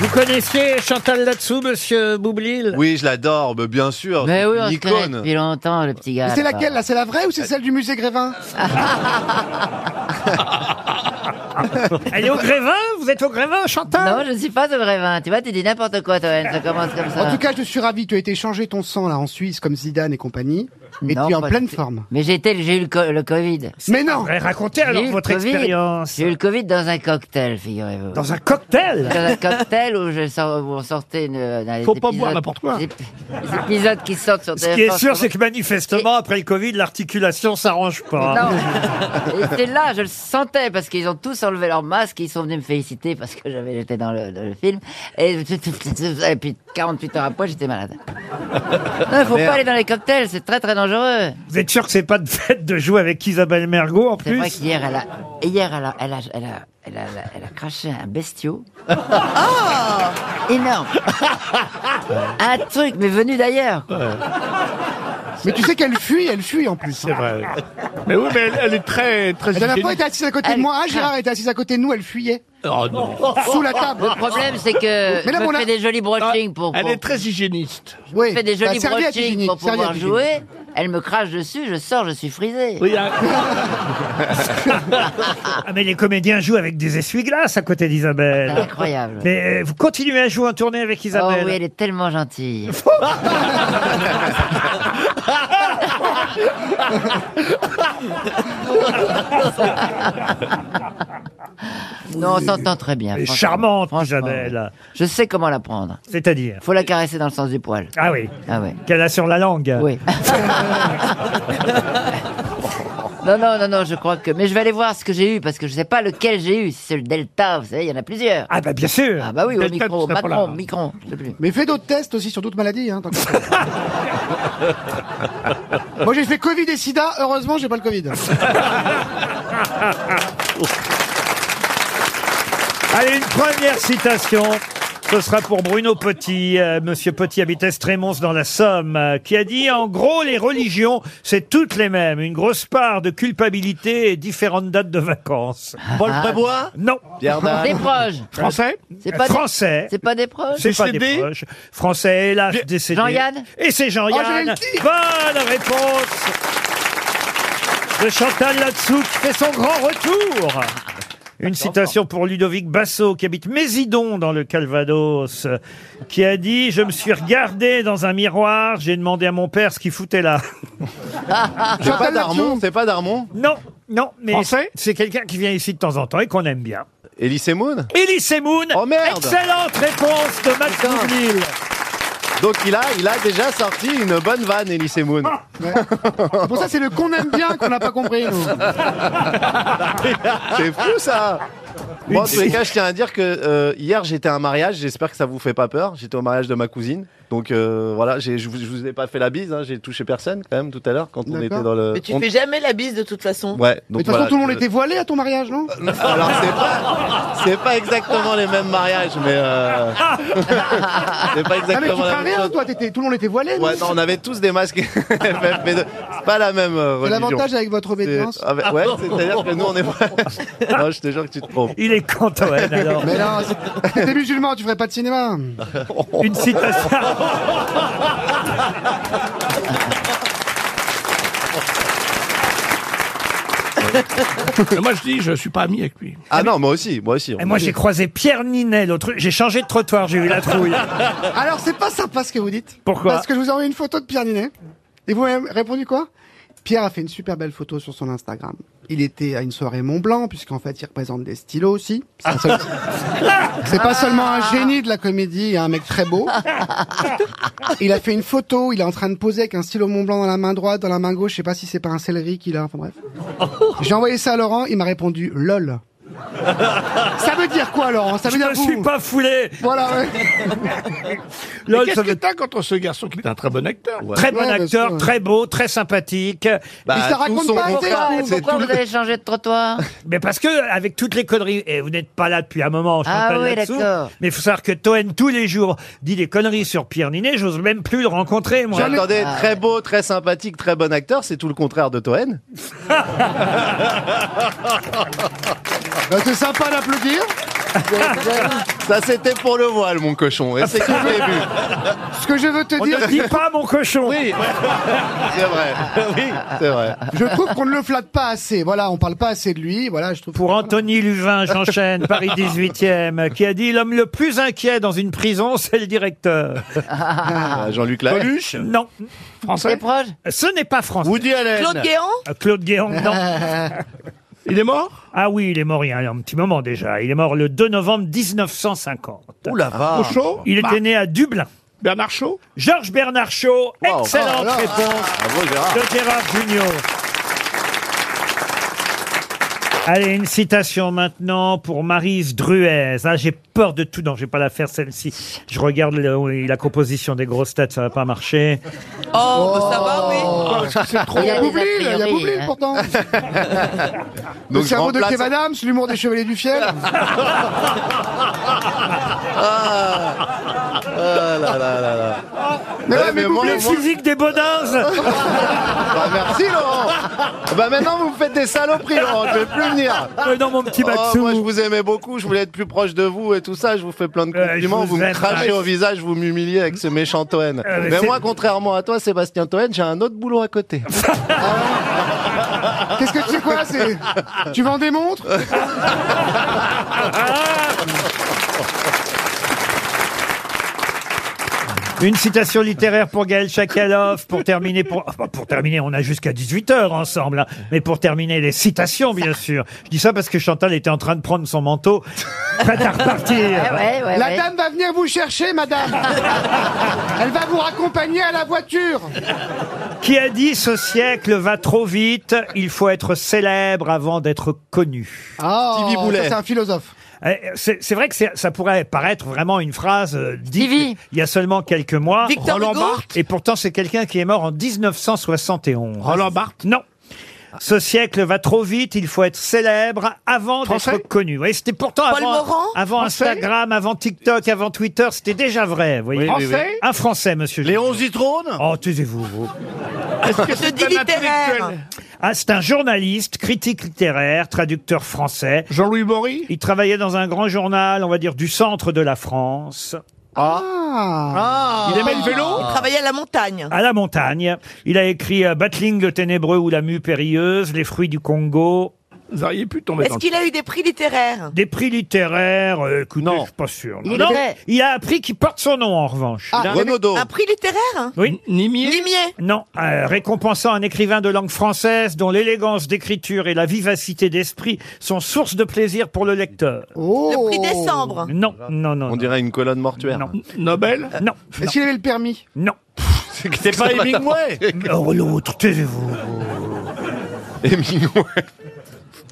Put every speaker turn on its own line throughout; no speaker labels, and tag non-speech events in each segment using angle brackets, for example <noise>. Vous connaissiez Chantal là-dessous, monsieur Boublil
Oui, je l'adore, mais bien sûr.
Mais oui, on
une
se connaît
icône.
depuis longtemps, le petit gars.
C'est
là-bas.
laquelle là C'est la vraie
Euh,
ou c'est celle du musée Grévin
Ah,
<laughs> Elle est au Grévin Vous êtes au Grévin, Chantal
Non, je ne suis pas de vrai vin. Tu vois, tu dis n'importe quoi, Toen. Ça commence comme ça.
En tout cas, je suis ravi. Tu as été changé ton sang là en Suisse comme Zidane et compagnie, et
Non,
tu es en
pas
pleine
tout.
forme.
Mais j'ai été- j'ai eu le, co- le Covid.
Mais non,
Eh, Racontez
J'ai eu
alors
le
votre
Covid.
expérience.
J'ai eu le Covid dans un cocktail, figurez-vous.
Dans un cocktail
Dans un cocktail où, je sors- où on sortait une, dans les
Faut pas boire
épisodes-
n'importe quoi.
Les, les épisodes qui sortent sur
Ce qui est
TF1,
sûr, c'est que manifestement, après le Covid, l'articulation s'arrange pas. <laughs>
Non. Et c'était là, je le sentais, parce qu'ils ont tous enlevé leur masque, ils sont venus me féliciter parce que j'avais, j'étais dans le, dans le film. Et, et puis 48 heures après, j'étais malade.
Ah,
Non, faut pas aller dans les cocktails, c'est très très dangereux.
Vous êtes sûr que c'est pas de fait de jouer avec Isabelle Mergot en
C'est vrai
plus
qu'hier, elle a, hier, elle a, elle a, elle a, elle a, elle a craché un bestiau.
Ah
Énorme.
<laughs>
un truc, mais venu d'ailleurs. quoi.
Euh.
<laughs>
mais tu sais qu'elle fuit, elle fuit en plus. hein.
C'est vrai. Mais oui, mais elle, elle est très, très
La dernière
ingénieuse.
fois, elle était assise à côté
Ah, bah, Elle-
de moi. Ah, Gérard était assise à côté de nous, elle fuyait.
Oh, non.
Sous la table.
Le problème, c'est que
Mais là,
je me
on a-
fais des jolis brochings pour,
Ah, Elle
pour-
est très hygiéniste.
Oui,
Je fais des
la
jolis
serviette
brochings
hygiénique,
pour pouvoir
serviette hygiénique.
jouer. Elle me crache dessus, je sors, je suis frisé.
Oui, ah,
<laughs> Ah, mais les comédiens jouent avec des essuie-glaces à côté
C'est
d'Isabelle.
incroyable.
Mais euh, vous continuez à jouer en tournée avec
Oh
Isabelle
oui, elle est
<laughs>
tellement gentille. non, on s'entend très bien.
Elle est
franchement.
charmante,
Franchement,
Isabelle.
Je sais comment la prendre.
C'est-à-dire
Faut la caresser dans le sens du poil.
Ah oui.
Ah ouais.
Qu'elle a sur la langue. <laughs>
Oui. Non, non, non, non, je crois que. Mais je vais aller voir ce que j'ai eu, parce que je sais pas lequel j'ai eu. Si c'est le Delta, vous savez, il y en a plusieurs.
Ah bah bien sûr.
Ah bah oui, au
Delta,
micro,
tu seras pas
Macron,
là.
micron, je sais plus.
Mais fais d'autres tests aussi sur d'autres maladies. Hein, tant qu'à
<laughs>
faire. Moi, j'ai fait Covid et Sida. Heureusement, j'ai pas le Covid.
Allez, une première citation. Ce sera pour Bruno Petit. Euh, Monsieur Petit habite Estrémons dans la Somme, euh, qui a dit En gros, les religions, c'est toutes les mêmes. Une grosse part de culpabilité et différentes dates de vacances.
Paul Prébois
Non.
Pierre <laughs> Dac.
Ah, Des proches.
français
C'est pas des-
Français.
C'est pas des proches
C'est pas des
Décédé
proches. Français, hélas, décédé.
Jean-Yann
Et c'est
j'allais
Jean-Yann.
Oh, le dire.
Bonne réponse de Chantal Latsou qui fait son grand retour. Une citation pour Ludovic Basso qui habite Mésidon dans le Calvados, euh, qui a dit Je me suis regardé dans un miroir, j'ai demandé à mon père ce qu'il foutait là.
Ah. C'est pas
Chantal
Darmon,
Latsou.
c'est pas Darmon.
Non, non, mais
Français
c'est quelqu'un qui vient ici de temps en temps et qu'on aime bien.
Elise Moon.
Elise Moon.
Oh, merde.
Excellente réponse de Max
Putain.
Boublil.
Donc il a, il a déjà sorti une bonne vanne, Elise Moon.
Ah, Pour ça, c'est le qu'on aime bien qu'on n'a pas compris. Nous.
C'est fou ça Bon, en tous les cas, je tiens à dire que euh, hier j'étais à un mariage, j'espère que ça vous fait pas peur. J'étais au mariage de ma cousine. Donc euh, voilà, j'ai- je vous, je vous ai pas fait la bise, hein, j'ai touché personne quand même tout à l'heure quand on
D'accord.
était dans le.
Mais tu
on-
fais jamais la bise de toute façon.
Mais
Ouais, donc
de toute façon,
voilà,
tout le monde
je- Bah,
était voilé à ton mariage, non
Alors c'est pas, c'est pas exactement les mêmes mariages, mais euh, <laughs> c'est pas
Ah, mais tu
exactement la
feras
même
rien,
chose.
toi. t'étais- Tout le monde était voilé. non
Ouais, non, on avait tous des masques <laughs> FFP2. C'est pas la même euh,
C'est
religion.
l'avantage avec votre
C'est-
obédience.
ah, bah, ouais, c'est-à-dire que nous on est pas. <laughs> non, je te jure que tu te trompes.
Il est quand Toen, alors.
Mais non, c'est- t'es musulman, tu ferais pas de cinéma.
Une citation.
Mais Moi, je dis, je suis pas ami avec lui.
Ah non, moi aussi, moi aussi.
Et moi, j'ai croisé Pierre Ninet, l'autre. J'ai changé de trottoir, j'ai eu la trouille.
Alors, c'est pas sympa ce que vous dites.
Pourquoi
Parce que je vous ai envoyé une photo de Pierre Ninet. Et vous m'avez répondu quoi Pierre a fait une super belle photo sur son Instagram. Il était à une soirée Mont Blanc, puisqu'en fait, il représente des stylos aussi. C'est
<laughs>
un seul- C'est pas seulement un génie de la comédie et un mec
<laughs>
très beau. Il a fait une photo, il est en train de poser avec un stylo Mont Blanc dans la main droite, dans la main gauche, je sais pas si c'est pas un céleri qu'il a,
<laughs>
enfin bref. J'ai envoyé ça à Laurent, il m'a répondu lol. Ça veut dire quoi, Laurent Ça veut
Je
dire
ne suis
vous.
pas foulé.
Voilà,
<laughs>
ouais.
Mais
Lol,
Qu'est-ce
ça
que
veut-
t'as contre ce garçon qui est un très bon acteur
Très bon
Ouais, parce
acteur,
que-
très beau, très sympathique.
Bah.
Il se la raconte
tout son
pas assez,
contraire,
Raoul.
c'est
Pourquoi
tout
vous
le-
avez changé de trottoir
Mais parce que, avec toutes les conneries, et vous n'êtes pas là depuis un moment, Chantal
Ah oui,
là-dessous,
d'accord.
Mais il faut savoir que Toen, tous les jours, dit des conneries sur Pierre Ninet. J'ose même plus le rencontrer, moi.
Mais Attendez,
Ah.
très beau, très sympathique, très bon acteur, c'est tout le contraire de Toen.
Bah,
<laughs>
Euh, C'est sympa d'applaudir.
Ça, c'était pour le voile, mon cochon. Et c'est que je l'ai vu.
Ce que je veux te
On
dire,
ne dit pas mon cochon.
Oui, c'est
<laughs>
vrai. Oui, c'est vrai.
je trouve qu'on ne le flatte pas assez. Voilà, on parle pas assez de lui. Voilà, je trouve.
Pour Anthony Luvin, j'enchaîne, Paris 18e, qui a dit l'homme le plus inquiet dans une prison, c'est le directeur.
Ah, Jean-Luc Lahaye.
Coluche,
Non,
T'es
français.
proche
ce n'est pas français.
Woody Allen.
Claude Guéant
Euh, Claude Guéant, non.
Il est mort
Ah oui, il est mort il y a un petit moment déjà. Il est mort le 2 novembre 1950.
Ouh la va.
Chaud
Il était né à Dublin.
Bernard Shaw
Georges Bernard Shaw,
Wow.
excellente
Oh là là.
réponse
Bravo, Gérard.
de Gérard Junior. Allez, une citation maintenant pour Marise Druez. Ah, j'ai peur de tout. Non, je vais pas la faire celle-ci. Je regarde le- la composition des grosses têtes, ça va pas marcher.
Oh, bah, ça va,
Oh.
oui.
Il y a
Il y a des
Boublil, il
a
y a
priori,
Boublil
hein.
<laughs>
pourtant. le
Donc, je
cerveau de
remplace-
Kev Adams, l'humour des Chevaliers du Fiel.
Ah là là là là.
Mais
Ouais,
ouais, mais
mais moi,
Boublil,
Le physique des Baudins
<laughs> Bah, merci, Laurent. Bah, maintenant, vous me faites des saloperies, Laurent. Je vais plus venir.
Mais non, mon petit
Oh,
Maxou.
moi, je vous aimais beaucoup, je voulais être plus proche de vous et tout ça. Je vous fais plein de
Euh, je
compliments.
vous
vous me
aime,
crachez
Max.
au visage, vous m'humiliez avec ce méchant Toen.
Euh, mais
mais
c'est- Ah
moi, contrairement à toi, Sébastien Toen, j'ai un autre boulot à
<laughs>
côté.
Qu'est-ce que tu sais quoi C'est tu vends des montres
Une citation littéraire pour Gaël Chakalov, pour terminer, pour, enfin, pour terminer, on a jusqu'à 18h ensemble, hein. mais pour terminer, les citations, bien sûr. Je dis ça parce que Chantal était en train de prendre son manteau, prête à
Ouais,
repartir.
ouais, ouais.
La
ouais.
dame va venir vous chercher,
<laughs>
madame. Elle va vous raccompagner à la voiture.
Qui a dit ce siècle va trop vite, il faut être célèbre avant d'être connu.
Ah,
Stevie Boulet.
ça, c'est un philosophe.
Eh, C'est c'est vrai que c'est- ça pourrait paraître vraiment une phrase euh, dite
Stevie.
il y a seulement quelques mois.
Victor
Roland
Hugo
Barthes
Et pourtant, c'est quelqu'un qui est mort en 1971.
Roland Barthes
Non. Ce siècle va trop vite, il faut être célèbre avant d'être
Français
connu. Vous voyez, c'était pourtant
Paul
avant,
Morand
avant Instagram, avant TikTok, avant Twitter, c'était déjà vrai. Vous voyez.
Oui, oui, oui.
Français
Un Français, monsieur.
Léon Zitrone
Oh, taisez-vous, vous.
Est-ce que
Je dis littéraire.
Ah, c'est un journaliste, critique littéraire, traducteur français.
Jean-Louis Bory
Il travaillait dans un grand journal, on va dire, du centre de la France,
Ah,
Il aimait le vélo
Travailler à la montagne.
à la montagne. Il a écrit euh, Battling le ténébreux ou la mue périlleuse, Les fruits du Congo,
Vous auriez pu tomber
Est-ce
dans le...
qu'il a eu des prix littéraires
Des prix littéraires, euh, écoutez,
Non.
je suis pas sûr.
Il est
Non,
vrai.
il a appris qu'il porte son nom en revanche.
Ah,
Renaudot.
Un prix littéraire
Oui.
Nimier
Limier
Non, euh, récompensant un écrivain de langue française dont l'élégance d'écriture et la vivacité d'esprit sont source de plaisir pour le lecteur.
oh.
Le prix décembre
Non, non, non.
On
non.
dirait une colonne mortuaire.
Non.
Nobel
Non,
Est-ce qu'il avait le permis
non.
<laughs> C'est pas Hemingway
Oh, l'autre, taisez-vous.
<laughs> Hemingway,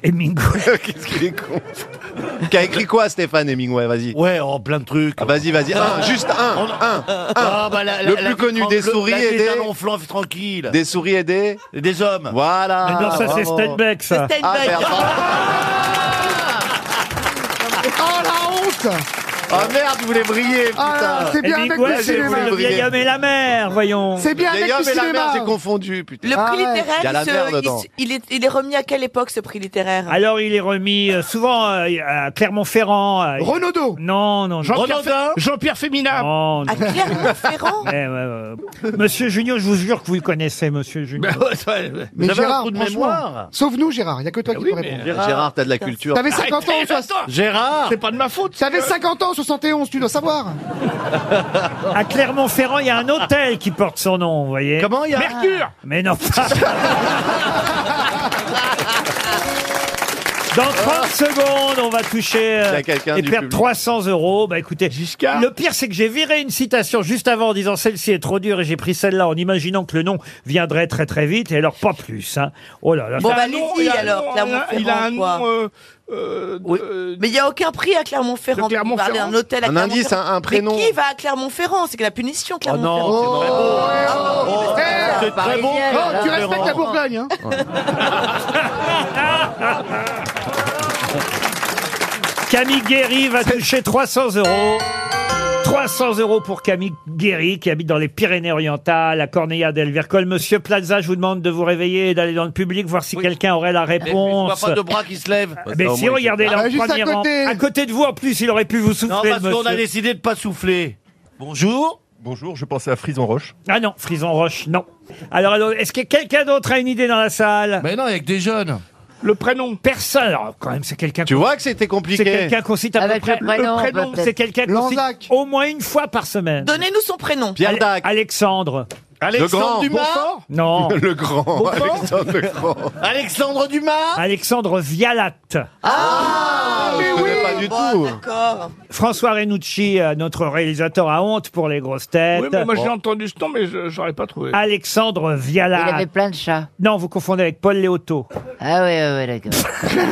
Hemingway.
<laughs> qu'est-ce qu'il est con Qui a écrit quoi, Stéphane Hemingway Vas-y.
Ouais, oh, plein de trucs.
Ah, vas-y, vas-y. Un, juste un. Un.
Ah, bah, la- la-
Le
la
plus
vie
connu
tran-
des
le-
souris
la
et
vie
des-
d'un enflant tranquille.
Des souris et des.
Des hommes.
Mais
Voilà.
non, ça, c'est
bravo.
Steinbeck,
Le
ça.
Ah
Steinbeck.
merde.
Oh la honte
Ah merde, vous voulez briller, putain.
Ah, c'est bien avec
Hemingway,
le
c'est
cinéma.
le vieil homme et la mer, voyons.
C'est bien
Les
avec
gars,
le
mais la merde, j'ai
cinéma.
confondu, putain.
Le
Ah
prix
ouais.
littéraire,
Il y a la
il, se-
merde
il
dedans.
se- il est, il est remis à quelle époque ce prix littéraire
Ah,
Alors, il est remis euh, souvent euh, à Clermont-Ferrand. à-
Renaudot.
Non, non, non.
Jean-Pierre
Renaudin
Fe- Jean-Pierre Fémina
Non, non.
À Clermont-Ferrand
Eh, ouais, ouais, ouais. Monsieur Junior, je vous jure que vous le connaissez, Monsieur Junior.
Bah Ouais, ouais, ouais.
Mais
Vous avez un
Gérard,
trou de
franchement,
mémoire.
Sauve-nous, Gérard. Il n'y a que toi qui
oui,
peux
mais-
répondre.
Gérard, t'as de la culture.
T'avais 50 ans,
Arrêtez,
soix-
attends,
Gérard
C'est pas de ma faute
T'avais 50 ans, 71, tu dois savoir.
À Clermont-Ferrand, il y a un hôtel qui porte son nom, vous voyez.
Comment il y a
Mercure
Mais non pas. Dans 30 secondes, on va toucher euh,
Il y a quelqu'un
et
du
perdre
public.
300 euros. Bah écoutez,
Giscard
le pire c'est que j'ai viré une citation juste avant en disant celle-ci est trop dure et j'ai pris celle-là en imaginant que le nom viendrait très très vite et alors pas plus. hein. Oh là là.
Bon,
Il a
bah,
un nom,
allez-y,
il a un
alors,
nom,
Clermont-Ferrand,
Il a un
quoi.
nom... euh, euh, de-
Mais il n'y a aucun prix à Clermont-Ferrand.
De Clermont-Ferrand.
Vous parlez d'un hôtel à
Un
Clermont-Ferrand.
indice, un- un prénom.
Mais qui va à Clermont-Ferrand C'est que la punition,
Oh
Clermont-Ferrand.
non, c'est vrai.
Eh,
C'est très bon.
Parisienne,
oh,
alors.
tu respectes la Bourgogne, hein
Camille Guéry va toucher 300 euros. 300 euros pour Camille Guéry, qui habite dans les Pyrénées-Orientales, à Corneilla del Vercol. Monsieur Plaza, je vous demande de vous réveiller et d'aller dans le public, voir si quelqu'un aurait la
Mais tu vois
réponse.
pas de bras qui se lèvent.
Mais si, regardez
Ah,
là, au
juste à
premier rang.
côté.
À côté de vous, en plus, il aurait pu vous souffler,
Non, parce
le
qu'on a
monsieur.
décidé de pas souffler. Bonjour.
Bonjour, je pensais à Frison Roche.
Ah non, Frison Roche, non. Alors, alors, est-ce que quelqu'un d'autre a une idée dans la salle
Mais non, avec des jeunes.
Le prénom.
Personne. Alors, quand même, c'est quelqu'un
Tu vois que c'était
c'est
compliqué.
quelqu'un qu'on cite à peu
Avec le
près.
prénom,
prénom,
peut-être.
c'est quelqu'un qu'on cite
Lanzac.
au moins une fois par semaine.
Donnez-nous son prénom.
Pierre
Ale-
Dac.
Alexandre.
Le grand.
Alexandre Dumas.
Non.
<laughs> Le grand. Alexandre le grand.
Alexandre Dumas.
Alexandre Vialat.
Ah,
Je connais Ah pas du
Bon,
tout.
d'accord.
François Renucci, euh, notre réalisateur à honte pour les grosses têtes.
Oui, mais moi j'ai entendu ce nom, mais je j'aurais pas trouvé.
Alexandre
Il
Vialat.
avait plein de chats.
Non, vous confondez avec Paul Léoto.
Ah ouais, ouais, ouais, d'accord.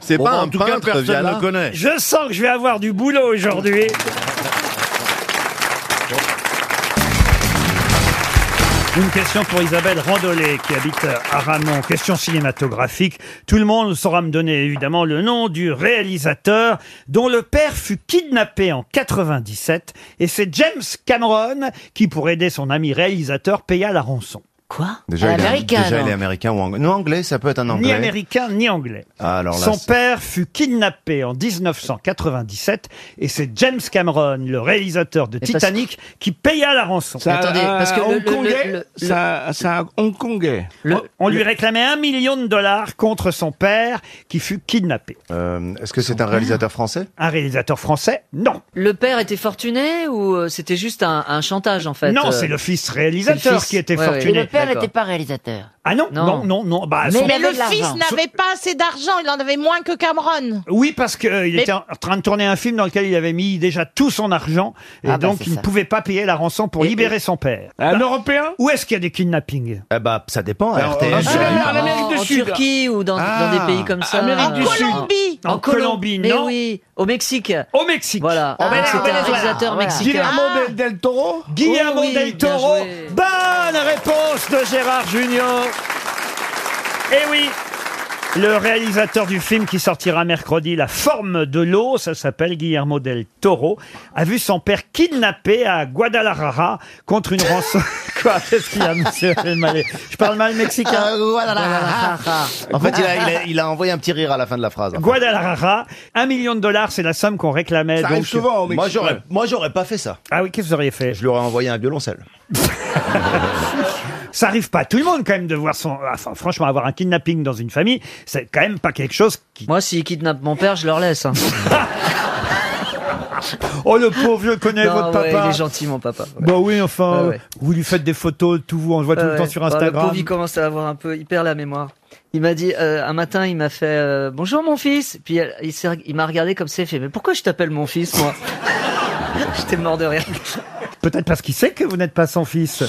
C'est
Bon,
pas
bah,
un
en tout cas,
peintre,
personne ne
Viala.
le connaît.
Je sens que je vais avoir du boulot aujourd'hui. Une question pour Isabelle Randollet qui habite à Ramon. Question cinématographique. Tout le monde saura me donner évidemment le nom du réalisateur dont le père fut kidnappé en 97 et c'est James Cameron qui, pour aider son ami réalisateur, paya la rançon.
Quoi
Déjà, il est-
Américain,
déjà,
non
il est américain ou anglais. Non, anglais, ça peut être un anglais.
Ni américain ni anglais.
Ah, alors là,
Son
c'est-
père fut kidnappé en 1997 et c'est James Cameron, le réalisateur de
parce-
Titanic, qui paya la rançon.
C'est un-
Attendez, parce que
euh,
un
le- le-
Hongkongais,
le- le-
c'est un- c'est un Hongkongais.
On lui réclamait un million de dollars contre son père qui fut kidnappé.
Euh, Est-ce que c'est un réalisateur français
Un réalisateur français Non.
Le père était fortuné ou euh, c'était juste un, un chantage en fait
non,
euh,
c'est le fils réalisateur
c'est le fils.
qui était
Ouais, ouais.
Et
fortuné.
le père
D'accord.
n'était pas réalisateur.
Ah non, non,
Non.
non, non. Bah,
Mais
son-
il
Mais
avait
le
de l'argent.
fils n'avait pas assez d'argent, il en avait moins que Cameron.
Oui, parce qu'il
Mais-
était en train de tourner un film dans lequel il avait mis déjà tout son argent et
Ah bah,
donc
c'est
il ne
ça.
pouvait pas payer la rançon pour
Et-
libérer son père. Bah,
Un Européen
Où est-ce qu'il y a des kidnappings
Eh bah, ça dépend.
hein.
Ah.
à RTL.
un seul-
en,
en Amérique du
en
Sud.
Turquie ou dans, dans
Ah.
des pays comme ça
Amérique
euh,
du
En Colombie
En,
En
Colombie,
Colombie, mais
non.
oui, au Mexique.
Au Mexique. Ah,
Voilà.
En
Donc,
Venezuela.
c'était un réalisateur
Voilà.
mexicain.
Guillermo
Ah.
del, del Toro
Guillermo
Oui, oui,
del
bien
Toro.
joué.
Bonne réponse de Gérard Junior. Eh oui. Le réalisateur du film qui sortira mercredi, La forme de l'eau, ça s'appelle Guillermo del Toro, a vu son père kidnappé à Guadalajara contre une
<laughs>
rançon. Quoi Qu'est-ce qu'il y a, monsieur Mallet Je parle mal mexicain.
Euh, <laughs> En fait, il a,
<laughs>
il, a, il a envoyé un petit rire à la fin de la phrase. en fait.
Guadalajara, un million de dollars, c'est la somme qu'on réclamait.
Ça arrive
donc-
souvent au
Moi,
Mexique.
j'aurais, moi, j'aurais pas fait ça.
Ah oui, qu'est-ce que vous auriez fait
Je lui aurais envoyé un violoncelle.
<laughs> Ça arrive pas à tout le monde quand même de voir son. Enfin, franchement, avoir un kidnapping dans une famille, c'est quand même pas quelque chose qui.
Moi, s'ils kidnappent mon père, je leur laisse. hein.
<laughs> Oh le pauvre, je le connais
Non,
votre
ouais,
papa.
il est gentil, mon papa. ouais.
Bah oui, enfin,
Ouais, ouais.
vous lui faites des photos, tout, on le voit tout
Ouais,
le temps
ouais.
sur
Ah, le
Instagram.
pauvre, il commence à l'avoir un peu, il perd la mémoire. Il m'a dit euh, un matin, il m'a fait euh, bonjour mon fils. Puis euh, il, s'est- il m'a regardé comme c'est fait. Mais pourquoi je t'appelle mon fils moi <laughs> J'étais mort de rire.
Peut-être parce qu'il sait que vous n'êtes pas son fils.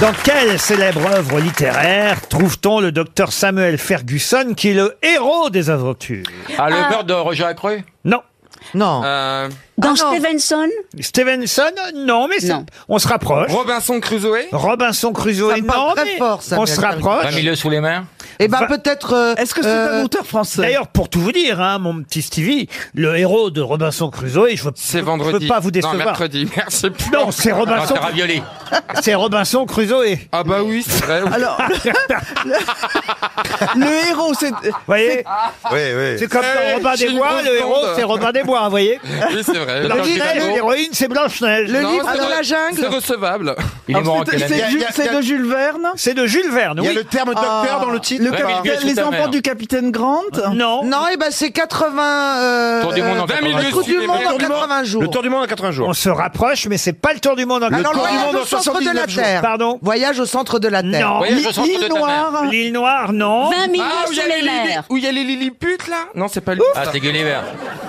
Dans quelle célèbre œuvre littéraire trouve-t-on le docteur Samuel Ferguson qui est le héros des aventures
Ah, le beurre de Roger Accru
Non.
Non.
Euh,
Dans Stevenson
Stevenson Non, mais c'est-
Non.
on se rapproche. <laughs>
Robinson Crusoe
Robinson Crusoe,
Ça me
non,
parle très
mais
fort,
on
Samuel
se
Ferguson.
rapproche.
Ramileux sous les mers
Eh ben
Va-
peut-être.
Est-ce que c'est un
auteur français
Euh, D'ailleurs, pour tout vous dire, hein, mon petit Stevie, le héros de Robinson Crusoe, et je veux,
C'est
je
vendredi.
veux pas vous
Non,
décevoir.
mercredi. Merci.
Non, c'est Robinson.
Ah, c'est ravioli.
C'est Robinson Crusoe. Vous
Ah bah oui, c'est vrai.
<laughs>
Alors, <laughs> le héros, c'est. euh,
voyez
Oui, oui.
C'est comme
Eh
dans
oui,
Robin
j'ai
des
une
Bois,
grosse
le héros,
blonde.
c'est Robin des Bois, vous voyez
Oui, c'est vrai.
Le L'héroïne, l'héroïne, c'est Blanche-Neige.
Non,
livre
c'est
dans
vrai.
la jungle. Ah,
C'est recevable. Il est mort en quelle année
de Jules Verne. Ah.
C'est de Jules Verne,
Il y a
oui.
le terme docteur dans le titre.
Ouais, capitaine- mais il gueule les sous ta enfants mère. du
capitaine Grant.
Non.
Non, et ben c'est 80.
Tour du monde en
20
80
minutes. Tour
jours.
du monde en 80 jours.
du monde en 80 jours.
On se rapproche, mais c'est pas le tour du monde en
Alors, le
Tour du
voyage
monde
au centre de la Terre.
Pardon
Voyage au centre de la Terre.
Non.
Voyage au centre de ta mère.
L'île Noire, non.
20 millions
Ah, où il y
sous
a
les
les
mers.
lili- où il y a les lilliputes, là Non, c'est pas lui. Ah, c'est Gulliver.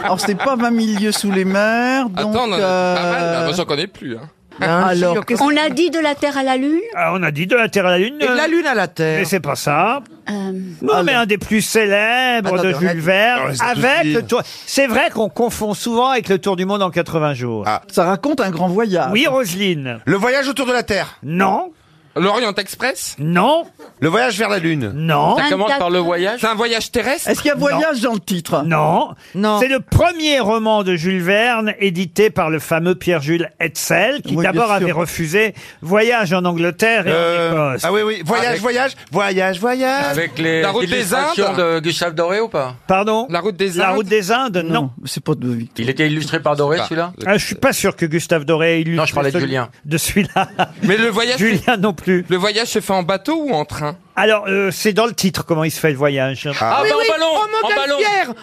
Alors, c'est pas 20 milieux sous les mers. Donc,
Attends, on en a pas mal.
euh,
là. Moi, j'en connais plus. hein.
Ah,
Alors,
On a dit de la Terre à la Lune
Ah, on a dit de la Terre à la Lune.
et de la Lune à la
Mais
Terre.
c'est pas ça.
Euh,
Non, mais un des plus célèbres
Attends,
de Jules
arrête.
Verne,
Ouais, c'est
avec
tout dit.
le tour. C'est vrai qu'on confond souvent avec le tour du monde en 80 jours.
Ah.
Ça raconte un grand voyage.
Oui, Roselyne.
Le voyage autour de la Terre.
Non.
L'Orient Express
Non.
Le voyage vers la Lune
Non.
Ça commence par le voyage C'est un voyage terrestre
Est-ce qu'il y a voyage dans le titre Non. Non. C'est le premier roman de Jules Verne, édité par le fameux Pierre-Jules Hetzel, qui
Oui, bien
d'abord
sûr.
avait refusé Voyage en Angleterre et en
Euh,
Écosse.
ah oui, oui, voyage,
Avec-
voyage, voyage, voyage.
Avec les
La route des Indes.
illustrations de Gustave Doré ou pas
Pardon
La route des Indes
La route des Indes, non.
C'est pas de Victor.
Il était illustré par Doré celui-là
Ah, je suis pas sûr que Gustave Doré illustre.
Non, je parlais de
celui- <laughs>
Julien.
De celui-là.
Mais le voyage.
Julien non plus.
Le voyage se fait en bateau ou en train
Alors, euh, c'est dans le titre comment il se fait le voyage.
Ah, bah, en ballon En ballon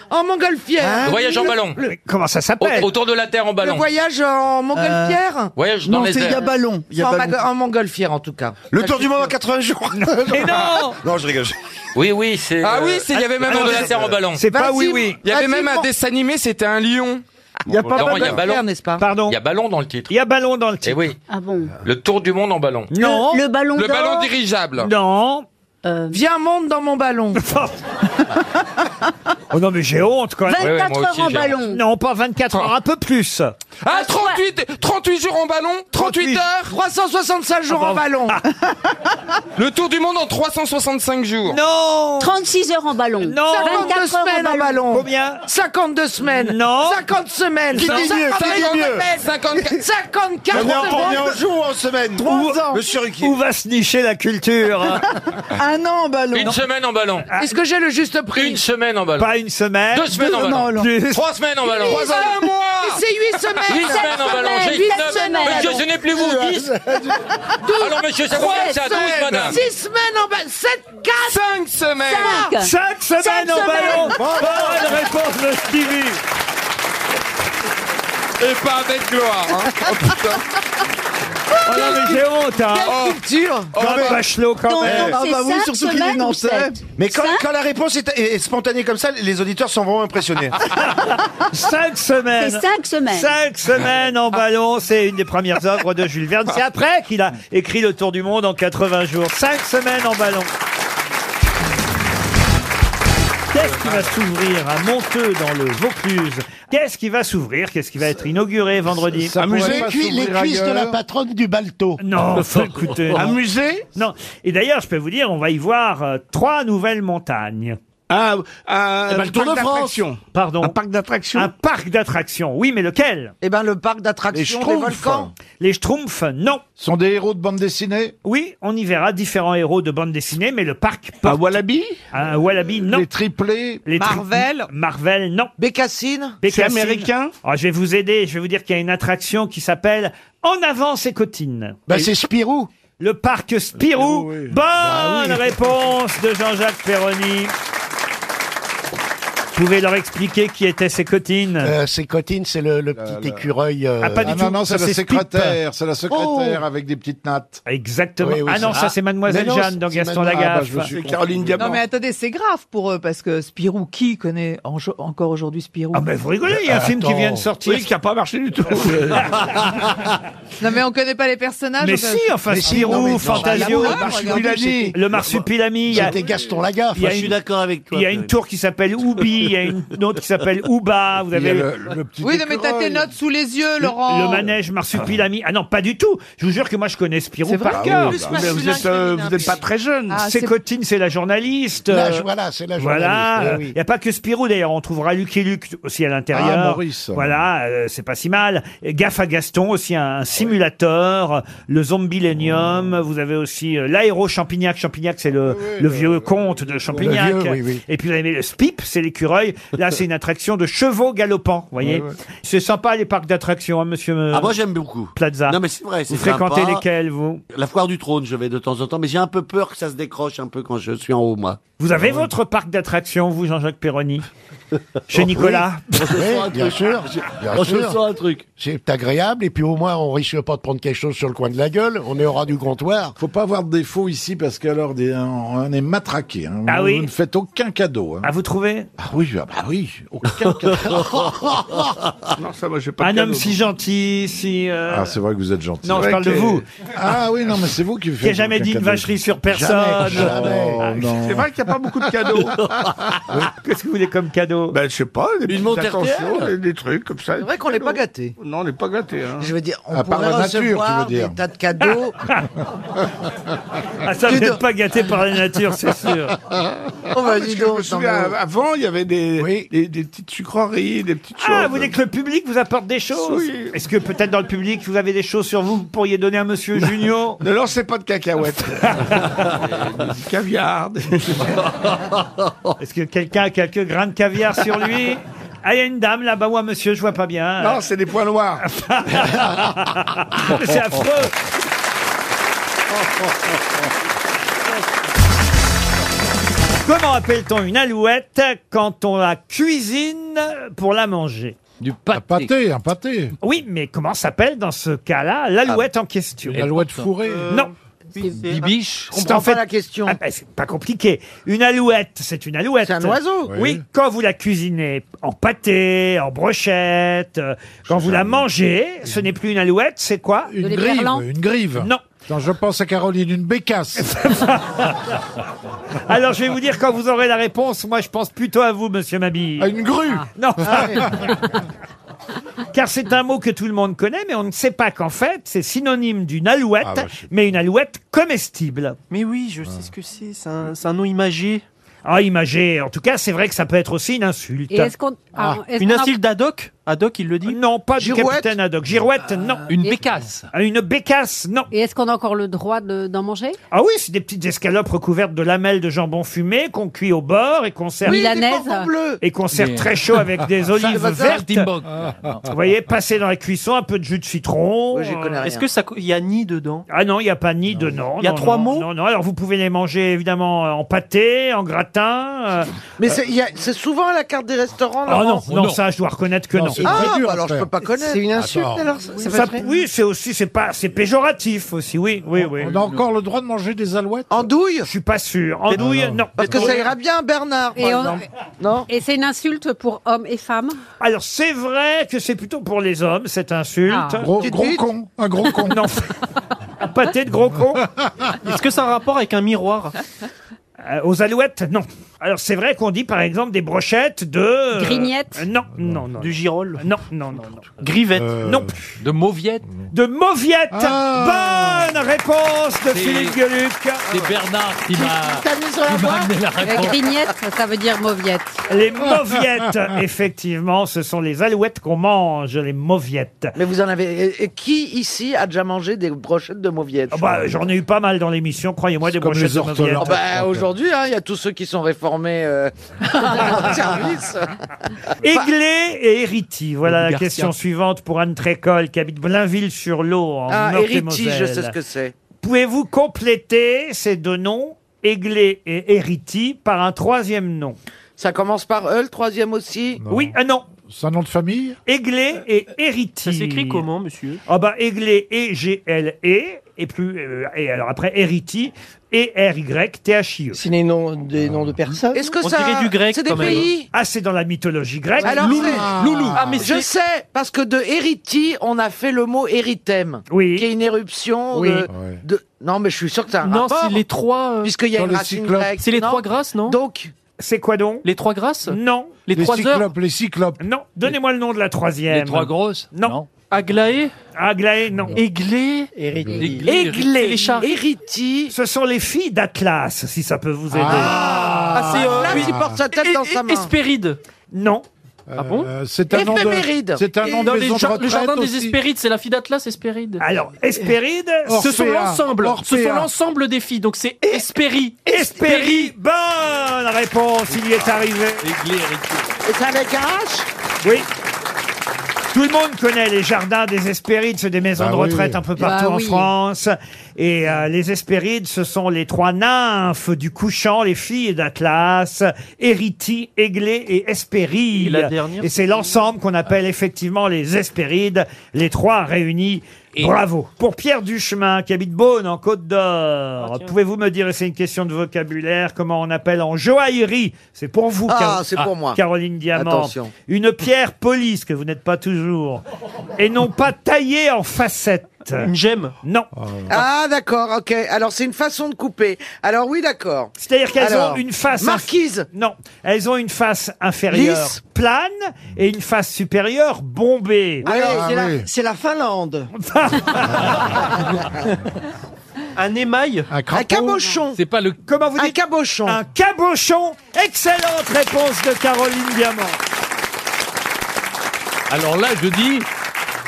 En montgolfière.
Le voyage en
Le-
ballon
Mais Comment ça s'appelle
Au- Autour de la Terre en ballon
Le voyage en montgolfière
Euh, voyage dans
non,
les
c'est- il y a
airs.
ballon. Il y a
C'est en
ballon.
baga-
en montgolfière, en tout cas.
Le tour du monde en 80 jours. <laughs>
Mais
<laughs>
non
Non, je rigole.
Oui, oui, c'est.
Ah
euh,
oui, c'est-
il y avait même
Ah,
un de
c'est-
la Terre en ballon.
c'est pas oui, oui.
Il y avait
Vas-y,
même un
mon-
dessin animé, c'était un lion.
Il y a pas
Laurent,
mal
il y a
de
ballon,
faire,
n'est-ce pas
Pardon.
Il y a ballon dans le titre.
Il y a ballon dans le
Eh
titre.
oui.
Ah bon
Le tour du monde en ballon.
Non.
Le ballon
Le
d'or. Euh.
ballon dirigeable.
Non.
Viens, monte dans mon <laughs> ballon.
Oh non, mais j'ai honte quand même.
24 Ouais, ouais, moi heures aussi, en j'ai honte. ballon.
Non, pas 24 heures, un peu plus.
Ah, 38, 38 jours en ballon, 38 heures,
365 jours en ballon.
<laughs> le tour du monde en 365 jours.
Non
36 heures en ballon.
Non
52
24
semaines
heures
en ballon. <laughs>
Combien
52 semaines.
Non.
50 semaines.
Qui dit mieux,
50
qui dit mieux
semaines.
54
54
On est en- on est en
semaines.
jour ou en semaine
Trois ans.
Monsieur Ruquier.
Où va se nicher la culture
<laughs>
hein
Un an en ballon.
Une semaine en ballon.
Est-ce que j'ai le juste prix
Une semaine en ballon.
Ah. Pas une semaine.
Deux semaines en
Deux en
ballon.
ballon.
Plus.
Trois semaines en ballon.
Trois ans.
Un mois.
Mais C'est 8 semaines.
Huit semaines en ballon. J'ai
Huit
dit neuf.
semaines.
Monsieur, ce n'est plus vous. Dix. Alors, monsieur, c'est combien que ça Douze, madame.
6 semaines en ballon. 7, 4.
5 semaines.
Cinq.
Cinq semaines en
semaines.
ballon Bonne réponse de Stevie
Et pas avec gloire.
<laughs>
hein. Oh putain.
Oh non, mais j'ai honte, hein
Quelle culture
Oh,
mais-
bachelot quand
Donc,
même
donc,
Ah,
c'est
bah oui,
cinq
surtout qu'il est
semaines ou
nantais.
sept
bah. Mais quand,
Cinq
quand la réponse est, est- est spontanée comme ça, les auditeurs sont vraiment impressionnés.
<laughs> Cinq semaines
C'est cinq semaines.
Cinq semaines en ballon, c'est une des premières œuvres de Jules Verne. C'est après qu'il a écrit Le Tour du Monde en 80 jours. Cinq semaines en ballon. Qu'est-ce qui va s'ouvrir à Monteux dans le Vaucluse Qu'est-ce qui va s'ouvrir Qu'est-ce qui va être inauguré vendredi
Les, cuisses de la patronne du Balto.
<laughs>
<laughs>
Non, faut écouter.
Ah,
Un musée
Non. Et d'ailleurs, je peux vous dire, on va y voir euh, trois nouvelles montagnes.
Un, un,
Eh ben, le Tour
parc
de France.
d'attractions.
Pardon.
Un parc d'attractions.
Un parc d'attractions. Oui, mais lequel
Eh ben, le parc
Les
d'attractions des
Schtroumpfs.
volcans.
Les Schtroumpfs, non.
Sont des héros de bande dessinée
Oui, on y verra différents héros de bande dessinée, mais le parc
Un
porte
wallaby
un wallaby, non.
Les triplés
Les tri-
Marvel
Marvel, non.
Bécassine.
Bécassine.
américain
Ah, Je vais vous aider, je vais vous dire qu'il y a une attraction qui s'appelle En avant ses cotines.
bah, C'est Spirou.
Le parc Spirou.
Spirou, oui.
Bonne
Bah oui.
réponse de Jean-Jacques Perroni. Vous pouvez leur expliquer qui étaient ces cotines
Euh,
c'est Cotine, c'est le, petit écureuil.
Ah, pas du
Ah
tout.
non, non, c'est
ça,
la
Spip.
secrétaire,
Oh
c'est la
Oh,
secrétaire avec des petites nattes.
Exactement.
Oui, oui,
ah non,
c'est-
ça c'est Mademoiselle
Mais non,
Jeanne dans
c'est
Gaston
Madame- Ah, bah,
Lagaffe.
je me suis confondu.
Caroline Diamant.
Non mais attendez, c'est grave pour eux parce que Spirou, qui connaît en- encore aujourd'hui Spirou
Ah ben vous rigolez, il y a un film qui
Attends.
vient de sortir.
Oui, qui n'a pas marché
<laughs>
du tout.
Non mais on connaît pas les personnages.
mais
on-
si, enfin,
Mais si, non, mais
Spirou,
non,
Fantasio,
la
le
preuve,
Marsupilami,
regardez,
le Marsupilami, il y a-
C'était Gaston Lagaffe.
il y a une-
avec
il y a une tour qui s'appelle Oubi, il y a une
<laughs>
autre qui s'appelle Ouba, vous
Il y
avez
a
le,
le, le petit
Oui, non, mais t'as
écureuil.
tes notes sous les yeux, Laurent.
le manège Marsupilami. Ah non, pas du tout. Je vous jure que moi je connais Spirou
C'est vrai
par
que-
cœur.
Ah
Plus
bah.
Mais vous
masculin
êtes,
que
euh,
féminin,
vous n'êtes
plus.
pas très jeune.
Ah,
C'est
c'est-
Cotine, c'est la journaliste.
La-
euh,
voilà, c'est la journaliste.
Voilà,
eh
il
oui.
n'y a pas que Spirou d'ailleurs, on trouvera Lucky Luke aussi à l'intérieur.
Ah, Maurice.
Voilà, euh, c'est pas si mal. Et Gaffe à Gaston aussi un, simulateur, euh, le Zombielenium,
Oh.
vous avez aussi euh, l'aéro Champignac, Champignac c'est le, le vieux comte de Champignac.
Le vieux, oui, oui.
Et puis vous avez le Spip, c'est l'écureuil.
<laughs>
Là, c'est une attraction de chevaux galopants, vous voyez. C'est sympa les parcs d'attractions hein, monsieur euh,
Ah, moi j'aime beaucoup.
Plaza.
Non, mais c'est vrai, c'est
vous fréquentez
sympa.
lesquels vous
La foire du trône, je vais de temps en temps, mais j'ai un peu peur que ça se décroche un peu quand je suis en haut, moi.
Vous
Ah
avez votre parc d'attractions vous Jean-Jacques
<laughs>
Perroni
Oh, <laughs>
Chez Nicolas
Oui, bien sûr. Bien
Quand je
sûr.
sens un truc.
eh C'est agréable et puis au moins on risque pas de prendre quelque chose sur le coin de la gueule. On est au ras du comptoir.
Faut pas avoir de défaut ici parce qu'alors on est matraqué. hein.
Ah Vous oui. ne
faites aucun cadeau.
À vous trouver
Ah oui, bah oui, aucun cadeau.
<laughs> Non, ça, moi, j'ai pas de
Un homme
cadeau.
si gentil, si. euh,
Ah, c'est vrai que vous êtes gentil.
non, je parle de vous.
Ah oui, non, mais c'est vous qui faites.
Qui a jamais dit une vacherie sur personne.
Jamais.
Ah,
Jamais.
<laughs> C'est vrai qu'il n'y a pas beaucoup de <laughs> cadeaux.
Qu'est-ce que vous voulez comme cadeau
Ben, je sais pas, des
Une
petites
montre
attentions,
RTL
des, des trucs comme ça.
C'est vrai qu'on l'est pas gâté.
Non, on n'est pas gâté. Hein.
Je veux dire,
Ah,
on pourrait recevoir des tas
<laughs>
de cadeaux.
Ah, ça,
Dis
vous n'êtes
donc.
pas gâté par la nature,
<laughs>
c'est sûr.
Oh,
bah, dis
je
donc,
me souviens,
non,
ah,
mais-
Euh, avant, il y avait des, des, des petites sucreries, des petites choses.
Ah, vous voulez que le public vous apporte des choses
Oui.
Est-ce que peut-être dans le public, vous avez des choses sur vous que vous pourriez donner à Monsieur Junio
<laughs> Ne lancez pas
<laughs>
de cacahuètes. du caviar. des-
Est-ce que quelqu'un a quelques grains de caviar sur
<laughs>
lui Ah, il y a une dame là-bas ou un monsieur, je vois pas bien.
Non, c'est des points noirs.
<laughs> Mais <laughs> c'est affreux. Comment appelle-t-on une alouette quand on la cuisine pour la manger du pâté. Un pâté,
un pâté.
Oui, mais comment s'appelle dans ce cas-là l'alouette
Ah,
en question
L'alouette fourrée.
Euh,
Non.
Bibiche. Je
C'est en
comprends
fait
pas la question.
Ah ben, c'est pas compliqué. Une alouette, c'est une alouette.
C'est un oiseau.
Oui.
Oui.
quand vous la cuisinez en pâté, en brochette, euh, quand vous la mangez, ce n'est plus une alouette, c'est quoi
Une grive, une grive.
Non.
Quand je pense à Caroline, une
<laughs>
bécasse.
Alors je vais vous dire quand vous aurez la réponse. Moi, je pense plutôt à vous, Monsieur Mabille. À une grue. Non. <laughs> Car c'est un mot que tout le monde connaît, mais on ne sait pas qu'en fait, c'est synonyme d'une alouette,
Ah bah, je sais
mais une alouette comestible.
Mais oui, je sais ce que c'est. C'est un, c'est un nom imagé.
Ah, imagé. En tout cas, c'est vrai que ça peut être aussi une insulte.
Et est-ce qu'on- Ah, Ah, est-ce une qu'on a- insulte
d'Adoc Adoc, il le dit Non, pas du
Girouette
capitaine Adoc. Girouette, non. Une bécasse Une bécasse, non.
Et est-ce qu'on a encore le droit de- d'en manger
Ah oui, c'est des petites escalopes recouvertes de lamelles de jambon fumé qu'on cuit au bord et qu'on sert
Milanaise
et qu'on sert
Mais-
très chaud avec des olives
Ça, ça,
vertes. <laughs>
Timbok. Ah,
Vous voyez, passer dans la cuisson, un peu de jus de citron.
Ouais, j'y connais
Euh,
rien. Est-ce que ça co- il y a ni dedans
Ah non, il n'y a pas ni dedans.
Il y a
non,
trois
non,
mots
Non, non. Alors vous pouvez les manger évidemment euh, en pâté, en gratin. euh.
Mais c'est il y a- c'est souvent à la carte des restaurants.
Oh non,
Laurence.
non, ça, je dois reconnaître que non.
Ah, bah alors je peux pas connaître.
Attends.
Ça- oui, c'est aussi, c'est pas, c'est péjoratif aussi, oui, oui, oui.
On a encore le droit de manger des alouettes
Andouille
Je suis pas sûr. Andouille, non.
Parce que ça ira bien, Bernard.
Et, on-
Par exemple. Non.
et c'est une insulte pour hommes et femmes
Alors c'est vrai que c'est plutôt pour les hommes cette insulte.
Ah. Gros-
gros con,
un gros con. <laughs> non, un pâté de gros con.
Est-ce que c'est un rapport avec un miroir
Euh, aux alouettes, non. Alors c'est vrai qu'on dit par exemple des brochettes de euh,
Grignettes
euh, Non, non, non. Du
girole
Non, non, non. non.
Grivette.
Non.
De mauviette.
De Mauviette.
Ah.
Bonne réponse de
C'est-
Philippe Gueluc.
C'est Bernard qui m'a.
T'as mis sur la
qui m'a
voie
amené la réponse.
Grignette, ça veut dire mauviette.
Les
<laughs>
mauviettes,
<laughs>
effectivement, ce sont les alouettes qu'on mange, les mauviettes.
Mais vous en avez. et- et qui ici a déjà mangé des brochettes de mauviettes
Ah bah, J'en ai eu pas mal dans l'émission, croyez-moi, des
comme
brochettes
les
de mauviettes.
Ah bah, Aujourd'hui, hein, il y a tous ceux qui sont réformés
<laughs>
euh, en service.
<laughs> Aiglé et Hériti, voilà la
Garcia.
question suivante pour Anne Trécol qui habite Blainville-sur-L'eau en
Ah, Hériti,
Meurthe-et-Moselle.
je sais ce que c'est.
Pouvez-vous compléter ces deux noms, Aiglé et Hériti, par un troisième nom
Ça commence par E, le troisième aussi Euh,
Oui, ah non
C'est un nom de famille
Aiglé et Hériti.
Ça s'écrit comment, monsieur
Ah bah Aiglé et G L E et plus euh, et alors après Hériti et R Y T H I E.
C'est des noms, des noms de personnes.
Est-ce que On ça- dirait du grec, c'est des quand même. pays
Ah c'est dans la mythologie grecque.
Alors, c'est-
Ah, mais
je
c'est-
sais, parce que de hériti, on a fait le mot érythème, qui est une éruption
Oui.
de,
Ouais.
de- Non, mais je suis sûr que t'as un
Non,
rapport.
c'est les trois. euh,
Puisqu'il y a
dans
une
les
racine
cyclopes.
grecque.
C'est les
non
trois grâces, non
Donc.
C'est quoi donc
Les trois grâces
Non.
Les, trois heures.
les cyclopes.
Non, donnez-moi le nom de la troisième.
Les trois
grosses Non.
Aglaé
Aglaé, non.
Aiglé
Aiglé.
Aiglé. Les chars.
Ce sont les filles d'Atlas, si ça peut vous aider.
Ah, c'est, euh, Atlas, oui. il porte sa tête dans sa main.
Hespéride.
Non.
Ah bon
Euh, c'est un nom de- Éphéméride. c'est un nom de
Dans les
maison de
jar- Le
retraite
jardin des
aussi.
Hespérides, c'est la fille d'Atlas Hespéride.
Alors, Hespéride,
ce sont
Orphea.
l'ensemble. Ce sont
Orphea.
l'ensemble des filles. Donc c'est Hespérie.
Hespérie. Bonne réponse, il y est arrivé.
Et c'est avec un
<laughs>
H
Oui. Tout le monde connaît les jardins des Hespérides, c'est des maisons
Bah
de
oui.
retraite un peu
Bah
partout en
oui.
France. Et euh, les Hespérides, ce sont les trois nymphes du couchant, les filles d'Atlas, Hériti, Aiglé et Hespéride.
Et la dernière,
Et c'est l'ensemble qu'on appelle effectivement les Hespérides, les trois réunis. Bravo. Pour Pierre Duchemin, qui habite Beaune, en Côte d'Or, pouvez-vous me dire, et c'est une question de vocabulaire, comment on appelle en joaillerie C'est pour vous,
Ah,
Caro-
c'est pour moi.
Caroline Diamant.
Attention.
Une pierre polie, ce que vous n'êtes pas toujours. Et non pas taillée en facettes. Arlette. Une gemme Non.
Ah d'accord, ok. Alors c'est une façon de couper. Alors oui, d'accord.
C'est-à-dire qu'elles
Alors,
ont une face. inf-
Marquise.
Non, elles ont une face inférieure
Lisse.
plane et une face supérieure bombée.
Ah Oui,
ah
c'est la- c'est la, Finlande.
<laughs> Un émail Un, cabochon C'est pas le... Comment vous dites Un
cabochon
Un cabochon Excellente réponse de Caroline Diamant
Alors là, je dis,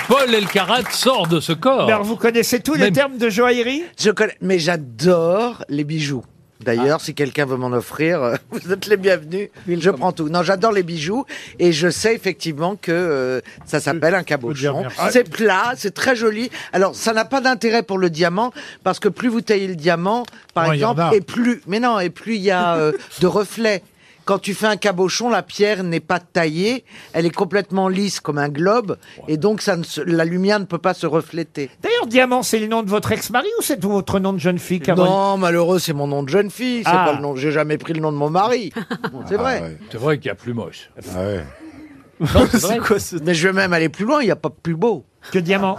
Paul Elkarat sort de ce corps.
Alors, vous connaissez tous les termes de joaillerie
Je connais, mais j'adore les bijoux. D'ailleurs,
Ah.
si quelqu'un veut m'en offrir, euh, <laughs> vous êtes les bienvenus. Je prends tout. Non, j'adore les bijoux et je sais effectivement que euh, ça s'appelle un cabochon.
merci.
C'est plat, c'est très joli. Alors, ça n'a pas d'intérêt pour le diamant parce que plus vous taillez le diamant, par
Moins il y en
exemple,
a.
et plus, mais non, et plus il y a
<laughs>
euh, de reflets. Quand tu fais un cabochon, la pierre n'est pas taillée, elle est complètement lisse comme un globe, et donc ça ne se- la lumière ne peut pas se refléter.
D'ailleurs, Diamant, c'est le nom de votre ex-mari ou c'est votre nom de jeune fille, Caroline
Non, malheureux, c'est mon nom de jeune fille. C'est
Ah.
pas le nom. J'ai jamais pris le nom de mon <laughs> mari. C'est vrai.
C'est vrai qu'il y a plus moche.
<laughs> C'est quoi ce- Mais je vais même aller plus loin. Il n'y a pas plus beau.
Que diamant.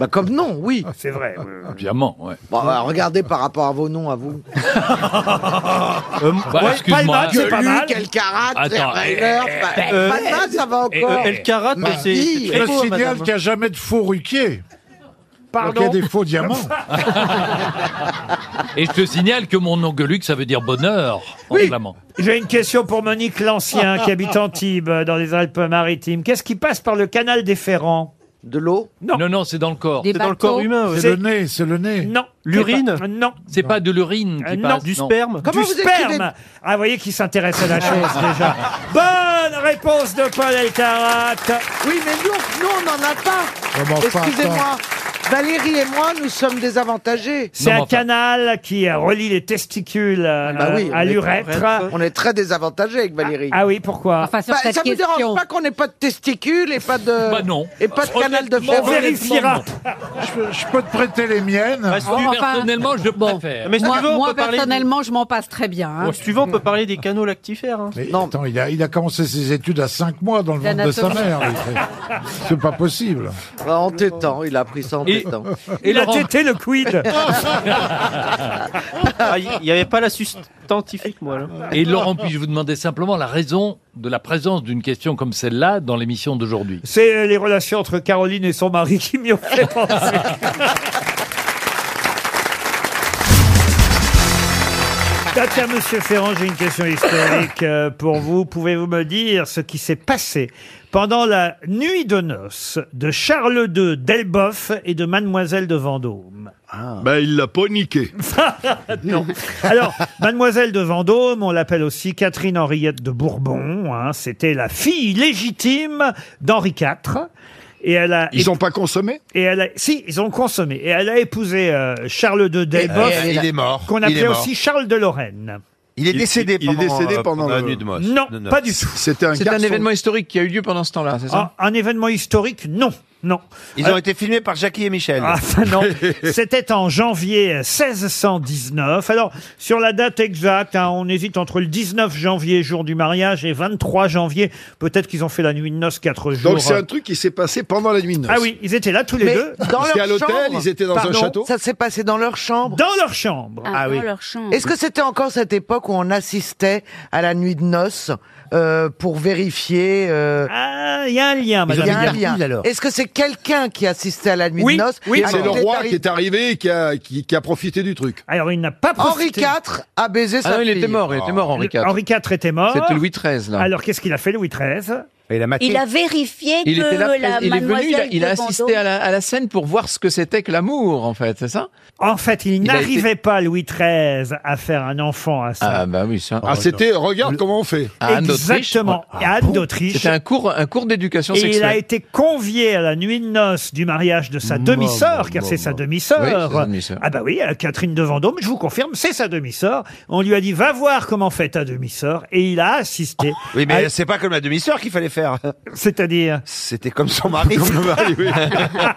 Bah comme nom, oui.
C'est vrai.
Diamant, ouais.
Bon, bah, regardez par rapport à vos noms, à vous.
Bah,
Ouais,
excuse-moi.
Palma,
<laughs>
Gueuluc, Elkarat,
Attends,
Ah,
Ferreiner,
eh,
euh,
Pa-
eh,
Palma, ça va
eh,
encore.
eh, Elkarat,
Ma
c'est-
fille.
c'est très beau,
signale
madame.
qu'il n'y a jamais de faux ruquier.
Pardon
Donc, il y a des faux diamants.
Et je te signale que mon nom Gueuluc, ça veut dire bonheur en flamand.
J'ai une question pour Monique Lancien, qui habite Antibes, dans les Alpes-Maritimes. Qu'est-ce qui passe par le canal des Ferrants
De l'eau
Non.
Non, non, c'est dans le corps.
Des C'est dans le corps bateaux. humain, ouais.
C'est le nez, c'est le nez.
Non.
L'urine
C'est pas- Non.
C'est pas de l'urine
Euh,
qui
non.
passe. non.
du sperme Ah, vous voyez qui s'intéresse à <laughs> la chose déjà. Bonne réponse de Paul Elkarat.
Oui, mais nous, nous on n'en a pas.
Ouais, mais enfin,
Excusez-moi. Valérie et moi, nous sommes désavantagés.
C'est un canal qui euh, relie les testicules
Ah,
euh,
Bah oui,
à
on est-
l'urètre.
On est très désavantagés avec Valérie.
Ah oui, pourquoi
Bah, ça me dérange pas qu'on n'ait pas de testicules et pas de.
Bah non.
Et pas de canal de fer.
On vérifiera.
Je, je peux te prêter les miennes.
Parce que
Enfin,
personnellement, je préfère.
moi, moi,
parler de-
personnellement, je m'en passe très bien.
Oh,
hein.
tu veux, on peut parler des canaux lactifères. hein. non. Attends, il a, il a commencé ses études à 5 mois dans le ventre de sa
D'anatomie.
mère. lui. C'est- C'est pas possible.
Bah, En tétant, il a appris ça en
Et-
tétant.
et Il a Laurent- tété
<laughs>
le quid.
Ah, Il n'y avait pas la substantifique, moi. Et Laurent, puis-je vous demander simplement la raison de la présence d'une question comme celle-là dans l'émission d'aujourd'hui
C'est euh, les relations entre Caroline et son mari qui m'y ont
<laughs>
fait penser. Tiens, Ah, tiens, Monsieur Ferrand, j'ai une question historique euh, pour vous. Pouvez-vous me dire ce qui s'est passé pendant la nuit de noces de Charles II d'Elbeuf et de Mademoiselle de Vendôme
Ben, il l'a pas niqué.
<laughs> non. Alors, Mademoiselle de Vendôme, on l'appelle aussi Catherine Henriette de Bourbon. hein, C'était la fille légitime d'Henri IV. Et elle a ils n'ont
pas consommé
et elle a, Si, ils ont consommé. Et elle a épousé euh, Charles II
Et
d'Elbeuf.
elle est là. Il est mort.
Qu'on
Il est
appelait
mort.
aussi Charles de Lorraine.
Il est décédé il, pendant, est décédé pendant, la nuit de Moss.
Non, pas du tout.
C'était un garçon.
historique qui a eu lieu pendant ce temps-là, c'est ça un, événement historique, non. Non. Euh,
Ils ont été filmés par Jackie et Michel.
Ah, ça, non. <laughs> C'était en janvier 1619. Alors, sur la date exacte, hein, on hésite entre le 19 janvier, jour du mariage, et 23 janvier. Peut-être qu'ils ont fait la nuit de noces quatre jours.
Donc c'est un truc qui s'est passé pendant la nuit de noces.
Ah oui, ils étaient là tous les
Mais
deux.
dans Ils étaient leur à l'hôtel, chambre. ils étaient dans un Pardon, château
Ça s'est passé dans leur chambre.
Dans leur chambre.
Ah, oui. Est-ce que c'était encore cette époque où on assistait à la nuit de noces euh, pour vérifier euh,
Ah, il y a un lien,
Il
madame.
y a un
Mercouille,
lien.
alors.
Est-ce que c'est quelqu'un qui assistait à la nuit de noces
oui,
à
c'est le
côté
roi
d'Harry-
qui est arrivé et qui a, qui, qui a profité du truc.
Alors il n'a pas
Henri
profité.
IV a
Ah
baisé
Ah
sa fille.
Le- Oh. Henri IV était mort.
C'était Louis XIII, là.
Alors qu'est-ce qu'il a fait, Louis XIII
Il a maté.
Il a vérifié
Ah, Il
que
était là,
la
il est venu, il a,
mademoiselle
il a
de
assisté
Vendôme-
à la, à la scène pour voir ce que c'était que l'amour, en fait, c'est ça
En fait, il,
a
n'arrivait pas, Louis XIII, à faire un enfant à ça.
Ah bah oui, ça.
Ah, c'était, regarde comment on fait.
À Anne d'Autriche.
Exactement.
Ah,
Et Anne
bon
d'Autriche.
C'était un cours, un cours d'éducation
Et il a
sexuelle.
été convié à la nuit de noces du mariage de sa demi-sœur,
Mmh, bon,
car
bon,
c'est sa
bon. Oui,
demi-sœur.
c'est sa demi-sœur.
ah bah oui, euh, Catherine de Vendôme, je vous confirme, c'est sa demi-sœur. On lui a dit, va voir comment fait ta demi-sœur, et il a assisté.
Oh, Oui, mais
à-
c'est pas comme la demi-sœur qu'il fallait faire.
C'est-à-dire
C'était comme
<laughs>
son mari.
bah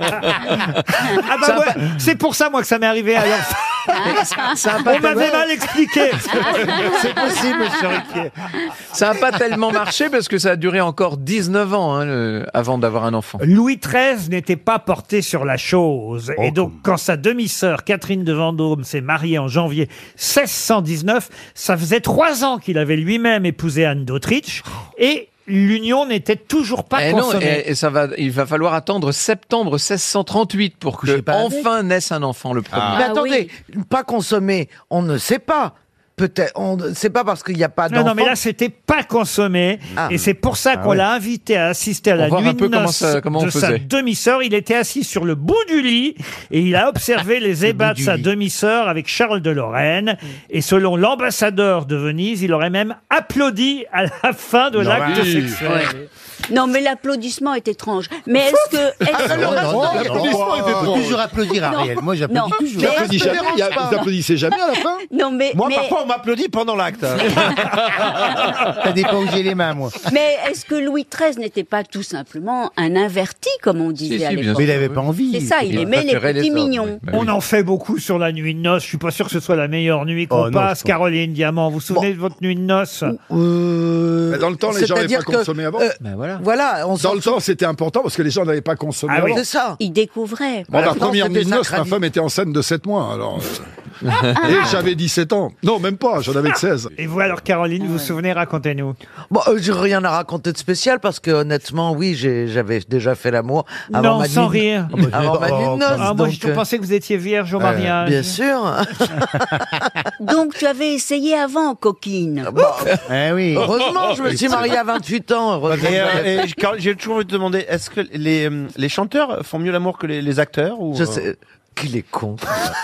Ah bah ouais, c'est pour ça moi que ça m'est arrivé. Alors, C'est un pas On m'avait tellement- mal expliqué. C'est possible, monsieur Riquier.
Ça n'a pas tellement marché parce que ça a duré encore 19 ans hein, le- avant d'avoir un enfant.
Louis XIII n'était pas porté sur la chose.
Oh,
et donc, quand sa demi-sœur, Catherine de Vendôme, s'est mariée en janvier 1619, ça faisait trois ans qu'il avait lui-même épousé Anne d'Autriche et l'union n'était toujours pas
Eh non,
consommée.
et, et ça va, il va falloir attendre septembre 1638 pour que enfin naisse un enfant le premier.
Ah
Mais attendez, pas consommé, on ne sait pas. Peut-être, on ne sait pas parce qu'il n'y a pas
Non,
d'enfant.
non, mais là, c'était pas
eh,
consommé.
Ah.
Et c'est pour ça
Ah
qu'on
ouais.
l'a invité à assister à
On
la
va voir
nuit
un peu
de
comment
noces
ça- comment on
de sa
faisait.
demi-sœur. Il était assis sur le bout du lit et il a
<laughs>
observé les ébats de
du
sa
lit. Mm.
demi-sœur avec Charles de Lorraine. Et selon l'ambassadeur de Venise, il aurait même applaudi à la fin de
Non,
l'acte
bah oui.
sexuel.
Ouais. Non, mais l'applaudissement est étrange. Mais est-ce
Ah,
que.
Ah,
est-ce-
Toujours applaudir,
Non.
Ariel. Moi,
Non.
j'applaudis toujours.
Mais est-ce que-
Vous applaudissez jamais à la fin
Non, mais.
Moi,
mais-
parfois,
on m'applaudit pendant l'acte.
Ça dépend où j'ai les mains, moi.
Mais est-ce que Louis XIII n'était pas tout simplement un inverti, comme on disait
Si, si,
à
bien
l'époque
sûr. Mais il avait pas envie.
C'est ça, il,
Il
aimait les
préférait les
petits
autres,
mignons.
On en fait beaucoup sur la nuit de noces. Je suis pas sûr que ce soit la meilleure nuit qu'on
Oh, non,
passe. Caroline Diamant, vous vous souvenez de votre nuit de noces
Euh,
Mais Dans le temps, les gens n'avaient euh, pas consommé avant.
voilà.
Dans le temps, c'était important parce que les gens n'avaient pas consommé
Ah
avant.
Il découvrait.
Bon, la première nuit de noces, ma femme était enceinte de 7 mois, <laughs> alors. euh, et j'avais 17 ans. Non, même pas, j'en avais que 16.
Et vous alors, Caroline, vous vous souvenez Racontez-nous.
Bon, euh, j'ai rien à raconter de spécial parce que honnêtement, oui, j'ai- j'avais déjà fait l'amour avant
Non,
ma
sans
nuit-
rire.
Avant ma nuit de noces,
Ah, moi,
donc,
j'ai toujours
euh,
pensé que vous étiez vierge au
euh,
mariage.
Bien sûr.
<laughs> Donc tu avais essayé avant, coquine.
Ah
Eh oui. Heureusement, je me suis mariée à 28 ans. heureusement.
Et, euh, et Carole, j'ai toujours envie de te demander, est-ce que les, euh, les chanteurs font mieux l'amour que les, les acteurs ou
Je sais- qu'il est con.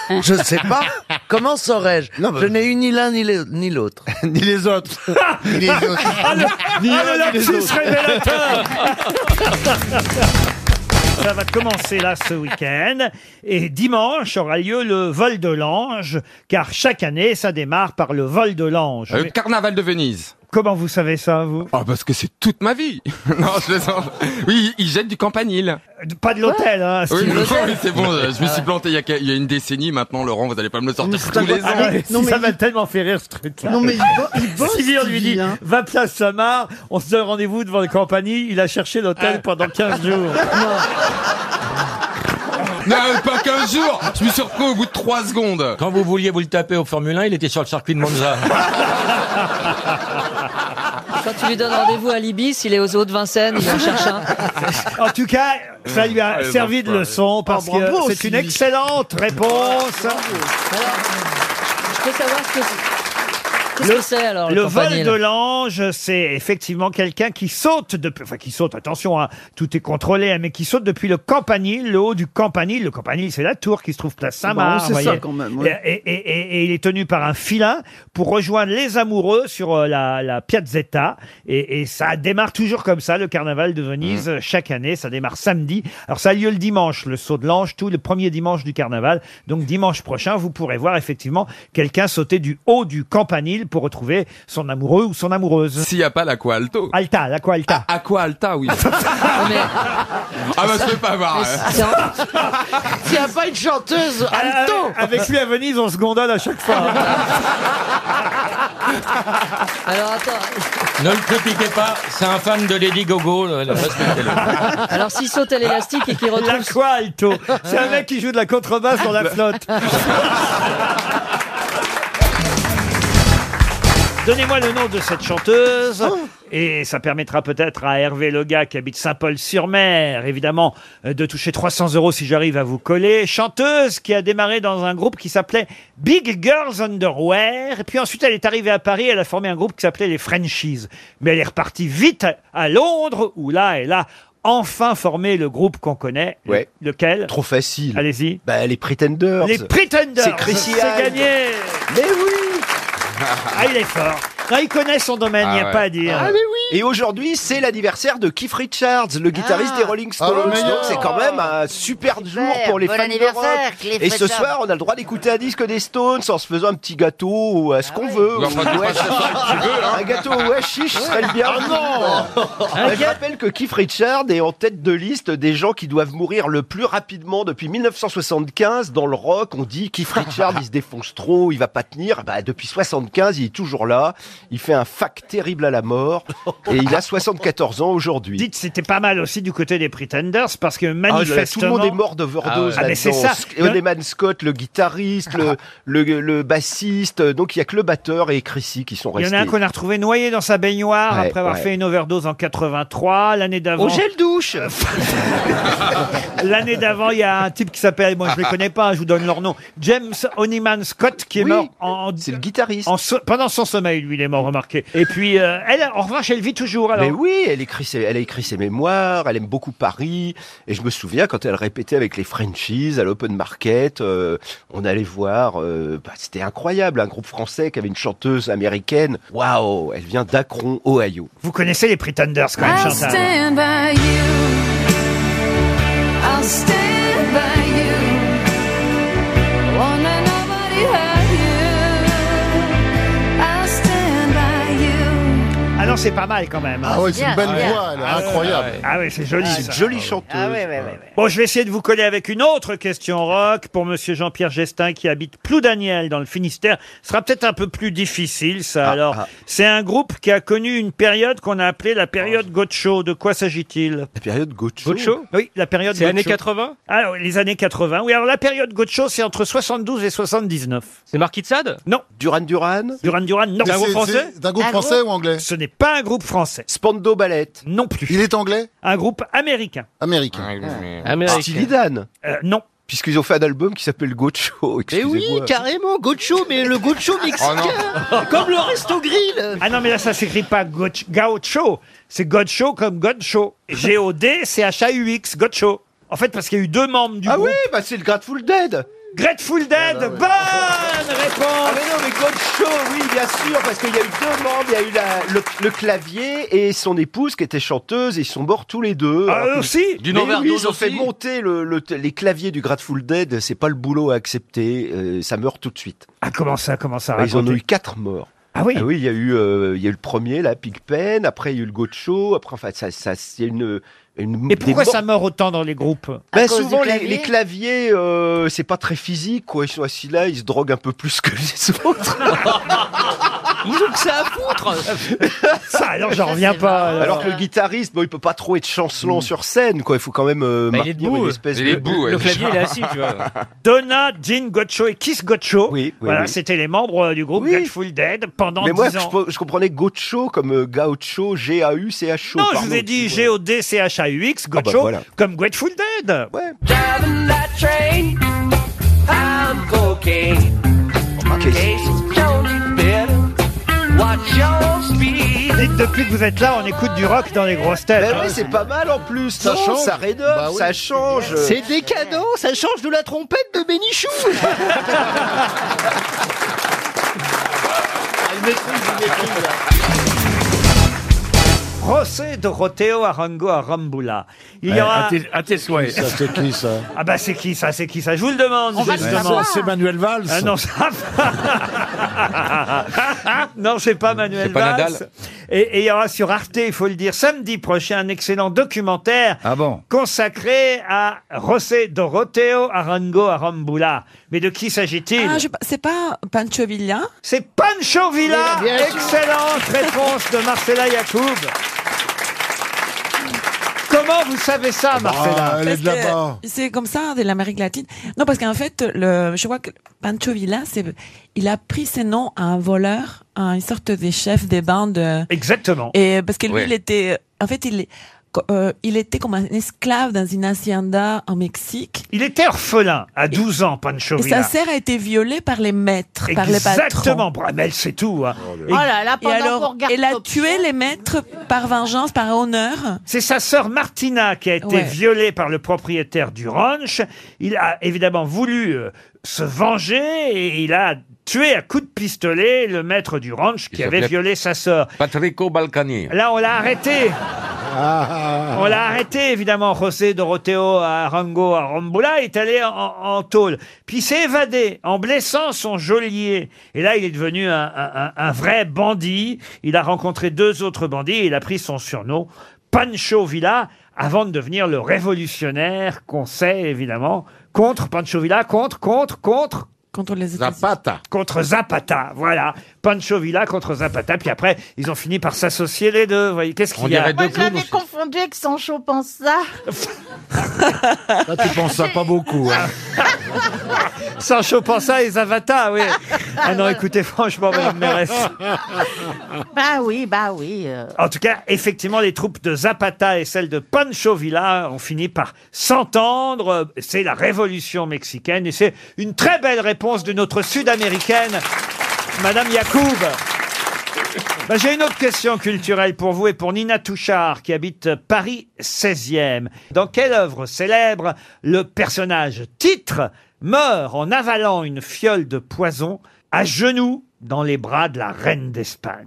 Je sais pas. Comment saurais-je Je n'ai eu ni l'un ni les- ni l'autre.
ni les autres.
<laughs> ni les autres.
Ah, le- ah, le lapsus
<laughs>
révélateur Ça va commencer là ce week-end. Et dimanche aura lieu le vol de l'ange, car chaque année, ça démarre par le vol de l'ange.
Le
Mais
Euh, carnaval de Venise.
Comment vous savez ça, vous
Ah, parce que c'est toute ma vie. <laughs> non, je plaisante. Oui, ils jettent du campanile.
Pas de l'hôtel, hein,
Oui,
style
non,
l'hôtel.
mais c'est bon, euh, je me suis planté il y, a, que- il y a une décennie maintenant, Laurent, vous allez pas me le sortir tous les ans.
Ah ouais, si, ça m'a tellement fait rire ce truc. Non mais il, <laughs> on lui dit, hein. va place Samar, on se donne rendez-vous devant le compagnie, il a cherché l'hôtel
Ah.
pendant 15
<laughs>
jours.
Non, pas qu'un jour Je me suis repris au bout de 3 secondes
Quand vous vouliez vous le taper au Formule 1, il était sur le circuit de Monza.
Quand tu lui donnes rendez-vous à Libis, il est aux eaux de Vincennes, il en cherche un.
En tout cas, ça lui a
Ah,
servi de
bah,
leçon parce que
bravo,
c'est une
Sylvie.
excellente réponse.
Je peux savoir ce que Qu'est-ce que c'est alors le,
Le vol
campanile
de l'ange, c'est effectivement quelqu'un qui saute depuis, enfin qui saute, attention, hein, tout est contrôlé, hein, mais qui saute depuis le campanile, le haut du campanile. Le campanile, c'est la tour qui se trouve place
Bon,
Saint-Marc.
c'est ça
voyez.
quand même, ouais.
et, et- et- et- et il est tenu par un filin pour rejoindre les amoureux sur euh, la, la Piazzetta. Et, et ça démarre toujours comme ça, le carnaval de Venise,
Mmh.
euh, chaque année. Ça démarre samedi. Alors ça a lieu le dimanche, le saut de l'ange, tout le premier dimanche du carnaval. Donc dimanche prochain, vous pourrez voir effectivement quelqu'un sauter du haut du campanile pour retrouver son amoureux ou son amoureuse.
<laughs> S'il n'y a pas l'Aqua Alto.
Alta, l'Aqua Alta.
Aqua Alta,
<laughs>
oui. Ah bah, je peux pas voir.
Ah.
<laughs> S'il n'y a pas une chanteuse alto
Avec lui à Venise, on se gondole à chaque fois.
Alors attends,
ne le critiquez pas, c'est un fan de Lady Gogo. là,
<laughs>
respectez-le.
Ah
alors s'il saute à l'élastique et qu'il retrouve...
L'Aqua Alto. C'est un mec qui joue de la contrebasse dans la flotte. Donnez-moi le nom de cette chanteuse et ça permettra peut-être à Hervé Lega qui habite Saint-Paul-sur-Mer, évidemment, euh, de toucher 300 euros si j'arrive à vous coller. Chanteuse qui a démarré dans un groupe qui s'appelait Big Girls Underwear. Et puis ensuite, elle est arrivée à Paris, elle a formé un groupe qui s'appelait les Frenchies. Mais elle est repartie vite à- à Londres où là, elle a enfin formé le groupe qu'on connaît.
Ouais.
Lequel
Trop facile.
Allez-y.
Bah, les Pretenders.
Les Pretenders.
C'est Chrissy
C'est
Hine.
gagné. Mais oui. Ah, il est fort. Non, il connaît son domaine, il n'y a pas à dire.
Et aujourd'hui, c'est l'anniversaire de Keith Richards, le guitariste
Ah.
des Rolling
Ah,
Stones.
le meilleur.
Donc c'est quand même un super jour pour les
bon
fans
anniversaire,
de rock.
Cliff
Et ce
Richards.
soir, on a le droit d'écouter un disque des Stones en se faisant un petit gâteau ou à ce qu'on veut.
Ah Ouais,
ou
enfin, tu
ouais,
fasses ça,
<laughs> chiche.
tu veux, hein.
Un gâteau ouais chiche serait le bien.
Ah
Ouais, Je rappelle que Keith Richards est en tête de liste des gens qui doivent mourir le plus rapidement depuis 1975 dans le rock. On dit Keith Richards, il se défonce trop, il va pas tenir. Bah, depuis 75, il est toujours là. Il fait un fac terrible à la mort
<laughs>
et il a 74 ans aujourd'hui.
Dites, c'était pas mal aussi du côté des Pretenders parce que
Ah, là, tout le
manifestement.
monde est mort d'overdose.
Ah, mais c'est ça.
là-dedans.
Ah.
Sc- Coleman Scott, le guitariste, le, le, le bassiste. euh, Donc il y a que le batteur et Chrissy qui sont
Il y
restés.
en a un qu'on a retrouvé noyé dans sa baignoire
Ouais,
après avoir
ouais.
fait une overdose en 83. L'année d'avant.
Au gel
douche <laughs> L'année d'avant, il y a un type qui s'appelle, moi je ne les connais pas, je vous donne leur nom, James Honeyman Scott, qui est mort en. C'est le
guitariste.
pendant son sommeil, lui, il est mort, remarquez. Et puis, euh, elle, en revanche, elle vit toujours. Alors.
Mais oui, elle, écrit ses, elle a écrit ses mémoires, elle aime beaucoup Paris. Et je me souviens quand elle répétait avec les Frenchies à l'Open Market, euh, on allait voir, euh, bah, c'était incroyable, un groupe français qui avait une chanteuse américaine. Waouh, elle vient d'Akron, Ohio.
Vous connaissez les Pretenders quand même,
I'll
Chantal
stand by you. I'll stand by you. Won't let nobody hurt you. I'll stand by you.
Ah non, c'est pas mal quand même.
Ah ouais, c'est une Bien, belle bien. voix, elle,
Ah ouais,
incroyable.
ouais. Ah oui, c'est joli.
C'est une
ça.
jolie chanteuse.
Ah ouais, ouais, ouais, ouais.
Bon, je vais essayer de vous coller avec une autre question rock pour Monsieur Jean-Pierre Gestin qui habite Ploudaniel dans le Finistère. Ce sera peut-être un peu plus difficile, ça. alors, c'est un groupe qui a connu une période qu'on a appelée la période Gocho. De quoi s'agit-il
La période Gocho.
Gocho Oui, la période.
C'est années
Gaucho.
80?
Ah, oui, les années 80. Oui, alors la période Gocho, c'est entre 72 et 79. C'est Marquis de Sade Non.
Duran Duran
Duran Duran, non.
C'est un groupe C'est- français c'est un groupe Un français groupe- ou
anglais Ce n'est pas un groupe français. Spando Ballet Non plus. Il est anglais Un groupe américain.
Américain.
Américain.
Steely Dan
Euh, Non.
Ah, Puisqu'ils ont fait un album qui s'appelle Gocho.
Mais oui, carrément, Gocho, mais le Gocho mexicain, comme le resto grill.
Ah non, mais là, ça s'écrit pas Gauch- Gaucho. C'est Gocho comme Gocho. G-O-D-C-H-A-U-X. Gocho. En fait, parce qu'il y a eu deux membres du groupe. Ah oui,
bah c'est le Grateful Dead.
Grateful Dead, bonne réponse
Ah mais non, mais Gocho, Oh oui, bien sûr, parce qu'il y a eu deux membres, il y a eu la- le, le clavier et son épouse qui était chanteuse, et ils sont morts tous les deux.
Ah, eux aussi D'une
D'une oui,
overdose
Ils ont fait
aussi
monter le- le- les claviers du Grateful Dead, c'est pas le boulot à accepter, euh, ça meurt tout de suite.
Ah, comment ça, comment ça
Ah, Ils en ont
racontez
eu quatre morts.
Ah oui
oui, il y a eu, euh, il y a eu le premier, là, Pigpen, après il y a eu le Gocho, après enfin, ça, ça, il y a une... une
Mais
des
pourquoi
morts-
ça meurt autant dans les groupes
ben, souvent, les, les claviers, euh, c'est pas très physique, quoi. Ils sont assis là, ils se droguent un peu plus que les autres.
Ils ont que ça à foutre.
Ça, alors
<laughs>
j'en reviens pas. Mm.
Alors, que le guitariste, bon, il peut pas trop être chancelant sur scène, quoi. Il faut quand même euh,
Bah, il est
maintenir
debout,
une
euh.
espèce
Il
de...
est debout, ouais. Le clavier, il <laughs> est assis, tu vois. Donna, Jean Gocho et Kiss Gocho. voilà,
oui.
c'était les membres euh, du groupe Grateful Dead pendant
Mais
10
moi,
ans.
je, je comprenais Gocho comme euh, Gaucho, G-A-U-C-H-O.
Non, je
pardon.
vous ai dit G-O-D-C-H-A-U-X, Gocho,
Ah, bah, voilà.
comme Grateful Dead.
Driving that train, I'm cocaine. My case is Jody Better. Watch your speed.
Dites, depuis que vous êtes là, on écoute du rock dans les grosses têtes.
Ben
hein.
oui, c'est pas mal en plus. Ça change. Ça rénove,
Bah oui.
ça change.
C'est décadent, ça change de la trompette de Bénichou.
José Doroteo Arango Arambula. Il y
Eh,
aura...
à tes- à tes souhaits. Ça, c'est qui, ça
Ah bah c'est qui ça C'est qui ça Je vous le demande.
On
je
va
vous
le
demande.
savoir. C'est Manuel Valls.
Ah non, ça... <laughs> non, c'est pas Manuel
C'est pas
Valls.
Nadal.
Et et il y aura sur Arte, il faut le dire, samedi prochain, un excellent documentaire
Ah
consacré à José Doroteo Arango Arambula. Mais de qui s'agit-il
Ah, je- c'est pas Pancho Villa
C'est Pancho Villa Excellente réponse de Marcella Yacoub. Comment vous savez
Ah
ça,
bah,
Marcella
Parce que C'est comme ça, de l'Amérique latine. Non, parce qu'en fait, le, je crois que Pancho Villa, c'est, il a pris ses noms à un voleur, à une sorte de chef des bandes. euh,
Exactement.
Et parce que lui,
Ouais.
il était, en fait, il, euh, il était comme un esclave dans une hacienda en Mexique.
Il était orphelin à 12 ans, Pancho
Et sa
Villa.
sœur a été violée par les maîtres, par Oh les patrons.
Exactement, Bra- mais elle sait tout. hein. Et-
et alors, elle a tué les maîtres par vengeance, par honneur.
C'est sa sœur Martina qui a été
Ouais.
violée par le propriétaire du ranch. Il a évidemment voulu euh, se venger et il a tué à coups de pistolet le maître du ranch qui avait
s'appelait-
violé sa sœur.
Patrico Balcani.
Là, on l'a arrêté. On l'a arrêté, évidemment, José Doroteo à Rango à Rombola est allé en, en tôle. Puis il s'est évadé en blessant son geôlier. Et là, il est devenu un, un- un- un vrai bandit. Il a rencontré deux autres bandits et il a pris son surnom, Pancho Villa, avant de devenir le révolutionnaire qu'on sait, évidemment, contre Pancho Villa, contre, contre, contre... Contre les Zapata. Contre Zapata, voilà. Pancho Villa contre Zapata. Puis après, ils ont fini par s'associer les deux. Vous voyez, qu'est-ce qu'il y a
Moi, je l'avais confondu avec Sancho
<laughs>
Panza.
Là, Ah, tu penses à pas beaucoup. hein. <laughs> Sancho Panza et Zavata, oui. Ah non, écoutez, franchement, Madame <laughs> Mérès.
<laughs> bah oui, bah oui. euh.
En tout cas, effectivement, les troupes de Zapata et celles de Pancho Villa ont fini par s'entendre. C'est la révolution mexicaine et c'est une très belle réponse de notre sud-américaine, Madame Yacoub. Ben, J'ai une autre question culturelle pour vous et pour Nina Touchard, qui habite Paris 16e. Dans quelle œuvre célèbre le personnage titre meurt en avalant une fiole de poison à genoux dans les bras de la reine d'Espagne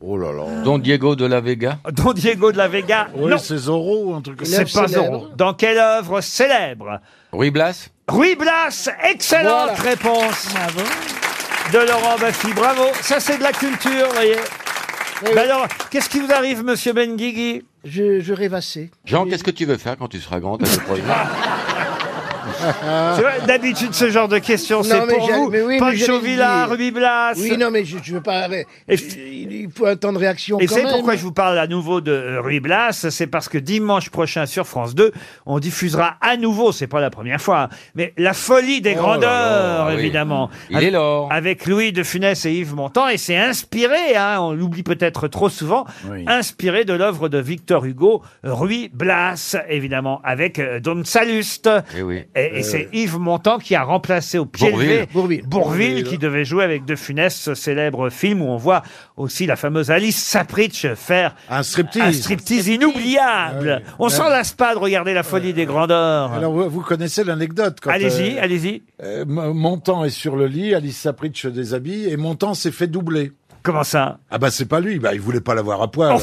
Oh là
Ah.
là. Don Diego de la Vega.
Don Diego de la Vega.
Oui,
non.
c'est
Zorro un truc
comme ça.
C'est pas
Célèbre.
Zorro. Dans quelle œuvre célèbre
Ruy Blas.
Ruy Blas, excellente réponse. De Laurent Baffy, bravo. Ça, c'est de la culture, voyez. Ben alors, qu'est-ce qui vous arrive, monsieur Benguigui
Eh Je, je rêvassais.
Jean, qu'est-ce que tu veux faire quand tu seras grand t'as des projets
<laughs>
Ah.
C'est vrai, D'habitude, ce genre de questions, c'est
mais
pour
j'ai-
vous.
mais oui, mais
Pancho
j'allais le
Villa,
dire.
Ruy Blas.
Oui, non, mais je, je veux pas. Il il faut un temps de réaction.
Et
quand
c'est
même.
pourquoi je vous parle à nouveau de euh, Ruy Blas, c'est parce que dimanche prochain sur France 2, on diffusera à nouveau, c'est pas la première fois, hein, mais la folie des
Oh là
grandeurs,
là, oui.
évidemment.
Il est
là. Avec Louis de Funès et Yves Montand, et c'est inspiré, hein, on l'oublie peut-être trop souvent, inspiré de l'œuvre de Victor Hugo, Ruy Blas, évidemment, avec euh, Dom Saluste.
Eh oui.
Et, et c'est Yves Montand qui a remplacé au pied
Bourvil.
levé
Bourvil.
Bourvil,
Bourvil.
qui devait jouer avec De Funès, ce célèbre film où on voit aussi la fameuse Alice Sapritch faire un striptease, inoubliable. On s'en lasse pas de regarder la folie des grandeurs.
Alors, vous, vous connaissez l'anecdote. quand,
Allez-y,
euh,
allez-y.
euh, M- Montan est sur le lit, Alice Sapritch se déshabille, et Montan s'est fait doubler.
Comment ça
Ah bah c'est pas lui, bah il voulait pas l'avoir à poil.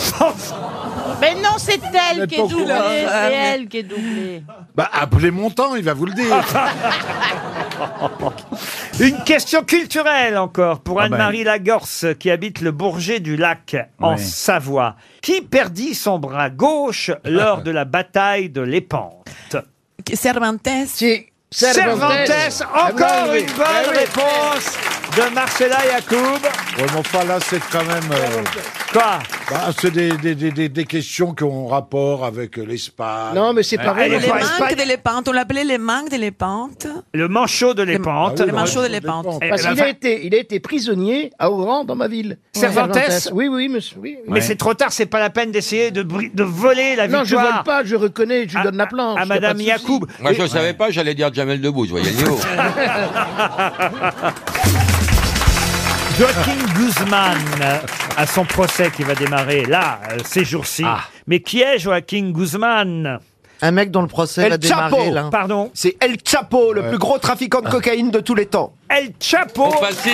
Mais non, c'est elle
êtes
qui
pas
est
au
doublée.
courant.
C'est
Ah, mais-
elle qui est doublée.
bah appelez Montan, il va vous le dire.
Une question culturelle encore pour
Ah ben.
Anne-Marie Lagorce qui habite le Bourget du Lac en
Oui.
Savoie. Qui perdit son bras gauche lors de la bataille de Lépante
Cervantes.
Cervantes,
Eh
encore
ben
Ah oui, oui.
une bonne
Ah oui.
réponse de Marcella Yacoub.
Ouais, mais enfin, là, c'est quand même. euh,
Quoi
bah, C'est des, des, des, des, des questions qui ont rapport avec euh, l'Espagne.
Non,
mais
c'est
pas
les manques de l'épante, on l'appelait les manques de l'épante.
Le manchot
Ah
de
Ah
Lépante.
Le manchot de bah l'épante.
Eh, ben,
Parce qu'il a, été- il a été prisonnier à Oran, dans ma ville.
Cervantes
Oui, oui, monsieur. Oui, oui.
Mais c'est trop tard, c'est pas la peine d'essayer de, bri- de voler la
Non, je
victoire.
vole pas, je reconnais, je lui donne la planche.
à
y a pas
Madame
de souci.
Yacoub.
Moi, je ne savais pas, j'allais dire Jamel Debbouze, vous voyez
<laughs>
le niveau.
<laughs> Joaquin Guzman à son procès qui va démarrer là, euh, ces jours-ci. Mais qui est Joaquin Guzman
Un mec dont le procès va
El
démarrer,
Chapo.
là.
Pardon
C'est El Chapo, le
Ouais.
plus gros trafiquant de cocaïne de tous les temps.
El Chapo
Trop facile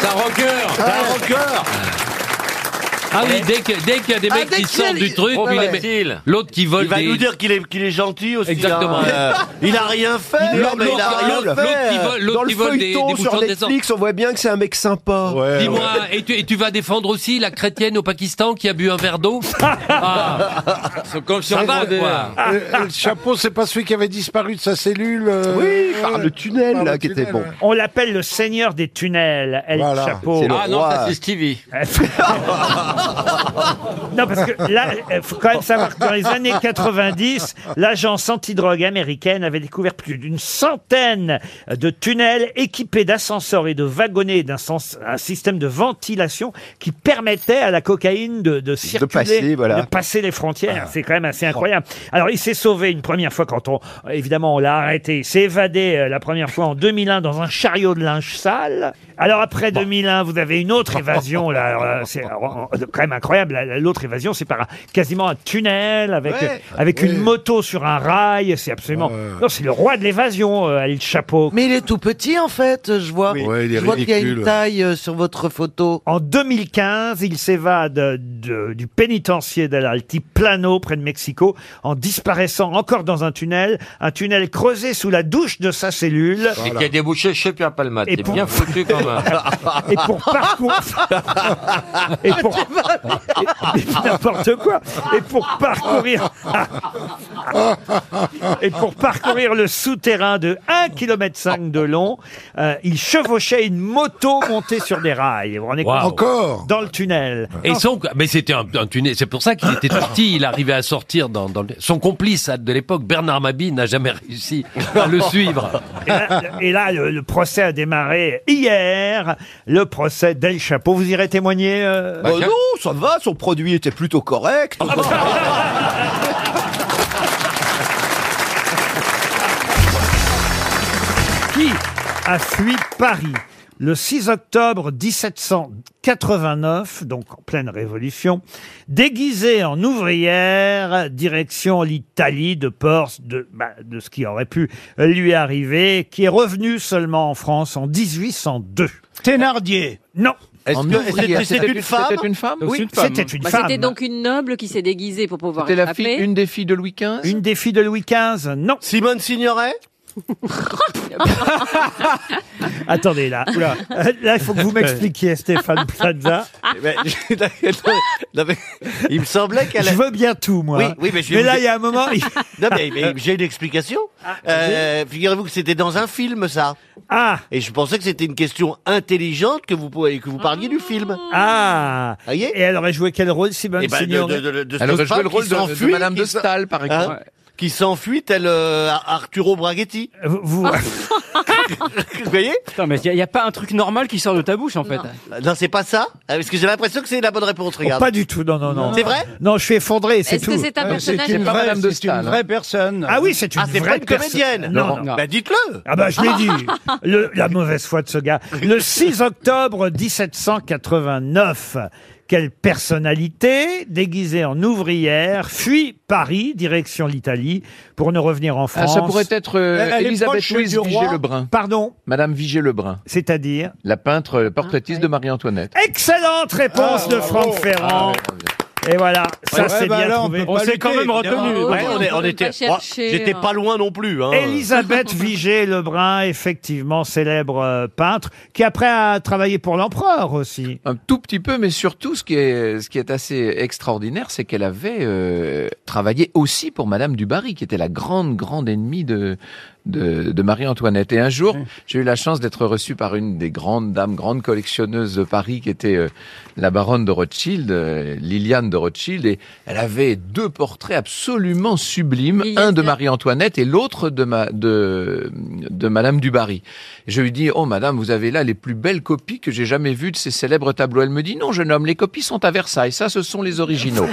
C'est un
Ah.
rocker
C'est un rocker
Ah oui, dès que- dès qu'il y a des
Ah,
mecs
dès
qui
qu'il
sortent
y a-
du truc,
Trop
il les
facile.
met- l'autre qui vole
Il va
des-
nous dire
Qu'il est, qu'il est gentil aussi.
Exactement.
hein. Il a rien fait.
Il
Non, mais il a
l'autre-
rien
l'autre-
fait.
qui vole- l'autre
Dans le
qui vole des-
feuilleton
des bouchons
sur
de
Netflix, on voit bien que c'est un mec sympa.
Dis-moi, et, tu, et tu vas défendre aussi la chrétienne au Pakistan qui a bu un verre
<laughs>
d'eau ah,
Comme
Ça va, quoi.
Euh, le chapeau, c'est pas celui qui avait disparu de sa cellule euh,
Oui, par le tunnel, là, qui
hein.
était bon.
On l'appelle le seigneur des tunnels, El
Voilà.
Chapo.
C'est le Ah non, roi. ça, c'est Stevie.
non, parce que là, il faut quand même savoir que dans les années 90, l'agence antidrogue américaine avait découvert plus d'une centaine de tunnels équipés d'ascenseurs et de wagonnets et d'un sens- un système de ventilation qui permettait à la cocaïne de, de circuler,
passer, voilà.
de passer les frontières. C'est quand même assez incroyable. Alors, il s'est sauvé une première fois quand on, évidemment, on l'a arrêté. Il s'est évadé euh, la première fois en 2001 dans un chariot de linge sale. Alors, après 2001, vous avez une autre évasion, là, alors, euh, c'est- alors, en- quand même incroyable. La- la- L'autre évasion, c'est par un- quasiment un tunnel avec, euh,
Ouais.
avec
Ouais.
une moto sur un rail. C'est absolument. Non, c'est le roi de l'évasion, euh, El Chapeau.
Mais il est tout petit en fait, je vois. je vois qu'il y a une taille. euh, sur votre photo.
En 2015, il s'évade euh, de- du pénitencier d'El Altiplano, près de Mexico, en disparaissant encore dans un tunnel, un tunnel creusé sous la douche de sa cellule.
Et qui a débouché chez Pierre Palmade.
Et
Ah, C'est
pour-
bien foutu quand même.
<laughs> Et pour parcourir. Et pour. <laughs> N'importe quoi. Et pour parcourir. ah, Et pour parcourir le souterrain de 1,5 km de long, euh, il chevauchait une moto montée sur des rails. Vous
Wow.
Encore Dans le tunnel.
Et son, mais c'était un, un tunnel. C'est pour ça qu'il était parti. Il arrivait à sortir dans, dans le- son complice de l'époque, Bernard Mabie, n'a jamais réussi à le suivre.
Et là, et là, le, le procès a démarré hier. Le procès d'El Chapeau. Vous irez témoigner euh,
Bah, non, ça va, son produit était plutôt
<laughs>
correct. <laughs>
qui a fui Paris le 6 octobre 1789, donc en pleine révolution, déguisé en ouvrière, direction l'Italie de peur de, bah, de ce qui aurait pu lui arriver, qui est revenu seulement en France en 1802. Thénardier Non.
Est-ce que- est-ce que c'était une femme
C'était une femme
Donc c'est
Oui,
une femme.
c'était une
Bah,
femme.
C'était donc une noble qui s'est déguisée pour pouvoir
C'était la
attraper.
fille, une des filles de Louis XV
Une des filles de Louis XV, non.
Simone Signoret
<laughs> Attendez là. Oula. Euh, Là, il faut que vous m'expliquiez, Stéphane Plaza.
Eh ben, je- non, mais il me semblait qu'elle.
Je veux bien tout, moi.
Oui, oui, mais, je vais
Mais
vous
là,
dire-
il y a un
<laughs>
moment, il- Oh,
non, mais, mais j'ai une
<laughs>
explication. Euh, Figurez-vous que c'était dans un film, ça.
Ah.
Et je pensais que c'était une question intelligente que vous pouviez- que vous parliez du film.
Ah. Et elle aurait joué quel rôle, Simone
Eh ben, de-
Signoret
de- de- de- de
Elle
cette
aurait joué
femme
le rôle
qui
de- de
s'enfuit,
Madame
qui
de
s'en-
Staël, par exemple.
Hein qui s'enfuit, tel euh, Ar- Arturo Braghetti.
Euh, Vous,
<laughs> vous voyez
Attends, mais il n'y a, pas un truc normal qui sort de ta bouche, en fait.
Non, c'est pas ça. Euh, Parce que j'ai l'impression que c'est la bonne réponse. Regarde.
Oh, pas du tout, non, non, non.
C'est vrai Ah,
Non, je suis effondré, c'est tout.
personne.
Ah oui, c'est une
Ah, c'est
vraie
pas une comédienne.
personne. Non, non.
Bah, dites-le.
Ah bah je l'ai
<laughs>
dit. Le- la mauvaise foi de ce gars. Le 6 octobre 1789, quelle personnalité déguisée en ouvrière fuit Paris direction l'Italie pour ne revenir en
Ah,
France
ça pourrait être euh, Elisabeth Louise Vigée-Lebrun.
Pardon
Madame Vigée-Lebrun.
C'est-à-dire Ah,
La peintre euh, portraitiste de Marie-Antoinette.
Excellente réponse
Ah,
de Franck Ferrand. Et voilà, ça
Ouais,
c'est
bah
bien
alors,
trouvé.
peut pas lutter, évidemment. Ouais, on, est- on était. oh, J'étais pas loin non plus. Hein.
Elisabeth Vigée Lebrun, effectivement célèbre euh, peintre, qui après a travaillé pour l'empereur aussi.
Un tout petit peu, mais surtout, ce qui est, ce qui est assez extraordinaire, c'est qu'elle avait euh, travaillé aussi pour Madame du Barry, qui était la grande, grande ennemie de, de, de Marie-Antoinette. Et un jour, j'ai eu la chance d'être reçu par une des grandes dames, grandes collectionneuses de Paris, qui était euh, la baronne de Rothschild, euh, Liliane de Rothschild, et elle avait deux portraits absolument sublimes, un de Marie-Antoinette et l'autre de, ma, de, de Madame du Barry. Je lui dis, oh madame, vous avez là les plus belles copies que j'ai jamais vues de ces célèbres tableaux. Elle me dit, non jeune homme, les copies sont à Versailles, ça ce sont les originaux.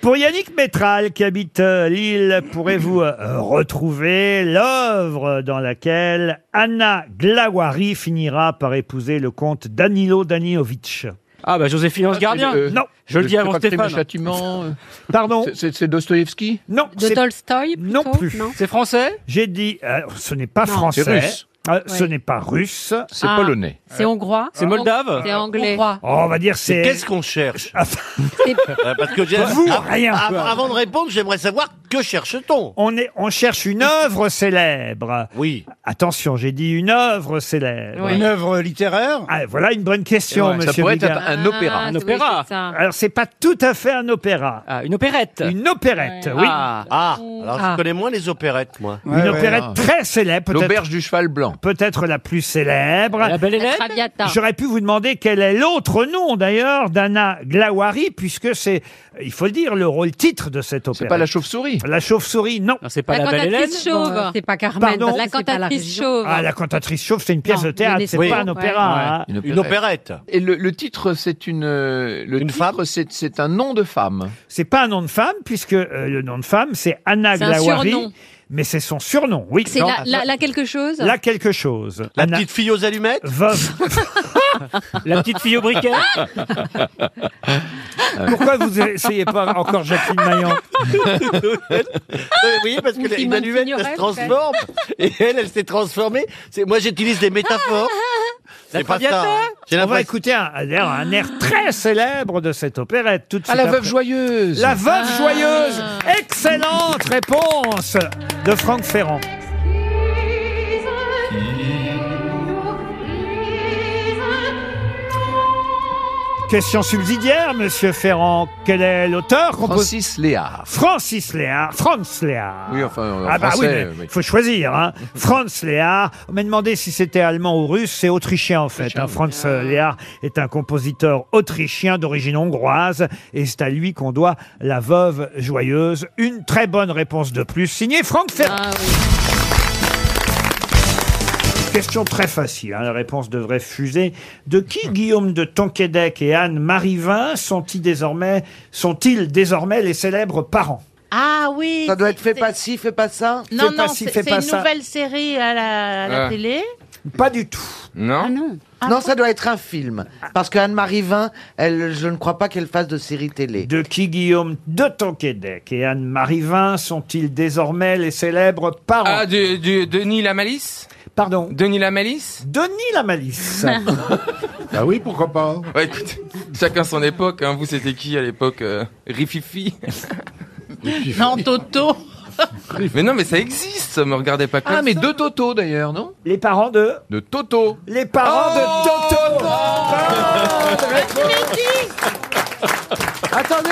Pour Yannick Métral, qui habite euh, Lille, pourrez-vous euh, retrouver l'œuvre dans laquelle Anna Glawari finira par épouser le comte Danilo Danilovitch
Ah, <laughs> bah, Joséphine Ange Gardien.
Euh, non.
Je le dis
Je
avant
crois que c'est euh.
Stéphane.
mes châtiments, Pardon
C'est Dostoïevski
Non.
De
c'est-
Tolstoï
Non plus.
C'est français
J'ai dit, euh, ce n'est pas
Non.
français.
C'est russe.
Euh, Ce
Ouais.
n'est pas russe.
C'est
Ah. polonais. C'est hongrois.
C'est moldave
C'est anglais.
Oh, on va dire c'est.
Qu'est-ce
<laughs>
qu'on cherche Euh, Parce que j'ai-
Vous,
Ah,
rien.
av- Avant de répondre, j'aimerais savoir que cherche-t-on
On, est, on cherche une œuvre célèbre.
Oui.
Attention, j'ai dit une œuvre célèbre.
Une œuvre littéraire
Ah, voilà une bonne question,
Ouais, ça
monsieur
pourrait être
Bigard.
un- un opéra.
Un opéra. c'est ça.
Alors, c'est pas tout à fait un opéra.
une opérette.
Une opérette, oui.
Ah, Ah, alors je connais moins les opérettes, moi.
Une opérette très célèbre. L'auberge
du cheval blanc.
Peut-être la plus célèbre.
La Belle Hélène La Traviata.
J'aurais pu vous demander quel est l'autre nom, d'ailleurs, d'Anna Glawari, puisque c'est, il faut le dire, le rôle-titre de cette opérette. C'est
pas la chauve-souris
La chauve-souris, non.
C'est
La cantatrice
hein.
chauve. C'est pas Carmen.
Pardon
la cantatrice chauve.
Ah, la cantatrice chauve, c'est une pièce
Non,
de théâtre,
mais
c'est
oui.
pas un opéra. hein.
Et le, le titre, c'est une, euh, le titre, c'est c'est un nom de femme.
C'est pas un nom de femme, puisque euh, le nom de femme, c'est Anna
C'est un
Glawari.
surnom.
Mais c'est son surnom, oui.
C'est
Non,
la, la- la quelque chose.
La quelque chose. La
petite fille aux allumettes
<laughs> Veuve.
La petite fille au briquet
Pourquoi vous essayez pas encore Jacqueline Maillan
<laughs>
oui, parce que la- une
Simone
annuelle, ça
Signoret,
se transforme. Et elle, elle s'est transformée. C'est- Moi, j'utilise des métaphores. C'est pas ça. hein. J'ai
On va
l'impression-
écouter un, d'ailleurs un air très célèbre de cette opérette tout de
Ah,
suite.
La Veuve
joyeuse. La veuve
Ah.
joyeuse. Excellente réponse de Franck Ferrand. Question subsidiaire, Monsieur Ferrand. Quel est l'auteur Francis Léard. Francis Léard. Franz Léard.
Oui, enfin, en
ah bah oui,
français,
mais
oui.
faut choisir. Hein. Franz Léard. On m'a demandé si c'était allemand ou russe. C'est autrichien en fait. hein. Franz euh, Léard est un compositeur autrichien d'origine hongroise et c'est à lui qu'on doit La Veuve Joyeuse. Une très bonne réponse de plus, signé Franck Ferrand. Question très facile, hein, la réponse devrait fuser. De qui Guillaume de Tonquédec et Anne Marivin sont-ils désormais, sont-ils désormais les célèbres parents
Ah oui.
doit être fait
pas
ci, fait pas ça
Non,
Fais
non,
pas ci,
c'est
fais
c'est
pas
une
ça.
nouvelle série à la, à la
Ah.
télé.
Pas du tout.
Non.
Ah non.
non, ça doit être un film. Parce que Anne-Marie Vin, elle, je ne crois pas qu'elle fasse de série télé.
De qui Guillaume de Tonquédec et Anne Marivin sont-ils désormais les célèbres parents
Ah, du, du- Denis la malice
Pardon
Denis la malice
Denis la malice
<laughs>
Bah oui, pourquoi pas ouais, écoute, Chacun son époque, hein. vous c'était qui à l'époque euh, <laughs> Rififi
Non, Toto.
<laughs> Mais non, mais ça existe, me regardez pas comme
Ah, mais
ça.
deux Toto d'ailleurs, non
Les parents de
De Toto Oh
Les parents de Toto
Attendez,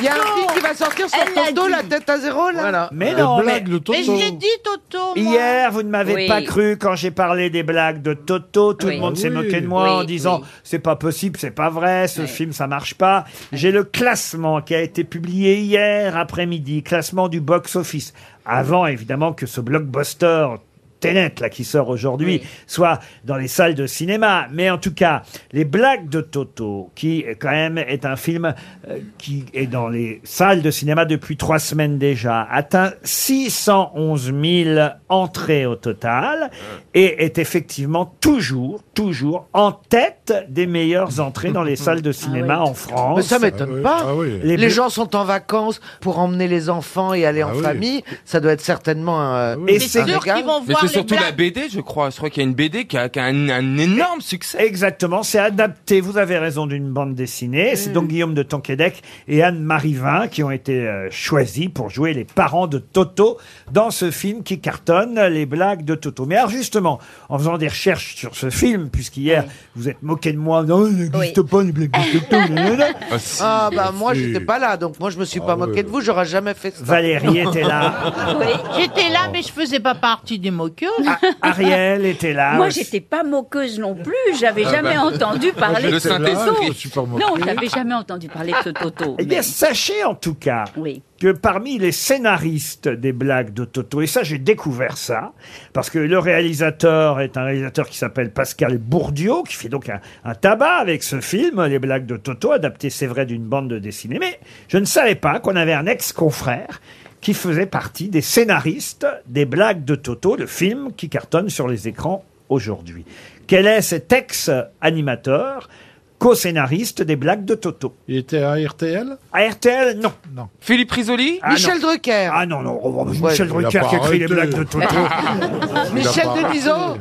il y a un film qui va sortir sur Toto, la tête à zéro, là
Mais non, mais-
Mais je l'ai dit, Toto. Ah, moi.
Hier, vous ne m'avez
Oui.
pas cru quand j'ai parlé des blagues de Toto. Tout
Oui. Ah
le monde s'est
Oui.
moqué de moi
Oui,
en disant c'est pas possible, c'est pas vrai, ce film ça marche pas. J'ai le classement qui a été publié hier après-midi, classement du box-office. Avant évidemment que ce blockbuster Tenet là qui sort aujourd'hui soit dans les salles de cinéma, mais en tout cas les blagues de Toto qui quand même est un film euh, qui est dans les salles de cinéma depuis trois semaines déjà atteint 611 000 entrées au total et est effectivement toujours toujours en tête des meilleures entrées dans
<laughs>
les salles de cinéma en France.
Mais ça m'étonne pas. Les,
bla-
gens sont en vacances pour emmener les enfants et aller en
oui.
famille. Ça doit être certainement un,
oui.
un
C'est sûr
régal.
Mais c'est surtout la BD, je crois. Je crois qu'il y a une BD qui a, qui a un, un énorme succès.
Exactement, c'est adapté, vous avez raison, d'une bande dessinée. C'est
Mm.
donc Guillaume de Tonquédec et Anne Marivin qui ont été euh, choisis pour jouer les parents de Toto dans ce film qui cartonne les blagues de Toto. Mais alors justement, en faisant des recherches sur ce film, puisqu'hier vous êtes moqué de moi, non, il n'existe pas les blagues de Toto. nanana.
Ah bah moi j'étais pas là, donc moi je me suis pas moqué de vous, j'aurais jamais fait ça.
Valérie était là.
J'étais là, mais je faisais pas partie des moqueuses.
Ah, Ariel était là.
Moi,
aussi.
j'étais pas moqueuse non plus. J'avais
Ah
jamais
bah.
entendu
Moi,
parler
j'étais
de
là, je me suis
Toto.
pas moquée.
Non, j'avais jamais entendu parler de Toto.
Eh bien,
<laughs>
sachez en tout cas que parmi les scénaristes des blagues de Toto, et ça j'ai découvert ça, parce que le réalisateur est un réalisateur qui s'appelle Pascal Bourdieu, qui fait donc un, un tabac avec ce film, Les blagues de Toto, adapté c'est vrai d'une bande de dessinée, mais je ne savais pas qu'on avait un ex-confrère qui faisait partie des scénaristes des blagues de Toto, le film qui cartonne sur les écrans aujourd'hui. Quel est cet ex-animateur co-scénariste des blagues de Toto. Il était à RTL À RTL, non.
Philippe Risoli
Michel Drucker Ah non, non, oh, oh, Michel
il a
Drucker
pas
qui a écrit les
arrêté.
blagues de Toto.
<laughs>
Michel
Il a pas-
Denisot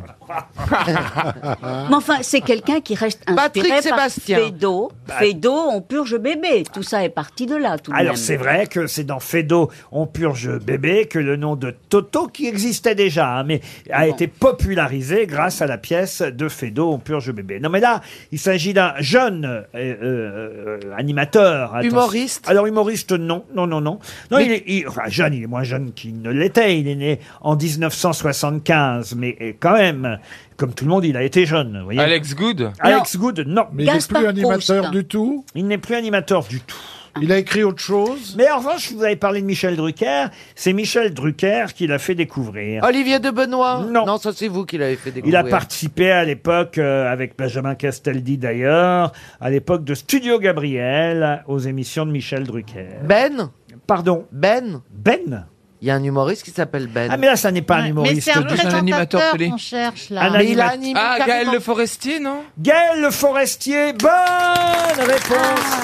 Mais enfin, c'est quelqu'un qui reste
Patrick
inspiré par
Sébastien.
Fédo.
Bah-
Fédo, on purge bébé. Tout ça est parti de là, tout de
Alors
même.
c'est vrai que c'est dans Fedo, on purge bébé, que le nom de Toto, qui existait déjà, hein, mais a été popularisé grâce à la pièce de Fedo, on purge bébé. Non mais là, il s'agit d'un jeune euh, euh, euh, animateur. attention.
Humoriste
Alors humoriste, non, non, non, non. Non,
Mais-
il est il- enfin, jeune, il est moins jeune qu'il ne l'était. Il est né en 1975, mais euh, quand même, comme tout le monde, il a été jeune. vous voyez.
Alex Good
Alex Good, non.
Mais il est Gaspard plus animateur Proust.
du tout Il n'est plus animateur du tout. Il a écrit autre chose Mais en revanche, vous avez parlé de Michel Drucker. C'est Michel Drucker qui l'a fait découvrir.
Olivier de Benoît Non. ça c'est vous qui l'avez fait
Il
découvrir.
a participé à l'époque, euh, avec Benjamin Castaldi d'ailleurs, à l'époque de Studio Gabriel, aux émissions de Michel Drucker.
Ben
Pardon
Ben
Ben
Il y a un humoriste qui s'appelle Ben.
Ah, mais là, ça n'est pas un
Mais c'est un présentateur qu'on cherche là.
Un Mais il a animateur. animé
Ah,
carrément.
Gaël Le Forestier, non
Gaël Le Forestier, bonne réponse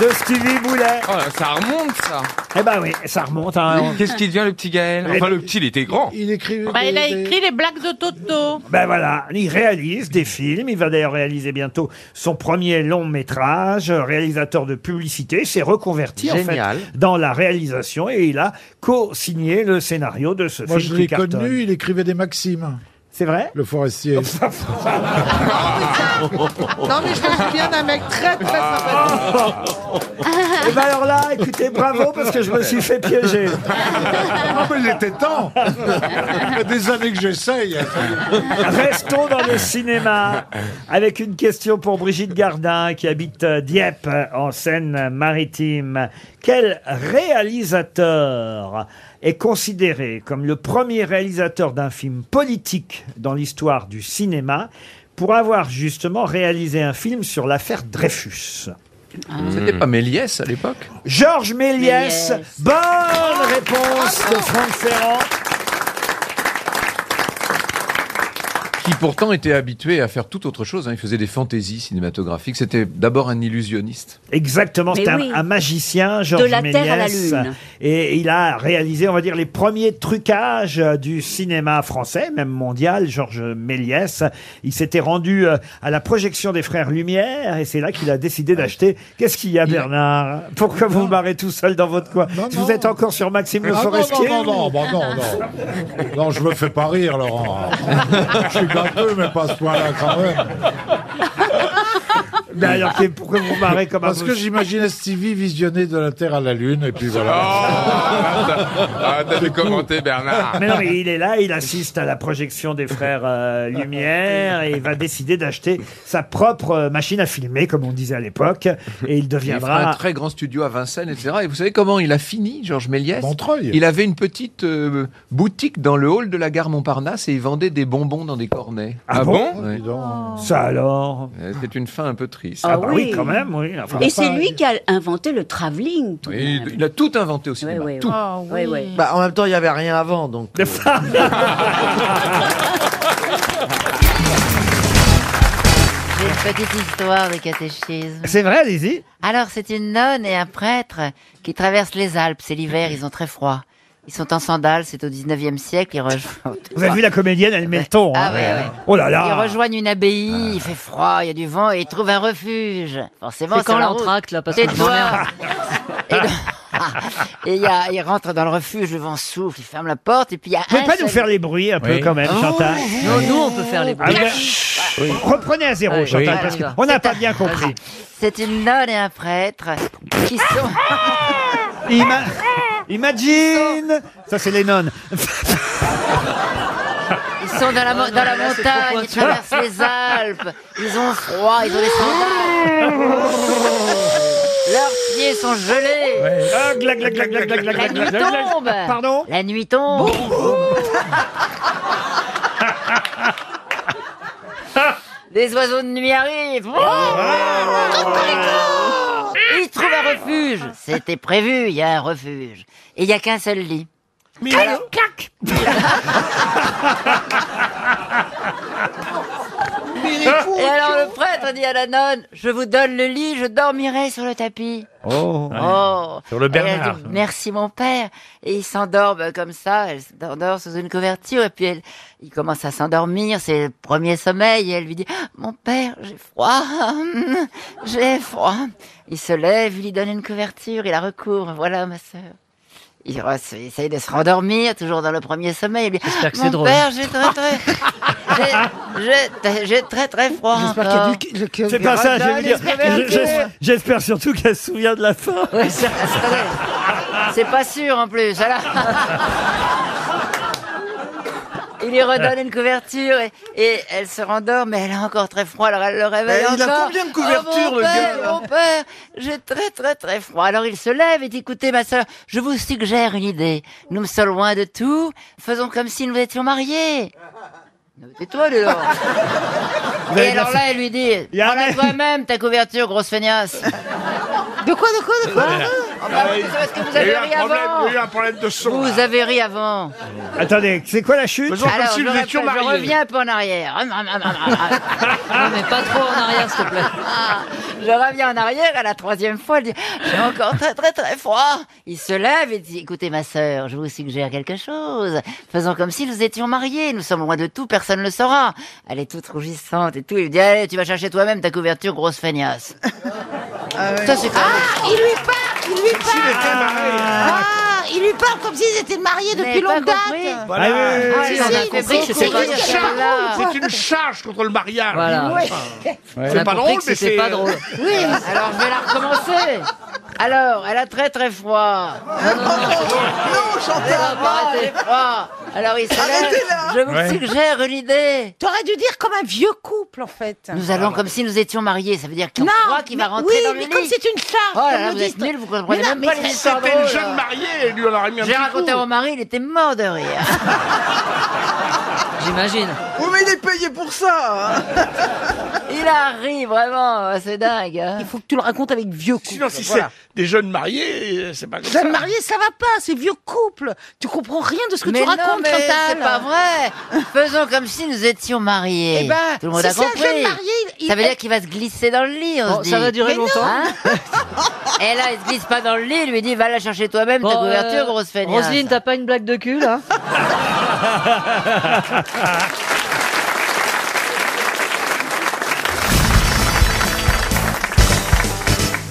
de Stevie Boulet.
Oh, là, ça remonte, ça.
Eh ben oui, ça remonte. Hein.
<laughs> Qu'est-ce qui devient le petit Gaël Enfin, le petit, il était grand.
Il, Bah, il a écrit les blagues de Toto.
Ben voilà, il réalise des films. Il va d'ailleurs réaliser bientôt son premier long métrage. Réalisateur de publicité, Il s'est reconverti
Génial.
en fait dans la réalisation et il a co-signé le scénario de ce
Moi,
film.
je l'ai
qui cartonne.
connu, il écrivait des maximes.
C'est vrai Oh,
Le forestier.
Non, mais je me souviens d'un mec très très sympathique.
Et ben alors là, écoutez, bravo parce que je me suis fait piéger.
<laughs> Ah, mais il était temps Il y a des années que j'essaye.
Restons dans le cinéma avec une question pour Brigitte Gardin qui habite euh, Dieppe euh, en Seine-Maritime. Quel réalisateur est considéré comme le premier réalisateur d'un film politique dans l'histoire du cinéma pour avoir justement réalisé un film sur l'affaire Dreyfus
C'était pas Méliès à l'époque
Georges Méliès, bonne réponse de Franck Ferrand.
qui pourtant était habitué à faire tout autre chose. hein. Il faisait des fantaisies cinématographiques. C'était d'abord un illusionniste.
Exactement, c'est
Mais
un,
oui.
un magicien, Georges
De la Terre à la
Méliès.
Lune.
Et il a réalisé, on va dire, les premiers trucages euh, du cinéma français, même mondial, Georges Méliès. Il s'était rendu euh, à la projection des Frères Lumière et c'est là qu'il a décidé
Ah.
d'acheter. Qu'est-ce qu'il y a, Bernard Pourquoi vous vous barrez tout seul dans votre coin Vous êtes encore sur Maxime Le
Ah non,
Forestier
non, non, non, bah non, non. Non, je me fais pas rire, Laurent. Je suis gâteux, mais pas à ce point-là, quand même.
Mais alors, qu'est- pourquoi vous vous marrez comme un
Parce que
mouche-
j'imaginais Stevie visionner de la Terre à la Lune, et puis voilà.
Ah, t'as dû commenter, Bernard.
Mais non, mais il est là, il assiste à la projection des frères euh, Lumière et il va décider d'acheter sa propre euh, machine à filmer, comme on disait à l'époque, et il
Il fera un
deviendra.
très grand studio à Vincennes, etc. Et vous savez comment il a fini, Georges Méliès
Montreuil.
Il avait une petite euh, boutique dans le hall de la gare Montparnasse et il vendait des bonbons dans des cornets.
Ah Ah bon bon
Ouais.
Ça alors
Euh, C'est une fin un peu triste.
Ah Ah bah oui. oui, quand même, oui. Enfin,
Et c'est lui qui a inventé le travelling. tout de
Oui,
même.
il- il a tout inventé au cinéma.
oui, oui.
tout.
Oh.
Ah, oui, oui.
Bah, en même temps, il n'y avait rien avant, donc.
J'ai une petite histoire de catéchisme.
C'est vrai, allez-y.
Alors, c'est une nonne et un prêtre qui traversent les Alpes. C'est l'hiver, ils ont très froid. Ils sont en sandales, c'est au 19e siècle. Ils rejoignent...
<laughs> Vous avez vu la comédienne, elle met le ton.
Ah
hein.
ouais, ouais.
Oh là Ah.
Ils
là
rejoignent une abbaye, il fait froid, il y a du vent, et ils trouvent un refuge. Forcément,
C'est quand
sur la
l'entracte,
route.
là, parce qu'on
Tais-toi.
en
Eh ben,
Et donc- <laughs> Et il y a- il rentre dans le refuge, le vent souffle, il ferme la porte, et puis il y a
Vous
un
pouvez pas
seul-
nous faire les bruits un peu
Oui.
quand même,
Oh,
Chantal
Non, nous, on peut faire les bruits.
Ah, ben, Reprenez à zéro,
Oui.
Chantal,
Oui.
parce que
On y va.
on n'a pas bien compris.
C'est une nonne et un prêtre qui
Ah,
sont...
Ima- Imagine Ça, c'est les nonnes.
Ils sont dans la, mo-
Ah non,
dans la
là, c'est trop
montagne,
pointu.
ils traversent les Alpes, ils ont froid, ils ont des sandales. Leurs pieds sont gelés.
Ah, glac, glac, glac, glac, glac, glac,
La
glac,
nuit
glac, glac, glac.
tombe.
Pardon
La nuit tombe. <laughs> Des oiseaux de nuit arrivent.
Ah.
Ils trouvent un refuge. C'était prévu, il y a un refuge. Et il n'y a qu'un seul lit.
Mais
Alors-
il est fou,
Et alors
Joe.
le prêtre dit à la nonne, je vous donne le lit, je dormirai sur le tapis.
Oh.
Oh.
Sur le
Et elle
Bernard.
dit, Merci mon père. Et ils s'endorment comme ça. Elle s'endort sous une couverture et puis elle, il commence à s'endormir. C'est le premier sommeil et elle lui dit Mon père, j'ai froid, <laughs> j'ai froid. Il se lève, il lui donne une couverture, il la recouvre. Voilà ma sœur. Il re- essaye de se rendormir, toujours dans le premier sommeil. Il lui dit,
J'espère que c'est
Mon
drôle.
père, j'ai très très, j'ai- j'ai- j'ai très très froid.
J'espère qu'il y a
encore.
du-
C'est pas ça, je vais dire. Je- j'es- J'espère surtout qu'elle se souvient de la fin.
C'est pas sûr en plus. alors. Il lui redonne une couverture et, et elle se rendort, mais elle a encore très froid, alors elle le réveille
Mais il a
encore.
combien de couvertures,
Oh, mon
le
père,
gars, là
Mon père, j'ai très très très froid. Alors il se lève et dit, écoutez ma soeur, je vous suggère une idée. Nous sommes loin de tout, faisons comme si nous étions mariés. Et toi, alors
Eh,
Vous avez
Et
bien
alors
fait.
là, elle lui dit, prends-la toi-même ta couverture, grosse feignasse.
De quoi, de quoi, de quoi
Ah
bah oui, c'est parce que vous
Il y a eu
avez
un
ri
problème, il
avant.
y a eu un problème de son,
Vous
là.
avez ri avant.
Attendez, c'est quoi la chute
Alors, je, rappelle, je reviens un peu en arrière. Ah, <laughs> non, mais pas trop en arrière, s'il te plaît. <laughs> Je reviens en arrière à la troisième fois. Il dit J'ai encore très, très, très froid. Il se lève et dit Écoutez, ma sœur, je vous suggère quelque chose. Faisons comme si nous étions mariés. Nous sommes loin de tout, personne ne le saura. Elle est toute rougissante et tout. Il lui dit Allez, tu vas chercher toi-même ta couverture, grosse feignasse. Ça, c'est quand même-
Ah, il lui parle, il lui parle. Ah, il lui parle comme s'ils étaient mariés
Vous
depuis
n'avez
longue
pas
date.
compris
Voilà. Ah oui, oui, oui,
si,
on a
si,
compris que
c'est-
c'était
c'est
pas
une
bien.
charge.
Voilà.
C'est
une charge contre le mariage.
Voilà.
Ouais.
On
C'est
a
pas
compris
drôle,
que
mais
c'était
c'est
euh,
pas
<laughs>
drôle. Oui, alors je vais la recommencer. Alors, elle a très très froid. Non, non, non, Elle a pas assez
Ah,
froid. Alors il se lève. Je vous
Ouais.
<laughs> suggère une idée.
T'aurais dû dire comme un vieux couple en fait.
Nous allons
Ah, bah.
comme si nous étions mariés. Ça veut dire qu'il y
Non,
a froid qui va
mais-
rentrer
oui,
dans le
mais
lit.
comme c'est une charge,
Oh
comme
là là,
vous
vous
dites.
êtes nuls, vous
Mais
comprenez
non,
même
mais
pas les
c'est-
histoires
c'était une
drôles,
jeune
là.
marié, lui on aurait mis un
J'ai
petit
raconté à
coup.
mon mari, il était mort de rire. J'imagine.
Vous m'avez payé pour ça hein.
Il a ri vraiment, Oh, c'est dingue. hein. Il faut que tu le racontes avec vieux couple.
Sinon, si
Voilà. Des jeunes mariés, euh, c'est pas comme ça.
Jeune marié, ça va pas, c'est vieux couple. Tu comprends rien de ce que
mais
tu
non,
racontes,
mais
Chantal.
c'est pas vrai. Faisons comme si nous étions mariés.
Eh ben,
Tout le monde
si
a
c'est un
compris.
jeune marié, il-
Ça veut
il-
dire qu'il va se glisser dans le lit, on
Bon,
se dit.
Oh, ça va durer Mais non. longtemps. <laughs>
Hein Et là, il se glisse pas dans le lit, il lui dit, va la chercher toi-même, ta couverture, grosse feignasse.
euh, Roselyne, t'as pas une blague de cul,
<laughs>
là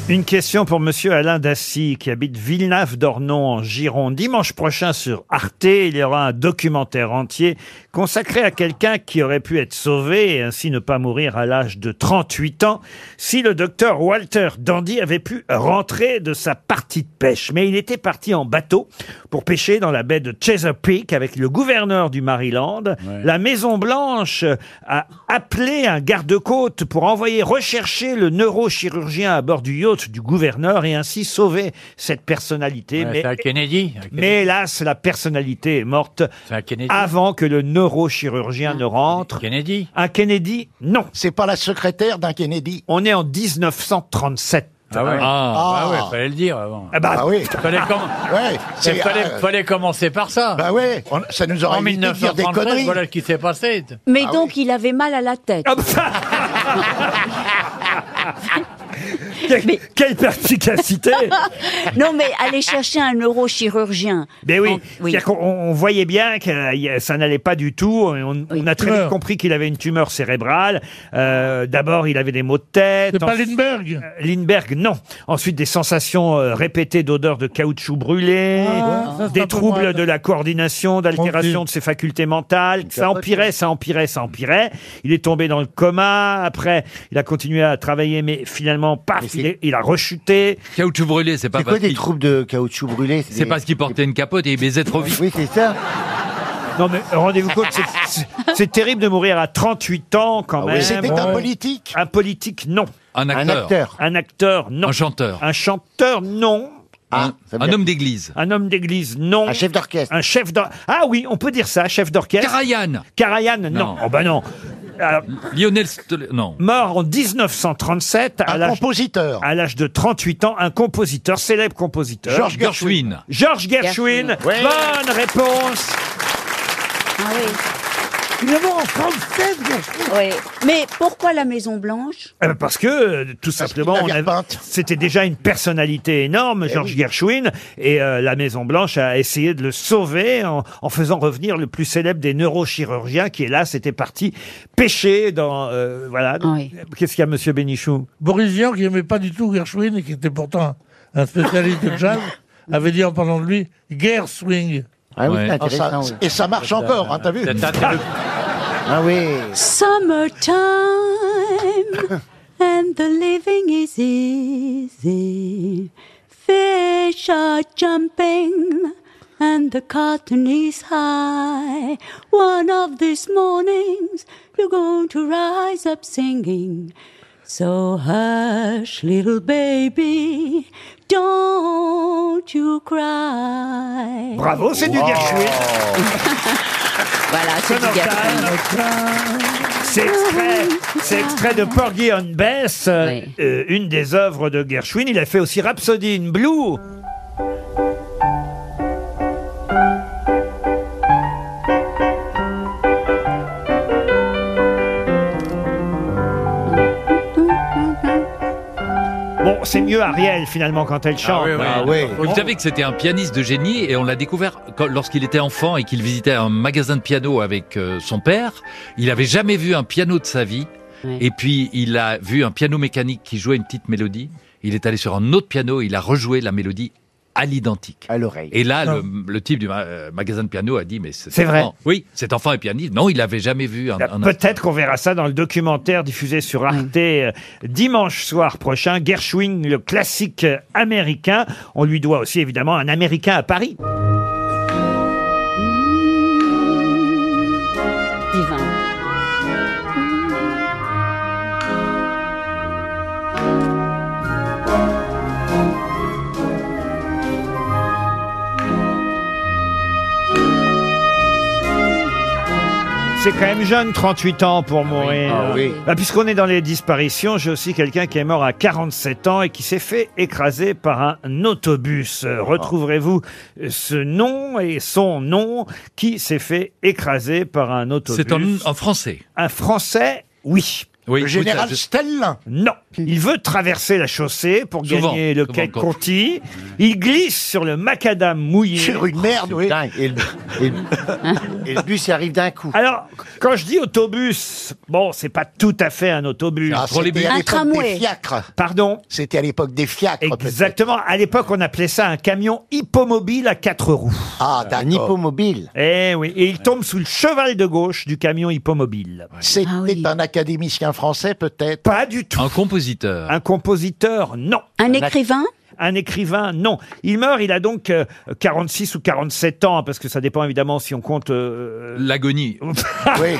Une question pour Monsieur Alain Dassy, qui habite Villeneuve-d'Ornon, en Gironde. Dimanche prochain sur Arte, il y aura un documentaire entier consacré à quelqu'un qui aurait pu être sauvé et ainsi ne pas mourir à l'âge de 38 ans si le docteur Walter Dandy avait pu rentrer de sa partie de pêche. Mais il était parti en bateau pour pêcher dans la baie de Chesapeake avec le gouverneur du Maryland. La Maison Blanche a appelé un garde-côte pour envoyer rechercher le neurochirurgien à bord du yacht du gouverneur et ainsi sauver cette personnalité.
Ouais,
mais,
c'est un Kennedy, un
mais hélas, la personnalité est morte avant que le neurochirurgien ne rentre. Kennedy Un Kennedy Non. C'est pas la secrétaire d'un Kennedy. On est en 1937.
Ah ouais. Ah,
Ah.
bah ouais, fallait le dire avant.
Ah bah- Ah oui.
Fallait,
<laughs>
comm-
Ouais, c'est-
Mais fallait,
euh,
ah,
fallait commencer par ça. Bah ouais, ça nous
aurait
en
évité de dire des
1937,
conneries.
Voilà ce qui s'est passé.
<laughs> Mais donc, il avait mal à la tête.
Ah bah,
<laughs>
Quelle, quelle <laughs> perspicacité
non, mais aller chercher un neurochirurgien.
Ben oui, C'est-à-dire qu'on- on, on voyait bien que euh, y- ça n'allait pas du tout. et On, on a très vite
Tumeur.
compris qu'il avait une tumeur cérébrale. Euh, D'abord, il avait des maux de tête.
C'est pas
Ensuite-
Lindbergh
Euh, Lindbergh, non. Ensuite, des sensations euh, répétées d'odeur de caoutchouc brûlé,
Ah, ça, c'est un
des
peu moins,
troubles
ça.
de la coordination, d'altération de ses facultés mentales. Ça empirait, ça empirait, ça empirait. Il est tombé dans le coma. Après, il a continué à travailler, mais finalement, paf, il, est- il a rechuté.
Caoutchouc brûlé, c'est pas
C'est quoi
parce
des
qu'il... troubles de caoutchouc brûlé C'est
des-
parce qu'il portait une capote et il baisait trop vite. Oui, c'est ça.
Non, mais rendez-vous compte, c'est- c'est- c'est terrible de mourir à 38 ans quand
Ah oui.
même.
C'était un Ouais.
politique Un politique, non.
Un acteur. Un acteur.
Un acteur, non. Un chanteur. Un chanteur, non.
un homme d'église.
Un homme d'église, non. Un chef d'orchestre. Un chef d'or- Ah oui, on peut dire ça, chef d'orchestre. Karajan. Karajan, non.
Non.
Oh bah non. Alors,
Lionel Stoll- Non.
Mort en 1937. Un compositeur. À l'âge de 38 ans, un compositeur, célèbre compositeur.
George Gershwin.
George Gershwin.
Gershwin. Ouais.
Bonne réponse.
Ah
Il est mort en 37, Gershwin.
Oui. Mais pourquoi la Maison Blanche
Eh ben parce que, euh, tout simplement, on avait- c'était déjà une personnalité énorme, Georges Gershwin, et euh, la Maison-Blanche a essayé de le sauver en, en faisant revenir le plus célèbre des neurochirurgiens qui, hélas, était parti pêcher dans... euh, voilà. Qu'est-ce qu'il y a, monsieur Bénichou
Boris Vian, qui n'aimait pas du tout Gershwin et qui était pourtant un spécialiste de jazz, avait dit en parlant de lui Gershwin.
Ah oui, c'est intéressant, oui. Ah oui.
Summertime and the living is easy. Fish are jumping and the cotton is high. One of these mornings you're going to rise up singing. So hush, little baby, don't you cry.
Bravo, c'est du Gershwin.
Voilà,
c'est du C'est extrait, c'est extrait de Porgy and Bess, euh, euh, une des œuvres de Gershwin. Il a fait aussi Rhapsody in Blue. c'est mieux Ariel finalement quand elle
Ah
chante.
Vous savez que c'était un pianiste de génie et on l'a découvert quand- lorsqu'il était enfant et qu'il visitait un magasin de piano avec euh, son père. Il n'avait jamais vu un piano de sa vie. Et puis il a vu un piano mécanique qui jouait une petite mélodie. Il est allé sur un autre piano, il a rejoué la mélodie à l'identique. À l'oreille. Et là, le, le type du ma- euh, magasin de piano a dit, mais cet
C'est vrai.
enfant- Oui, cet enfant est pianiste. Non, il n'avait jamais vu un, un
Peut-être qu'on verra ça dans le documentaire diffusé sur Arte euh, dimanche soir prochain. Gershwin, le classique euh, américain. On lui doit aussi évidemment un Américain à Paris. C'est quand même jeune, 38 ans pour mourir.
ah oui.
Bah, Puisqu'on est dans les disparitions, j'ai aussi quelqu'un qui est mort à 47 ans et qui s'est fait écraser par un autobus.
Oh.
Euh, Retrouverez-vous euh, ce nom et son nom qui s'est fait écraser par un autobus
C'est un- un Français.
Un Français, oui.
Oui, Le général oui, ça-
Stellin Non. Il veut traverser la chaussée pour
Souvent,
gagner le
souvent,
quai
quand-
Conti. Il glisse sur le macadam mouillé. Oh, Sur une merde, oui. Et le, bus arrive d'un coup. Alors, quand je dis autobus, bon, c'est pas tout à fait un autobus.
Ah, Pour les c'était bus. à Un l'époque tramway. des fiacres.
Pardon
C'était à l'époque des fiacres.
Exactement. À l'époque, on appelait ça un camion hippomobile à quatre roues.
Ah, d'un hippomobile.
Eh oui. Et il tombe sous le cheval de gauche du camion hippomobile.
C'était
Ah
un académicien français, peut-être
Pas du tout.
Un compositeur.
Un compositeur, non. Un écrivain un écrivain, non. Il meurt, il a donc euh, 46 ou 47 ans, parce que ça dépend évidemment si on compte... euh, <laughs>
L'agonie.
oui,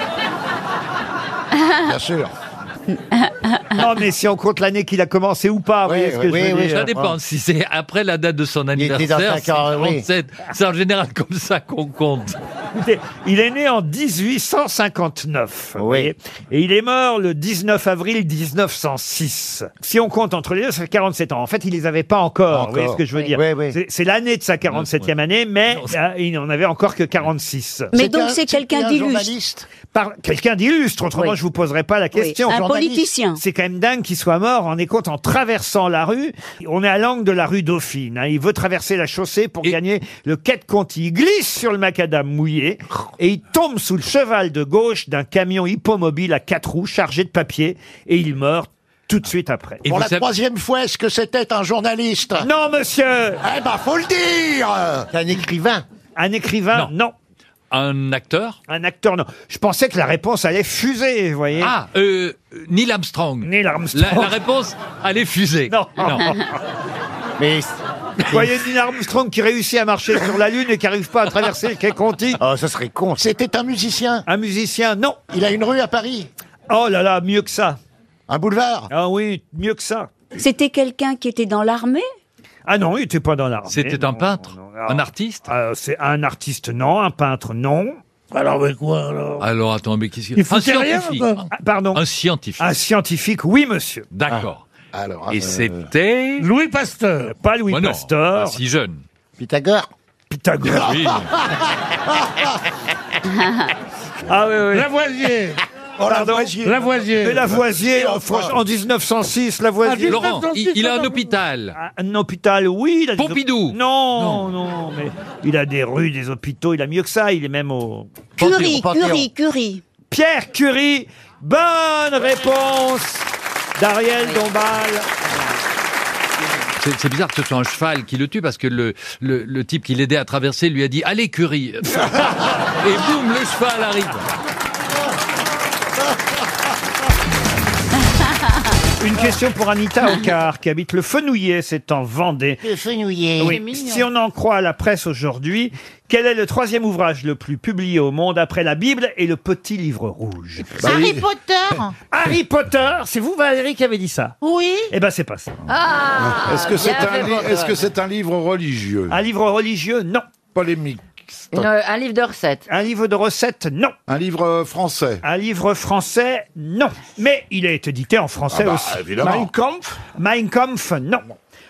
<laughs>
bien sûr. non, mais si on compte l'année qu'il a commencé ou pas, vous voyez ce que je veux dire.
ça dépend. Si c'est après la date de son
était dans
anniversaire,
cinq
c'est
ans, oui.
47. C'est en général comme ça qu'on compte.
Écoutez, il est né en 1859. vous voyez, Et il est mort le 19 avril 1906. Si on compte entre les deux, ça fait 47 ans. En fait, il les avait pas encore. Vous voyez ce
encore.
que je veux
Oui.
dire
Oui, oui.
C'est- C'est l'année de sa 47e année, mais euh, il n'en avait encore que 46.
Mais donc, c'est quelqu'un d'illustre.
journaliste.
Par quelqu'un d'illustre, autrement
Oui.
je vous poserai pas la question.
Un Journaliste. politicien.
C'est quand même dingue qu'il soit mort. On est compte en traversant la rue. On est à l'angle de la rue Dauphine. hein. Il veut traverser la chaussée pour gagner le quai de Conti. Il glisse sur le macadam mouillé et il tombe sous le cheval de gauche d'un camion hippomobile à quatre roues chargé de papier et il meurt tout de suite après.
Pour la troisième fois, est-ce que c'était un journaliste
Non, monsieur
Eh ben, faut le dire
Un écrivain. Un écrivain, non.
Un acteur
Un acteur, non. Je pensais que la réponse allait fuser, vous voyez.
Ah, euh, Neil Armstrong.
Neil
La,
Armstrong.
la réponse, elle est fusée. Non.
<laughs>
Mais. Vous voyez Neil Armstrong qui réussit à marcher sur la Lune et qui n'arrive pas à traverser le quai Conti
Oh, ça serait con. C'était un musicien.
Un musicien, non.
Il a une rue à Paris.
Oh là là, mieux que ça.
Un boulevard.
Ah oui, mieux que ça.
C'était quelqu'un qui était dans l'armée
Ah non, il n'était pas dans l'armée.
C'était un peintre Un artiste
Euh, C'est un artiste, non. Un peintre, non.
Alors, mais quoi, alors
Alors attends, mais qu'est-ce
Il
qu'il Un
foutait rien,
scientifique.
quoi. Ah, Pardon.
Un scientifique.
Un scientifique, oui, monsieur.
D'accord.
Ah, Alors. euh,
Et c'était.
Louis Pasteur.
Pas Louis
Oh non,
Pasteur.
pas si jeune.
Pythagore.
Pythagore.
Oui.
<laughs>
Ah oui, oui.
Lavoisier.
Pardon
Lavoisier.
Oh, Mais Lavoisier, en, franchement, en 1906, Lavoisier.
Ah, Laurent, il, il a un hôpital.
Ah, Un hôpital, oui. il a des
Pompidou.
hôp- Non, non, mais il a des rues, des hôpitaux, il a mieux que ça, il est même au...
Curie, Curie, Curie.
Pierre Curie, bonne réponse d'Ariel Dombal.
C'est c'est bizarre que ce soit un cheval qui le tue parce que le, le, le type qui l'aidait à traverser lui a dit
<laughs>
Allez, Curie Et boum, le cheval arrive.
Une question pour Anita Ocar, qui habite le Fenouillet, c'est en Vendée.
Le fenouiller.
Oui. Si on en croit la presse aujourd'hui, quel est le troisième ouvrage le plus publié au monde après la Bible et le Petit Livre Rouge
Bah
Bah
Harry Potter
Harry Potter, c'est vous Valérie qui avez dit ça
Oui
Eh ben c'est pas ça.
Ah
Est-ce que c'est
bien
un,
fait,
li-
Bourdin. <laughs>
est-ce que c'est un livre religieux
Un livre religieux Non.
Polémique.
euh, un livre de recettes. Un livre de recettes, non.
Un livre euh, français.
Un livre français, non. Mais il est édité en français
Ah bah,
aussi.
évidemment. Mein
Kampf Mein Kampf, non.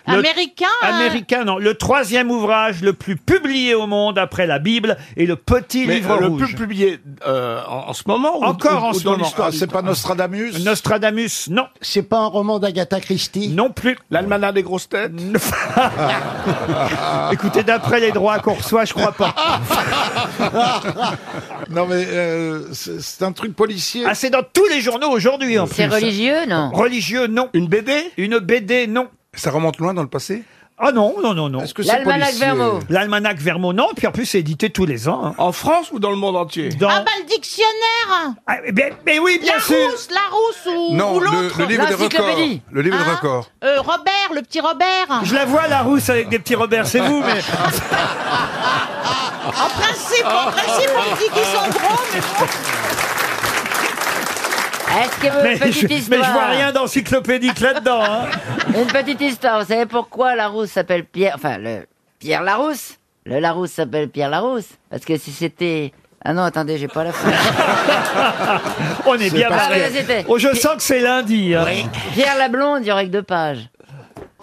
Le-
Américain, hein.
Américain, non. Le troisième ouvrage le plus publié au monde après la Bible et le petit
Mais,
livre
euh, le
rouge.
plus
publié en, ce moment
ou-
Encore
ou-
en
ou
ce
dans
moment.
l'histoire Ah, c'est pas
Nostradamus Nostradamus, non. C'est pas un roman d'Agatha Christie Non plus. L'Almanach des grosses <laughs> têtes Ah. Écoutez, d'après les droits qu'on reçoit, je crois <laughs> pas.
Ah,
non, mais euh, c'est c'est un truc policier.
Ah, c'est dans tous les journaux aujourd'hui en
C'est
plus.
religieux, non
Religieux, non. Une BD Une BD, non. Ça remonte loin dans le passé ah non, non, non, non. Est-ce
que c'est L'Almanach policier Vermeau.
L'almanach Vermeau, non. Puis en plus, c'est édité tous les ans. En France ou dans le monde entier
Ah bah le dictionnaire
Ah, eh ben, mais, oui, bien
la
sûr.
Rousse, la rousse ou,
Non,
ou
le-
l'autre
le livre des records. Le livre des
Hein
records.
Euh, Robert, le petit Robert
Je la vois, la rousse, avec des petits Robert, c'est
<laughs>
vous, mais...
En principe, en
Oh.
principe, on dit qu'ils sont gros, mais bon euh,
Est-ce que vous
Mais
une petite
je- mais
histoire
je vois rien d'encyclopédique là-dedans. hein.
Une petite histoire. Vous savez pourquoi Larousse s'appelle Pierre Enfin, le Pierre Larousse. Le Larousse s'appelle Pierre Larousse parce que si c'était ah non, attendez, j'ai pas la fin.
On est,
C'est
bien
pas
barré.
vrai, c'était-
Oh, je sens que c'est lundi. hein.
Pierre la blonde, il y aurait que deux pages.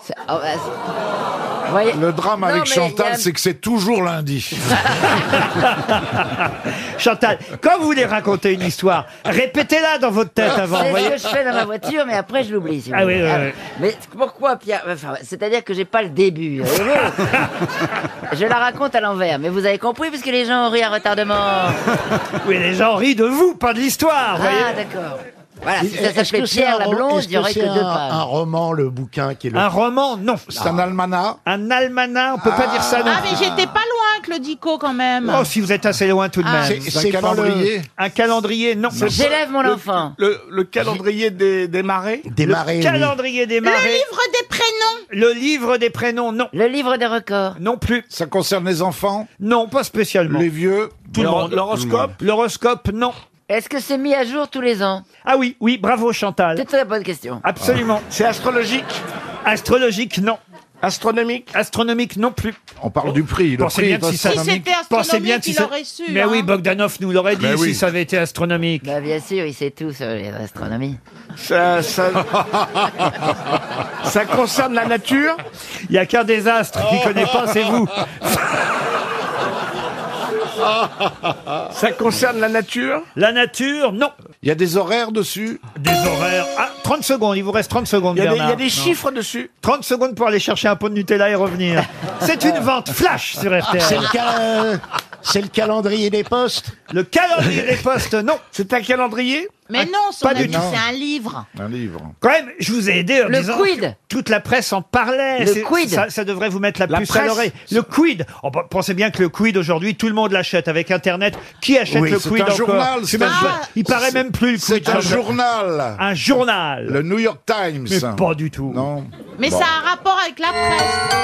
C'est- ah ouais, c'est- Vous voyez-
Le drame
Non,
avec
mais il y
Chantal,
a-
c'est que c'est toujours lundi.
<laughs> Chantal, quand vous voulez raconter une histoire, répétez-la dans votre tête avant. vous
C'est ce
voyez.
que je fais dans ma voiture, mais après je l'oublie. si vous
Ah oui,
voulez.
oui,
Ah,
oui.
Mais pourquoi Pierre enfin, C'est-à-dire que j'ai pas le début.
<laughs>
voyez-vous. je la raconte à l'envers, mais vous avez compris puisque les gens rient à retardement.
Oui, les gens rient de vous, pas de l'histoire. vous voyez.
Ah d'accord. Voilà, si
Et-
ça
est-ce
s'appelait
que c'est
Pierre
un
la
ro-
blonde,
est-ce
il y aurait que
c'est
deux
un- Un
pages.
roman, le bouquin qui est le.
Un roman, non.
C'est un almanach.
Ah. Un almanach, on peut pas dire ça non
Ah mais j'étais pas loin que le dico quand même
Oh, si vous êtes assez loin tout de
Ah.
même.
C'est- c'est pas le-
Un calendrier, non.
C'est pas- le- Le, le calendrier des, des marées
Des Le marées, oui. calendrier des marées.
Le livre des prénoms
Le livre des prénoms, non.
Le livre des records.
Non plus.
Ça concerne les enfants
Non, pas spécialement.
Les vieux
Tout le monde.
L'horoscope
L'horoscope, non.
Est-ce que c'est mis à jour tous les ans
Ah oui, oui, bravo Chantal.
C'est une très bonne question.
Absolument. Ah. C'est astrologique Astrologique, non. Astronomique Astronomique, non plus.
On parle du prix. Le
Pensez
prix
bien
est
que si ça-
astronomique.
c'était
pensez bien
astronomique,
que si
il
ça-
aurait su,
Mais
hein.
oui, Bogdanov nous l'aurait dit
Mais oui.
si ça avait été astronomique.
Bah bien sûr, il sait tout sur l'astronomie.
ça, ça, ça concerne la nature
Il n'y a qu'un
Ah,
désastre qui connaît pas, c'est vous.
Ça concerne la nature
La nature, non.
Il y a des horaires dessus
Des horaires. Ah, 30 secondes, il vous reste 30 secondes.
Il y a des-
Bernard.
il y a des
Non.
chiffres dessus
30 secondes pour aller chercher un pot de Nutella et
<laughs>
revenir. C'est une vente flash sur RTL.
Ah, C'est le, cal- euh, c'est le calendrier des postes.
Le calendrier des postes, non. Ah,
C'est un calendrier
Mais non, son
pas du
ami,
tout.
c'est un livre
Ah, Un livre.
Quand même, je vous ai aidé en
Le
disant
quid.
que toute la presse en parlait.
Le
C'est-
quid.
Ça, ça devrait vous mettre la,
La
puce à
presse.
l'oreille. Le quid. Oh, bah, pensez bien que le quid aujourd'hui, tout le monde l'achète avec Internet. Qui achète
Oui,
le
c'est
quid
un
encore
journal,
C'est
c'est
même
un-
pas- Il paraît même plus le quid.
C'est un
comme-
journal.
Un journal.
Le New York
<laughs>
Times.
Mais pas du tout.
Non.
Mais
Bon.
ça a un rapport avec la presse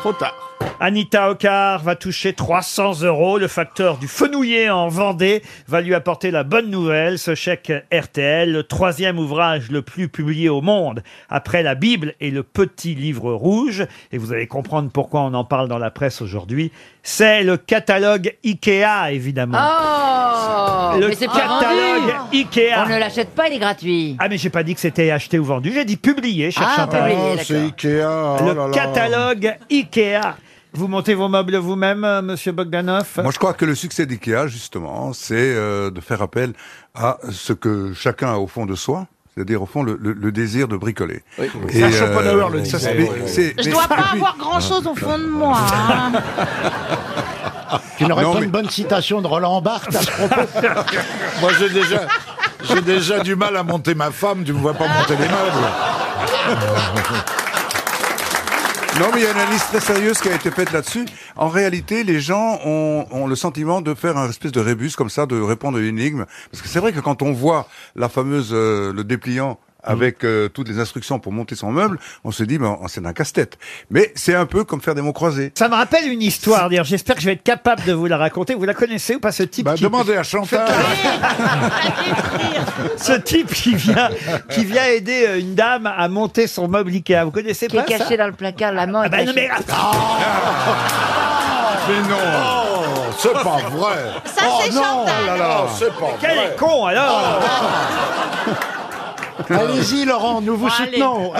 Trop tard.
Anita Ocar va toucher 300 euros. Le facteur du Fenouillet en Vendée va lui apporter la bonne nouvelle. Ce chèque RTL, le troisième ouvrage le plus publié au monde, après la Bible et le petit livre rouge. Et vous allez comprendre pourquoi on en parle dans la presse aujourd'hui. C'est le catalogue Ikea, évidemment.
Oh
Le
Mais c'est pas
catalogue
vendu.
Ikea.
On ne l'achète pas, il est gratuit.
Ah, mais j'ai pas dit que c'était acheté ou vendu. J'ai dit publié, cher
Ah,
Chantal.
publié,
Oh, c'est Ikea. oh
Le
là là.
catalogue Ikea. Vous montez vos meubles vous-même, euh, monsieur Bogdanov
Moi, je crois que le succès d'IKEA, justement, c'est euh, de faire appel à ce que chacun a au fond de soi. C'est-à-dire, au fond, le, le- le désir de bricoler. euh,
Oui. Ça, Schopenhauer le
ça,
disait.
c'est-
Oui, oui, oui.
c'est-
Je
mais-
dois
et
pas
puis-
avoir grand chose au fond de
Ah.
moi hein.
Tu n'aurais
Non,
pas
mais-
une bonne citation de Roland Barthes à ce propos
Moi, j'ai déjà, j'ai déjà du mal à monter ma femme. Tu me vois pas monter les meubles.
Non, mais il y a une analyse très sérieuse qui a été faite là-dessus. En réalité, les gens ont, ont le sentiment de faire un espèce de rébus comme ça, de répondre à une énigme. Parce que c'est vrai que quand on voit la fameuse, euh, le dépliant avec euh, toutes les instructions pour monter son meuble, on se dit, ben, c'est un casse-tête. Mais c'est un peu comme faire des mots croisés.
Ça me rappelle une histoire, d'ailleurs. J'espère que je vais être capable de vous la raconter. Vous la connaissez ou pas, ce type qui...
Bah, Demandez à Chantal.
<laughs> Ce type qui vient, qui vient aider euh, une dame à monter son meuble Ikea. Vous connaissez
Qui
pas
est caché dans le placard, l'amant
Ah
est
bah non,
cachée.
mais...
<laughs> Mais non. Oh, c'est pas vrai.
Ça,
oh,
c'est
non,
Chantal.
oh là là, c'est pas
Quel
vrai.
con, alors
Allez-y, Laurent, nous vous soutenons.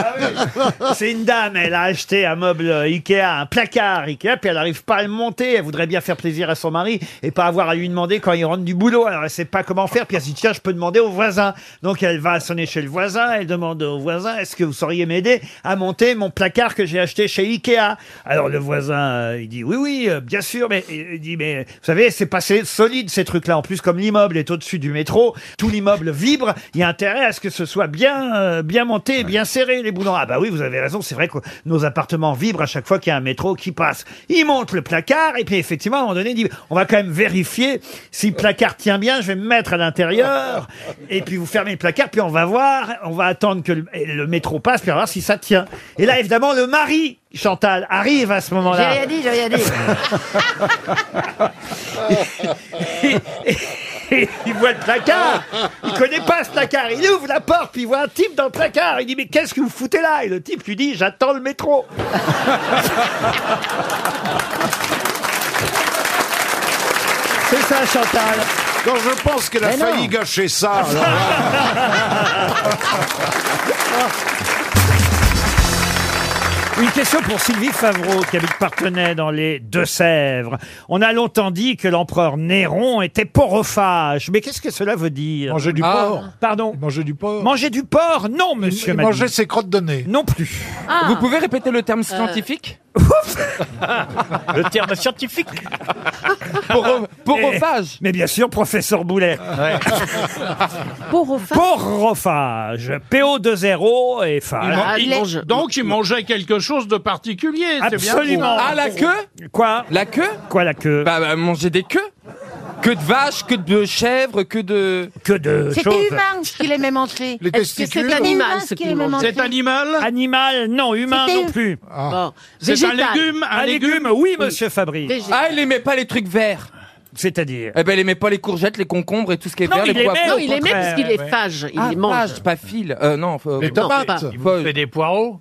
<laughs> C'est une dame, elle a acheté un meuble Ikea, un placard Ikea, puis elle n'arrive pas à le monter. Elle voudrait bien faire plaisir à son mari et pas avoir à lui demander quand il rentre du boulot. Alors elle sait pas comment faire. Puis elle se dit tiens, je peux demander au voisin. Donc elle va sonner chez le voisin. Elle demande au voisin est-ce que vous sauriez m'aider à monter mon placard que j'ai acheté chez Ikea Alors le voisin euh, il dit oui oui euh, bien sûr, mais il dit mais vous savez c'est passé solide ces trucs-là. En plus comme l'immeuble est au-dessus du métro, tout l'immeuble vibre. Il y a intérêt à ce que ce soit bien euh, bien monté, bien serré les boulons. Ah bah oui vous avez raison. C'est vrai que nos appartements vibrent à chaque fois qu'il y a un métro qui passe. Il monte le placard et puis effectivement à un moment donné il dit on va quand même vérifier si le placard tient bien. Je vais me mettre à l'intérieur et puis vous fermez le placard puis on va voir, on va attendre que le, le métro passe puis on va voir si ça tient. Et là évidemment le mari Chantal arrive à ce
J'ai
moment-là.
rien dit,
<laughs>
j'ai rien dit.
<laughs> il voit le placard. Il connaît pas ce placard. Il ouvre la porte, puis il voit un type dans le placard. Il dit, mais qu'est-ce que vous foutez là Et le type lui dit, j'attends le métro. C'est ça, Chantal.
Quand je pense qu'elle a
Mais non.
failli gâcher ça, alors là.
Ah. Une question pour Sylvie Favreau, qui habite Partenay dans les Deux-Sèvres. On a longtemps dit que l'empereur Néron était porophage. Mais qu'est-ce que cela veut dire
Manger du
Ah.
porc.
Pardon
Manger du porc.
Manger du porc Non, monsieur.
il
m'a dit.
mangeait ses crottes de nez.
Non plus.
Ah.
Vous pouvez
répéter le terme
scientifique
Euh. <laughs> Le terme scientifique
Porophage. Mais, bien sûr, professeur Boulet. <laughs>
Porophage.
Porophage. PO2-0 et phage.
donc il mangeait quelque chose de particulier, c'est bien
Absolument.
Ah, la
queue Oh. Quoi
La queue
Quoi la queue
bah, bah, manger des queues Que de vaches, que de chèvres, que de...
Que de
C'était humain ce qu'il aimait manger.
Les
Est-ce que
testicules.
c'est animal ce
C'est
qu'il aimait manger
C'est animal
Animal, non, humain
C'était-
non plus.
Ah. Bon.
C'est un Végétal. légume, un
Un légume,
légume
oui, monsieur Fabry.
Ah, elle aimait pas les trucs verts
C'est-à-dire
Eh ben, elle aimait pas les courgettes, les concombres et tout ce qui est
Non,
vert,
il
les
aimait,
poivrons.
Non, il aimait parce qu'il est phage, il
ah,
les mange.
phage, pas fil. Euh, non, faut-
Les
faut-
tomates.
faut-
Il vous fait des poireaux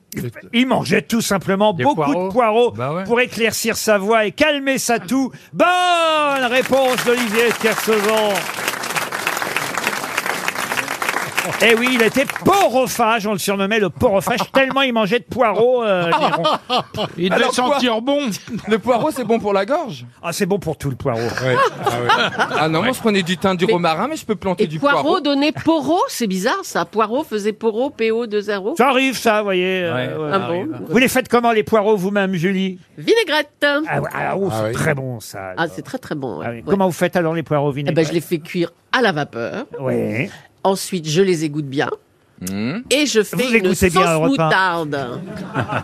Il mangeait tout simplement
Des
beaucoup
poireaux. Bah
de poireaux pour éclaircir sa voix et calmer sa toux. Bonne réponse d'Olivier Kersauzon. Eh oui, il était porophage, on le surnommait le
<laughs>
porophage, tellement il mangeait de poireaux. euh,
<laughs>
Néron.
Il devait sentir bon.
Le poireau, c'est bon pour la gorge
Ah, c'est bon pour tout le poireau.
Ah, non, moi je prenais du thym, du
Mais-
romarin, mais je peux planter
Et
du
poireau,
poireau.
donnait poro, c'est bizarre ça. Poireau faisait poro, PO de 0.
Ça arrive, ça, vous voyez. euh, ouais.
Oh. Ah bon
Vous les faites comment, les poireaux, vous-même, Julie
Vinaigrette.
Ah, ouais, ah, oh, c'est
Ah oui.
très bon, ça.
Ah, c'est très très bon. ouais.
Ah oui. Comment vous faites alors les poireaux
Eh
vinaigrettes
ben, je les fais cuire à la vapeur.
Ouais.
Ensuite, je les égoutte bien.
Hmm
Et je fais
Vous
une
égouttez
sauce
bien, Europe un.
moutarde.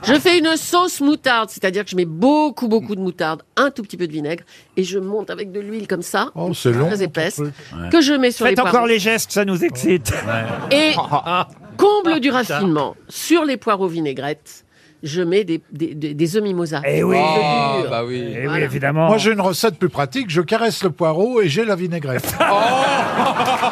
je
<laughs>
fais une sauce moutarde, c'est-à-dire que je mets beaucoup, beaucoup de moutarde, un tout petit peu de vinaigre, et je monte avec de l'huile comme ça,
Oh, c'est long,
très épaisse,
Ouais.
que je mets sur
Faites
les
encore
poireaux.
les gestes, ça nous excite.
<laughs> Et
Ah,
comble du raffinement, sur les poireaux vinaigrettes, je mets des, des, des, des œufs mimosa.
Eh oui.
De l'ure.
bah oui.
Eh oui, évidemment.
Moi, j'ai une recette plus pratique. Je caresse le poireau et j'ai la
<laughs>
vinaigrette. Oh. <laughs>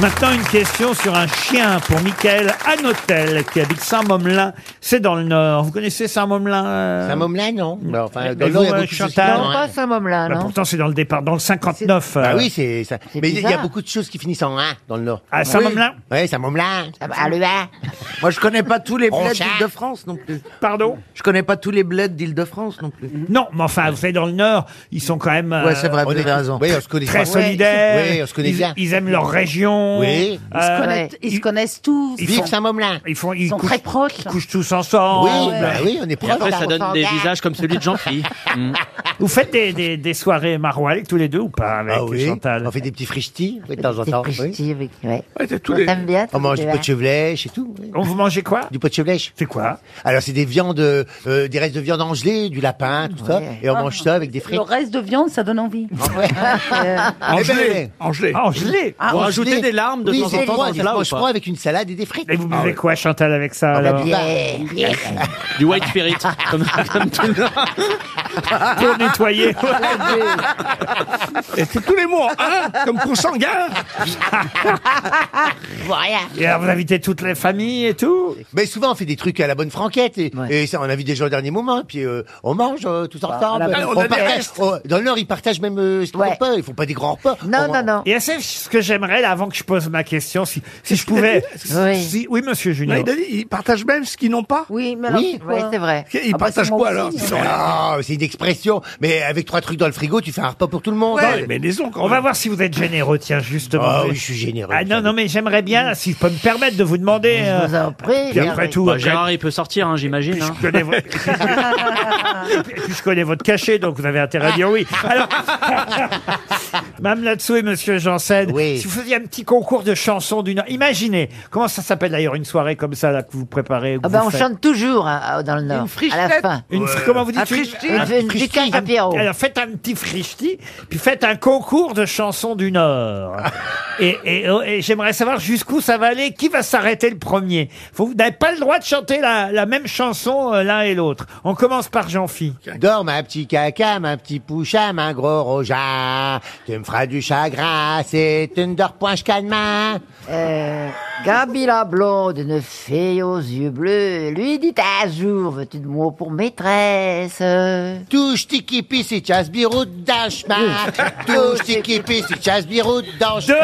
Maintenant, une question sur un chien pour Michael Anotel, qui habite Saint-Momelin. C'est dans le Nord. Vous connaissez Saint-Momelin euh
Saint-Momelin, non. Mais enfin, dans
Mais
le Nord, il y a
vous, euh,
beaucoup de
Chantal
choses qui- Non, pas
Saint-Momelin,
Bah,
non.
Pourtant, c'est dans le départ, dans le 59.
Bah
euh,
oui, <laughs> c'est ça. Mais il y a
bizarre.
beaucoup de choses qui finissent en 1 dans le Nord.
Ah, Saint-Momelin
Oui, Saint-Momelin.
Ah, le A.
Moi, je connais pas tous les bleds
Bronchard.
d'Île-de-France non plus.
Pardon
Je connais pas tous les bleds d'Île-de-France non plus.
Mm-hmm. Non, mais enfin, vous savez, dans le Nord, ils sont quand même. euh,
Ouais, c'est vrai, vous avez raison. Oui, on se connaît.
Très
Ouais.
solidaires.
Oui, on se connaît
ils,
bien.
Ils aiment leur région.
Oui.
Euh,
Ils se
ouais.
Ils se connaissent tous.
Ils
Vive
font-
Saint-Momelin.
Ils font, ils
sont
couchent-
très proches.
Ils couchent tous ensemble.
Oui, bah oui, on est
proches.
proches.
comme celui de Jean-Philippe.
Mm.
Vous faites des, des, des soirées maroilles tous les deux ou pas avec
Ah oui,
Chantal
on fait des petits frichtis oui, de temps en
Des
temps.
frichtis
oui.
euh,
tous On les- aime bien, tous
On mange
les
du
deux.
pot de chevelèche et tout. oui.
On vous mangez quoi
Du pot de chevelèche.
C'est quoi
Alors c'est des viandes, euh, euh, des restes de viande en gelée, du lapin, tout ça. Et on mange ça avec des frites.
Le reste de viande, ça donne envie. <laughs> Euh,
En Eh ben, gelée. ouais.
En gelée. Ah, en gelée.
Ah,
Vous
en
rajoutez
gelée.
des larmes de
Oui,
temps en
c'est
temps
froid,
dans
c'est
le plat ou
froid, je
pas
crois, avec une salade et des frites.
Et vous buvez quoi, Chantal, avec ça
Ah, bah,
alors
bière.
Du white spirit. Comme, comme tout le monde.
Tournez nettoyer.
Et c'est tous les mots en un, comme hein. pour
<laughs>
sanguin.
Je vois rien.
euh,
Et alors, vous invitez toutes les familles et tout
Mais souvent, on fait des trucs à la bonne franquette. Et, et ça, on invite des gens au dernier moment. Et puis, euh, on mange euh, tous
Bah,
ensemble.
à
Ah,
la-
on
on a des
partage,
restes.
oh, dans le Nord, ils partagent même euh, ce qu'ils n'ont pas. Ils font pas des grands repas. Non, non, non.
Et c'est ce que j'aimerais, là, avant que je pose ma question, si, si je pouvais... Oui, si, oui monsieur Junior.
il a dit, ils partagent même ce qu'ils n'ont pas
Oui,
mais alors, Oui, c'est quoi ouais, c'est vrai. Ils Ah bah, partagent c'est mon quoi, signe, alors hein. Ils sont là. c'est une expression. Mais avec trois trucs dans le frigo, tu fais un repas pour tout le monde.
Ouais, mais les On va voir si vous êtes généreux, tiens, justement.
Ah oui, je suis généreux.
Ah non, non, mais j'aimerais bien, si je peux me permettre de vous demander...
Je vous
euh,
en prie,
puis après
Gérard.
tout,
Bah,
après-
Gérard, il peut sortir, hein, j'imagine. hein.
<laughs>
puis <laughs> je connais votre cachet, donc vous avez intérêt à dire oui. Alors, <laughs> Mme Latsou et Monsieur Janssen, si vous faisiez un petit concours de chansons d'une heure, imaginez, comment ça s'appelle d'ailleurs une soirée comme ça là, que vous préparez que
Ah ben,
vous
on
faites
chante toujours hein, dans le Nord. à la fin.
Une fri- Comment vous dites
Un
une-
frichti
un
Une- une-
frichti.
du quinze à Pierrot.
Alors faites un petit frichti, puis faites un concours de chansons du Nord. et et- oh, et j'aimerais savoir jusqu'où ça va aller, qui va s'arrêter le premier. Faut, vous n'avez pas le droit de chanter la, la même chanson euh, l'un et l'autre. On commence par Jean-Phi.
Dorme un petit caca, un petit poucham, un gros roja. Tu me feras du chagrin, c'est une dors point calma.
Euh, Gabi la blonde, une fille aux yeux bleus, lui dit un jour, veux-tu de moi pour maîtresse
Touche tiki si chasse birou d'anchma. Touche tiki si chasse birou d'anchma.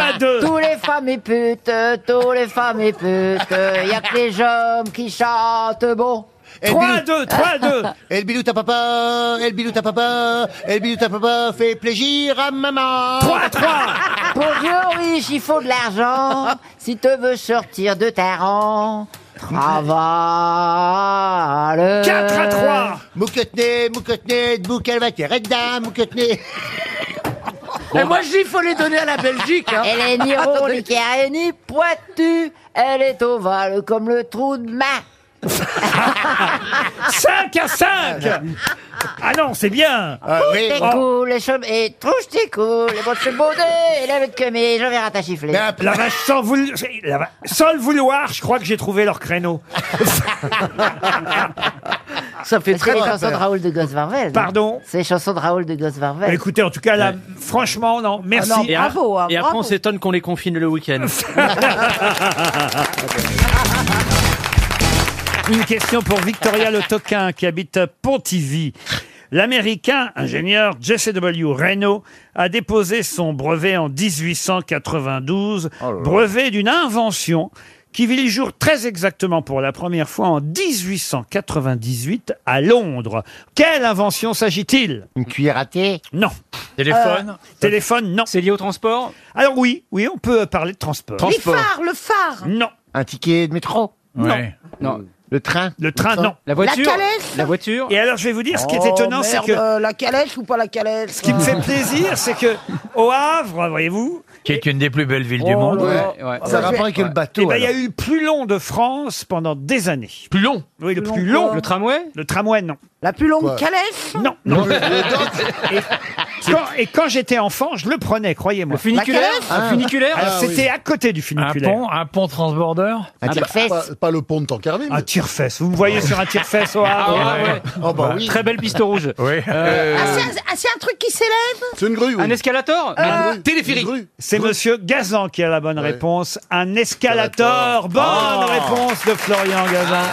Tous les femmes et putes, tous les femmes et putes, y a que les hommes qui chantent bon.
3 2 3 2 El bilou ta papa, El bilou ta papa, El bilou ta papa fait plaisir à maman.
3 3
Bonjour, oui, il faut de l'argent, si tu veux sortir de ta rang. Travaille.
4 à 3 Mouketné, Mouketné, Boukalvaté, Redda, Mouketné.
Mais moi, je dis, il faut les donner à la Belgique. hein.
<laughs>
Elle est ni ronde,
Attendez.
qui a ni poitue, elle est ovale comme le trou de
<laughs>
main.
5 à 5 Ah non, c'est bien Oh,
T'es cool, les cheveux, et trouche tes cool, les bottes bonnet, et la mec que mais je vais à ta gifler.
La vache, sans, voul- la va- sans le vouloir, je crois que j'ai trouvé leur créneau.
Ça
fait très
C'est les
peur.
chansons de Raoul de Gosvarvel.
Pardon Bah,
C'est les chansons de Raoul de Gosvarvel.
Écoutez, en tout cas, là, franchement, non, merci.
Et a- Ah
hein,
et après, on s'étonne qu'on les confine le
<laughs>
<laughs>
week-end.
Une question pour Victoria Le Toquin qui habite Pontivy. L'américain ingénieur JCW Reno a déposé son brevet en 1892, brevet d'une invention qui vit le jour très exactement pour la première fois en 1898 à Londres. Quelle invention s'agit-il Une cuillère à thé Non. Euh,
Téléphone
Téléphone, non.
C'est lié au transport
Alors oui, oui, on peut euh, parler de transport.
Les phares, le phare.
Non.
Un ticket de métro
Ouais.
Non. Le train
Le train, non.
La voiture
La calèche
La voiture
Et alors, je vais vous dire, ce qui est
Oh,
étonnant, c'est
merde,
que
euh, La calèche ou pas la calèche hein.
ce qui me
<laughs>
fait plaisir, c'est que au Havre, voyez-vous,
Qui est une des plus belles villes
Oh
du monde.
là là.
Ça fait- Ouais.
Eh ben, il y a eu le plus long de France pendant des années. Plus long Oui, le
Plus
plus
long
long.
quoi Le
tramway Le tramway, non. La plus
longue Quoi calèche
Non. non. et, quand, et quand j'étais enfant, je le prenais, croyez-moi.
Le funiculaire La calèche Un funiculaire
Alors,
Ah,
C'était
oui.
à côté du funiculaire.
Un pont, un pont transborder
Ah, bah,
Un tire-fesse.
Pas, pas le pont de Tancarville.
Un tire-fesse. Vous me voyez sur un tire-fesse au Havre.
Ah ouais, ouais.
Oh bah oui.
Très belle piste rouge.
Oui.
Euh,
Ah, c'est un- ah, c'est un truc qui s'élève
C'est une grue.
Un escalator
Ah, téléphérique. C'est monsieur Gazan qui a la bonne réponse. Un escalator. Bonne
Ah.
réponse de Florian Gazan.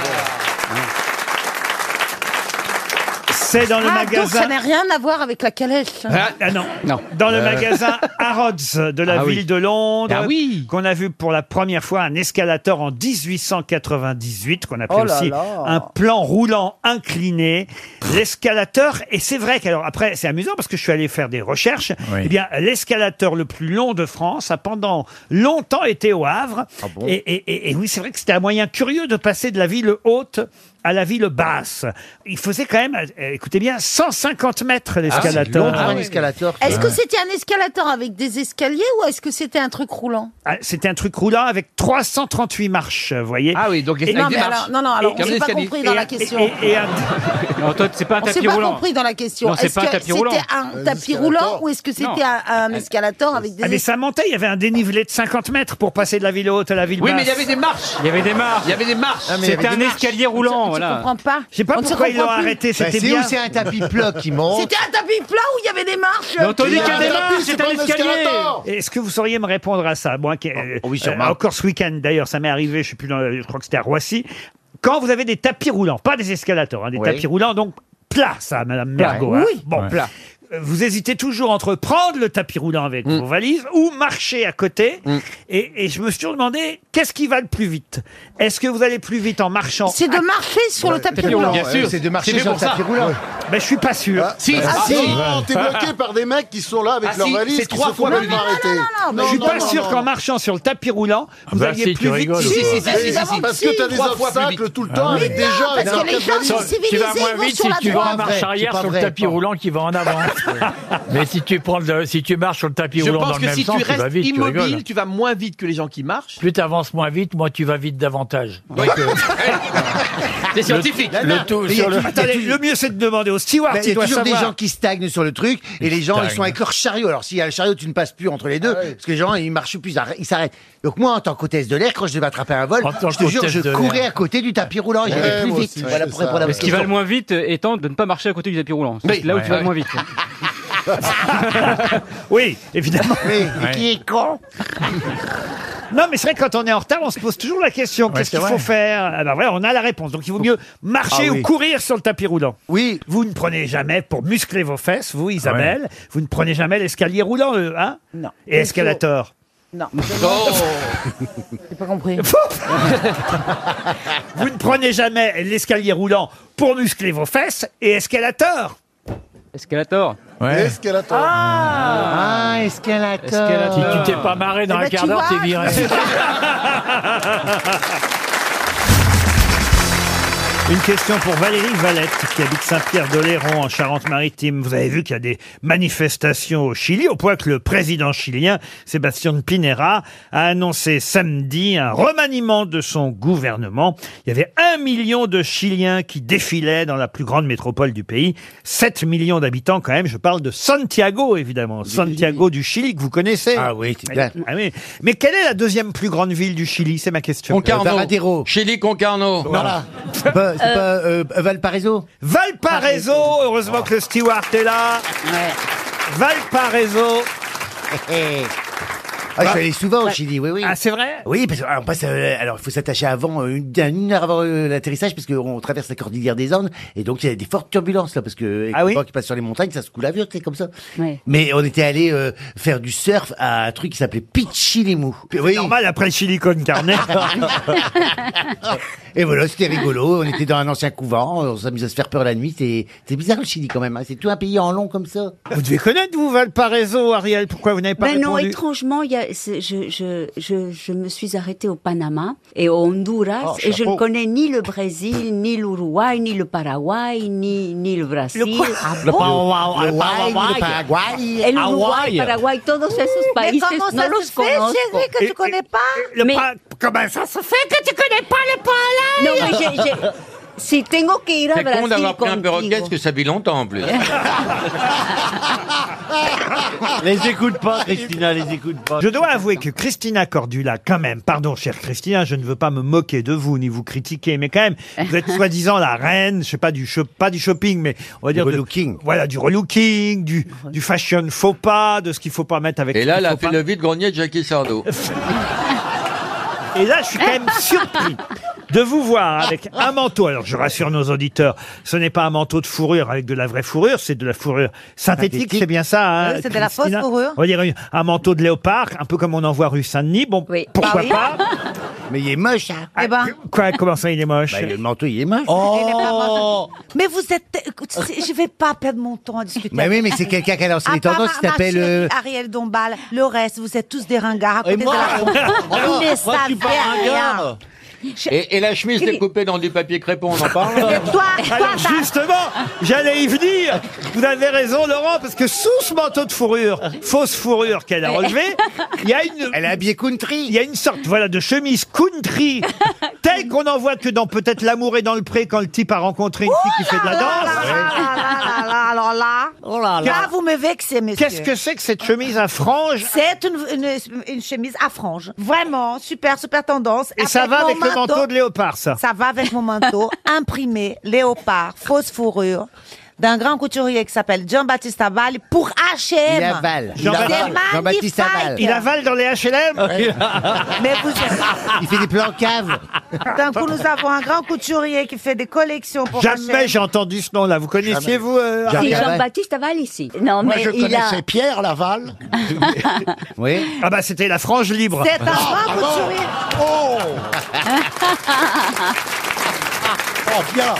C'est dans le
Ah, donc
magasin.
ça n'a rien à voir avec la calèche. hein.
Ah, ah non. Dans le
Euh. <laughs>
magasin Harrods de la
Ah
ville
oui.
de Londres,
Ah
qu'on a vu pour la première fois un escalator en 1898, qu'on appelait
Oh là
aussi
là.
un plan roulant incliné. L'escalateur, et c'est vrai qu'alors après, c'est amusant parce que je suis allé faire des recherches,
Oui.
eh bien, l'escalateur le plus long de France a pendant longtemps été au Havre.
Ah
et, et- et- et oui, c'est vrai que c'était un moyen curieux de passer de la ville haute à la ville basse. Il faisait quand même, euh, écoutez bien, 150 mètres hein, l'escalator.
Ah, un escalator.
Est-ce que c'était un escalator avec des escaliers ou est-ce que c'était un truc roulant
Ah, C'était un truc roulant avec 338 marches, vous voyez. Ah oui, donc
Et avec non, des mais marches. alors- non, non, alors, on s'est pas compris dans la question.
Non, toi, c'est pas un
On s'est
tapis
pas
roulant.
compris dans la question.
Non, c'est
Est-ce
pas un
que
tapis roulant.
C'était un tapis roulant ou est-ce que c'était un, un escalator avec des
Ah, mais ça montait, il y avait un dénivelé de 50 mètres pour passer de la ville haute à la ville
Oui,
basse.
mais il y avait des marches. Il y avait des marches.
Il y avait des marches.
C'était un escalier roulant. Bah,
voilà.
comprends pas.
Je sais pas
On ne se
pourquoi ils l'ont
comprend plus.
arrêté, c'était bien.
C'était un tapis plat où il y avait des marches.
Mais Anthony, qu'il y a des marches,
c'est un escalator.
Est-ce que vous sauriez me répondre à ça Moi, qui- euh,
sûrement.
encore ce week-end d'ailleurs, ça m'est arrivé. Je suis plus dans, la- je crois que c'était à Roissy. Quand vous avez des tapis roulants, pas des escalators, hein, des
Oui.
tapis roulants, donc plat, ça, Madame Mergot.
Ouais.
hein.
Oui.
bon
Ouais.
plat. Euh, Vous hésitez toujours entre prendre le tapis roulant avec vos valises ou marcher à côté. Et, et je me suis toujours demandé, qu'est-ce qui va le plus vite Est-ce que vous allez plus vite en marchant
C'est de marcher sur le tapis roulant.
Bien sûr,
C'est de marcher
fait
sur le
pour ça.
tapis roulant.
Ouais. Mais je suis pas sûr.
Ah, non, t'es bloqué par des mecs qui sont là avec
Ah
leurs
si,
valises.
c'est
qui
trois
se
fois
font
plus
pas
vite.
arrêter.
je suis
Non,
pas
non,
sûr
non,
qu'en
non.
marchant sur le tapis roulant, vous
bah
alliez
si, tu
plus vite.
rigoles ou quoi Si, si, si,
Eh, Parce
si,
que t'as des
trois fois plus
obstacles
vite.
tout le
Ah
temps
oui.
avec des
Non,
gens.
parce que les gens, ils sont
Tu vas
civilisés,
moins
ils vont
vite
sur
si
la
tu vas
droite.
en marche
C'est pas
arrière sur le
vrai,
tapis
pas.
roulant qui va en avant. Mais si tu prends le, si tu marches sur le tapis
Je
roulant
pense
dans le
que
même
si
sens,
tu
tu vas
restes
vite, tu rigoles.
immobile, tu vas moins vite que les gens qui marchent. Plus tu avances moins vite, moins tu vas vite davantage.
Ah,
C'est
scientifique. Le tout
Mais il y a
sur le-
toujours- attendez, le mieux c'est de demander au steward.
Mais Il y a
doit
toujours
savoir.
des gens qui stagnent sur le truc et les gens ils
stagnent.
sont avec leur chariot. Alors s'il y a le chariot, tu ne passes plus entre les deux parce que les gens ils marchent plus, ils arrêtent- ils s'arrêtent. Donc moi en tant qu'hôtesse de l'air, quand je devais attraper un vol,
tant
je te jure,
qu'hôtesse
je
de
courais
l'air.
à côté du tapis roulant. J'allais plus vite. Voilà pour répondre à
Mais
votre
ce qui va le
question.
moins vite euh, étant de ne pas marcher à côté du tapis roulant. C'est
Oui.
là où tu
Ouais,
vas
ouais.
le moins vite.
Oui, évidemment.
mais qui
est con
Non, mais c'est vrai que quand on est en retard, on se pose toujours la question qu'est-ce
c'est
qu'il faut
vrai.
faire Ah ben voilà, on a la réponse. Donc il vaut mieux marcher
Ah oui.
ou courir sur le tapis roulant. Oui. Vous ne prenez jamais pour muscler vos fesses, vous Isabelle, vous ne prenez jamais l'escalier roulant, euh, hein
Non.
Et escalator.
Non. <laughs>
J'ai pas <laughs> compris. vous ne prenez jamais l'escalier roulant pour muscler vos fesses et escalator.
Escalator.
Escalator. Ah, escalator.
Si tu t'es pas marré dans
Eh
un
ben,
quart
tu
d'heure, t'es
vois.
viré.
Ah,
Une question pour Valérie Valette, qui habite Saint-Pierre-de-Léron, en Charente-Maritime. Vous avez vu qu'il y a des manifestations au Chili, au point que le président chilien, Sébastien Pinera, a annoncé samedi un remaniement de son gouvernement. Il y avait un million de Chiliens qui défilaient dans la plus grande métropole du pays. 7 millions d'habitants quand même. Je parle de Santiago, évidemment. Santiago du Chili, que vous connaissez. Ah oui, c'est bien. oui. Mais quelle est la deuxième plus grande ville du Chili C'est ma question.
Chili Concarneau.
Voilà.
C'est pas, c'est pas, euh, Valparaiso
Valparaiso, heureusement que le steward est là. Valparaiso.
Ah, je suis allé souvent au
Ouais.
Chili, oui, oui.
Bah, Ah, c'est vrai
Oui, parce que alors, on passe, euh, alors, il faut s'attacher avant, euh, une, une heure avant euh, l'atterrissage, parce qu'on traverse la cordillère des Andes, et donc il y a des fortes turbulences, là, parce que ah oui qui passe sur les montagnes, ça se coule à vieux, c'est comme ça. Mais on était allé euh, faire du surf à un truc qui s'appelait Pichilimu. Oui.
Normal, après le chili con carne.
<laughs> et voilà, c'était rigolo, on était dans un ancien couvent, on s'amuse à se faire peur la nuit, c'est c'est bizarre le Chili quand même, hein, c'est tout un pays en long comme ça.
Vous devez connaître, vous, Valparaiso, Ariel, pourquoi vous n'avez pas
Ben non,
répondu
étrangement, il y a- c'est- je, je, je, je me suis arrêtée au Panama et au Honduras
Oh,
et je
chapeau.
ne connais ni le Brésil, ni l'Uruguay, ni le Paraguay, ni, ni le Brésil.
Le quoi Ah Le bon Paraguay, le Paraguay.
le Paraguay, el Uruguay,
Hawaii.
le Paraguay, todos esos países
comment
no
ça
los
se fait,
conozco. Eh,
Chéri, que tu connais pas
Le pa- Comment ça se fait
que tu connais pas le
No,
palais
mais j'ai- j'ai- si tengo que ir a
C'est con
Brasil
<laughs>
d'avoir pris un perroquet parce que ça vit longtemps en plus.
Les écoute pas, Christina, les écoute pas.
Je dois avouer que Christina Cordula, quand même, pardon chère Christina, je ne veux pas me moquer de vous ni vous critiquer, mais quand même, vous êtes soi-disant la reine, je sais pas du shop, pas du shopping, mais on va dire du relooking. voilà, du relooking, du, du fashion faux pas, de ce qu'il faut pas mettre avec.
Et
ce
là,
qu'il
elle a
faut
fait
pas.
le vide-grenier de Jackie Sardo.
<laughs> Et là, je suis quand même surpris de vous voir avec un manteau. Alors, je rassure nos auditeurs, ce n'est pas un manteau de fourrure avec de la vraie fourrure, c'est de la fourrure synthétique,
Synthétique.
c'est bien ça. hein,
Oui, c'est de Euh, la fausse
Christina
fourrure.
On va dire une- un manteau de léopard, un peu comme on en voit rue Saint-Denis. Bon, pourquoi pas
Mais il est moche, hein
Eh ben.
Quoi Comment ça, il est moche <laughs> Oh
Le manteau, il est moche.
Il est pas mort. Mais vous êtes. écoute, c'est- Je vais pas perdre mon temps à discuter.
Mais oui, mais c'est quelqu'un qui a lancé
À
les
part
tendances,
ma-
il s'appelle,
ma chérie
euh,
Ariel Dombal, le reste, vous êtes tous des ringards à
Et
côté
moi,
de la.
alors,
Mais
moi,
ça
je suis pas
fait rien.
ringard.
Et, et la chemise
Cri-
découpée dans du papier crépon, on en parle
<laughs> Alors justement, j'allais y venir. Vous avez raison, Laurent, parce que sous ce manteau de fourrure, fausse fourrure qu'elle a relevée, il y a une. Elle est habillée country. Il y a une sorte, voilà, de chemise country, telle qu'on en voit que dans peut-être l'amour et dans le pré quand le type a rencontré une fille qui fait de la danse.
Ah là là, alors
là.
là, là, vous me vexez, messieurs.
Qu'est-ce que c'est que cette chemise à franges
C'est une, une- une chemise à franges. Vraiment, super, super tendance.
Et ça va avec le manteau de léopard, ça.
Ça va avec mon manteau imprimé, léopard, fausse fourrure, d'un grand couturier qui s'appelle Jean-Baptiste Aval pour H&M.
Il avale.
C'est
Il avale.
magnifique.
Jean-Baptiste Aval.
Il avale dans les HLM
<laughs>
Mais vous
H&M Il fait des plans caves.
D'un coup, nous avons un grand couturier qui fait des collections pour
Jamais
H&M.
j'ai entendu ce nom-là. Vous connaissiez, vous euh,
C'est
Ariel
Jean-Baptiste Aval ici. Non, mais il <laughs> a.
Pierre Laval. oui. Ah bah c'était la frange libre. Ah,
C'est un grand couturier.
Oh
<laughs>
Oh, bien,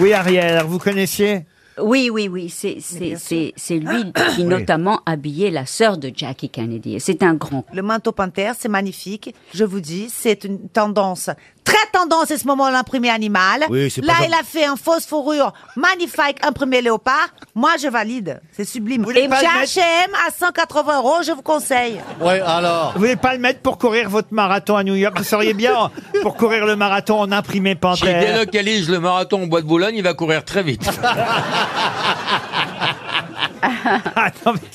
Oui, Ariel, vous connaissiez
Oui, oui, oui, c'est c'est- c'est- c'est lui qui notamment habillait la sœur de Jackie Kennedy. Et C'est un grand.
Le manteau panthère, c'est magnifique. Je vous dis, c'est une tendance, très tendance à ce moment l'imprimé animal.
Oui, c'est pas
Là,
genre-
il a fait un fausse fourrure magnifique imprimé léopard. Moi, je valide. C'est sublime. Et
pas
chez
le mettre-
H&M à 180 euros, je vous conseille.
Oui, alors. Vous voulez pas le mettre pour courir votre marathon à New York Vous seriez bien en- pour courir le marathon en imprimé
S'il
panthère.
délocalise le marathon au bois de Boulogne, il va courir très vite.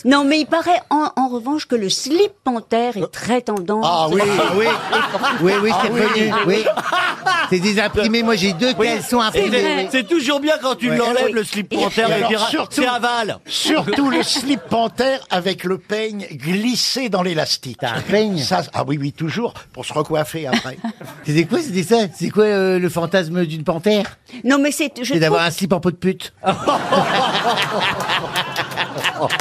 Non, mais il paraît en, en revanche que le slip panthère est très tendance. Ah
Ah oui,
<laughs>
oui, oui, oui,
Ah
c'est connu, oui. C'est des imprimés. Moi, j'ai deux caleçons imprimés.
C'est toujours bien quand tu
Ouais.
l'enlèves,
Oui.
le slip
Et
panthère, et
alors,
tu
ah,
diras,
surtout-
c'est aval.
Surtout
<laughs>
le slip panthère avec le peigne glissé dans l'élastique. Un peigne Ça, Ah oui, oui, toujours, pour se recoiffer après.
C'était quoi, c'était ça <laughs> C'est quoi euh, le fantasme d'une panthère
Non, mais c'est. je
C'est d'avoir
trouve-
un slip en peau de pute.
Oh.
<laughs>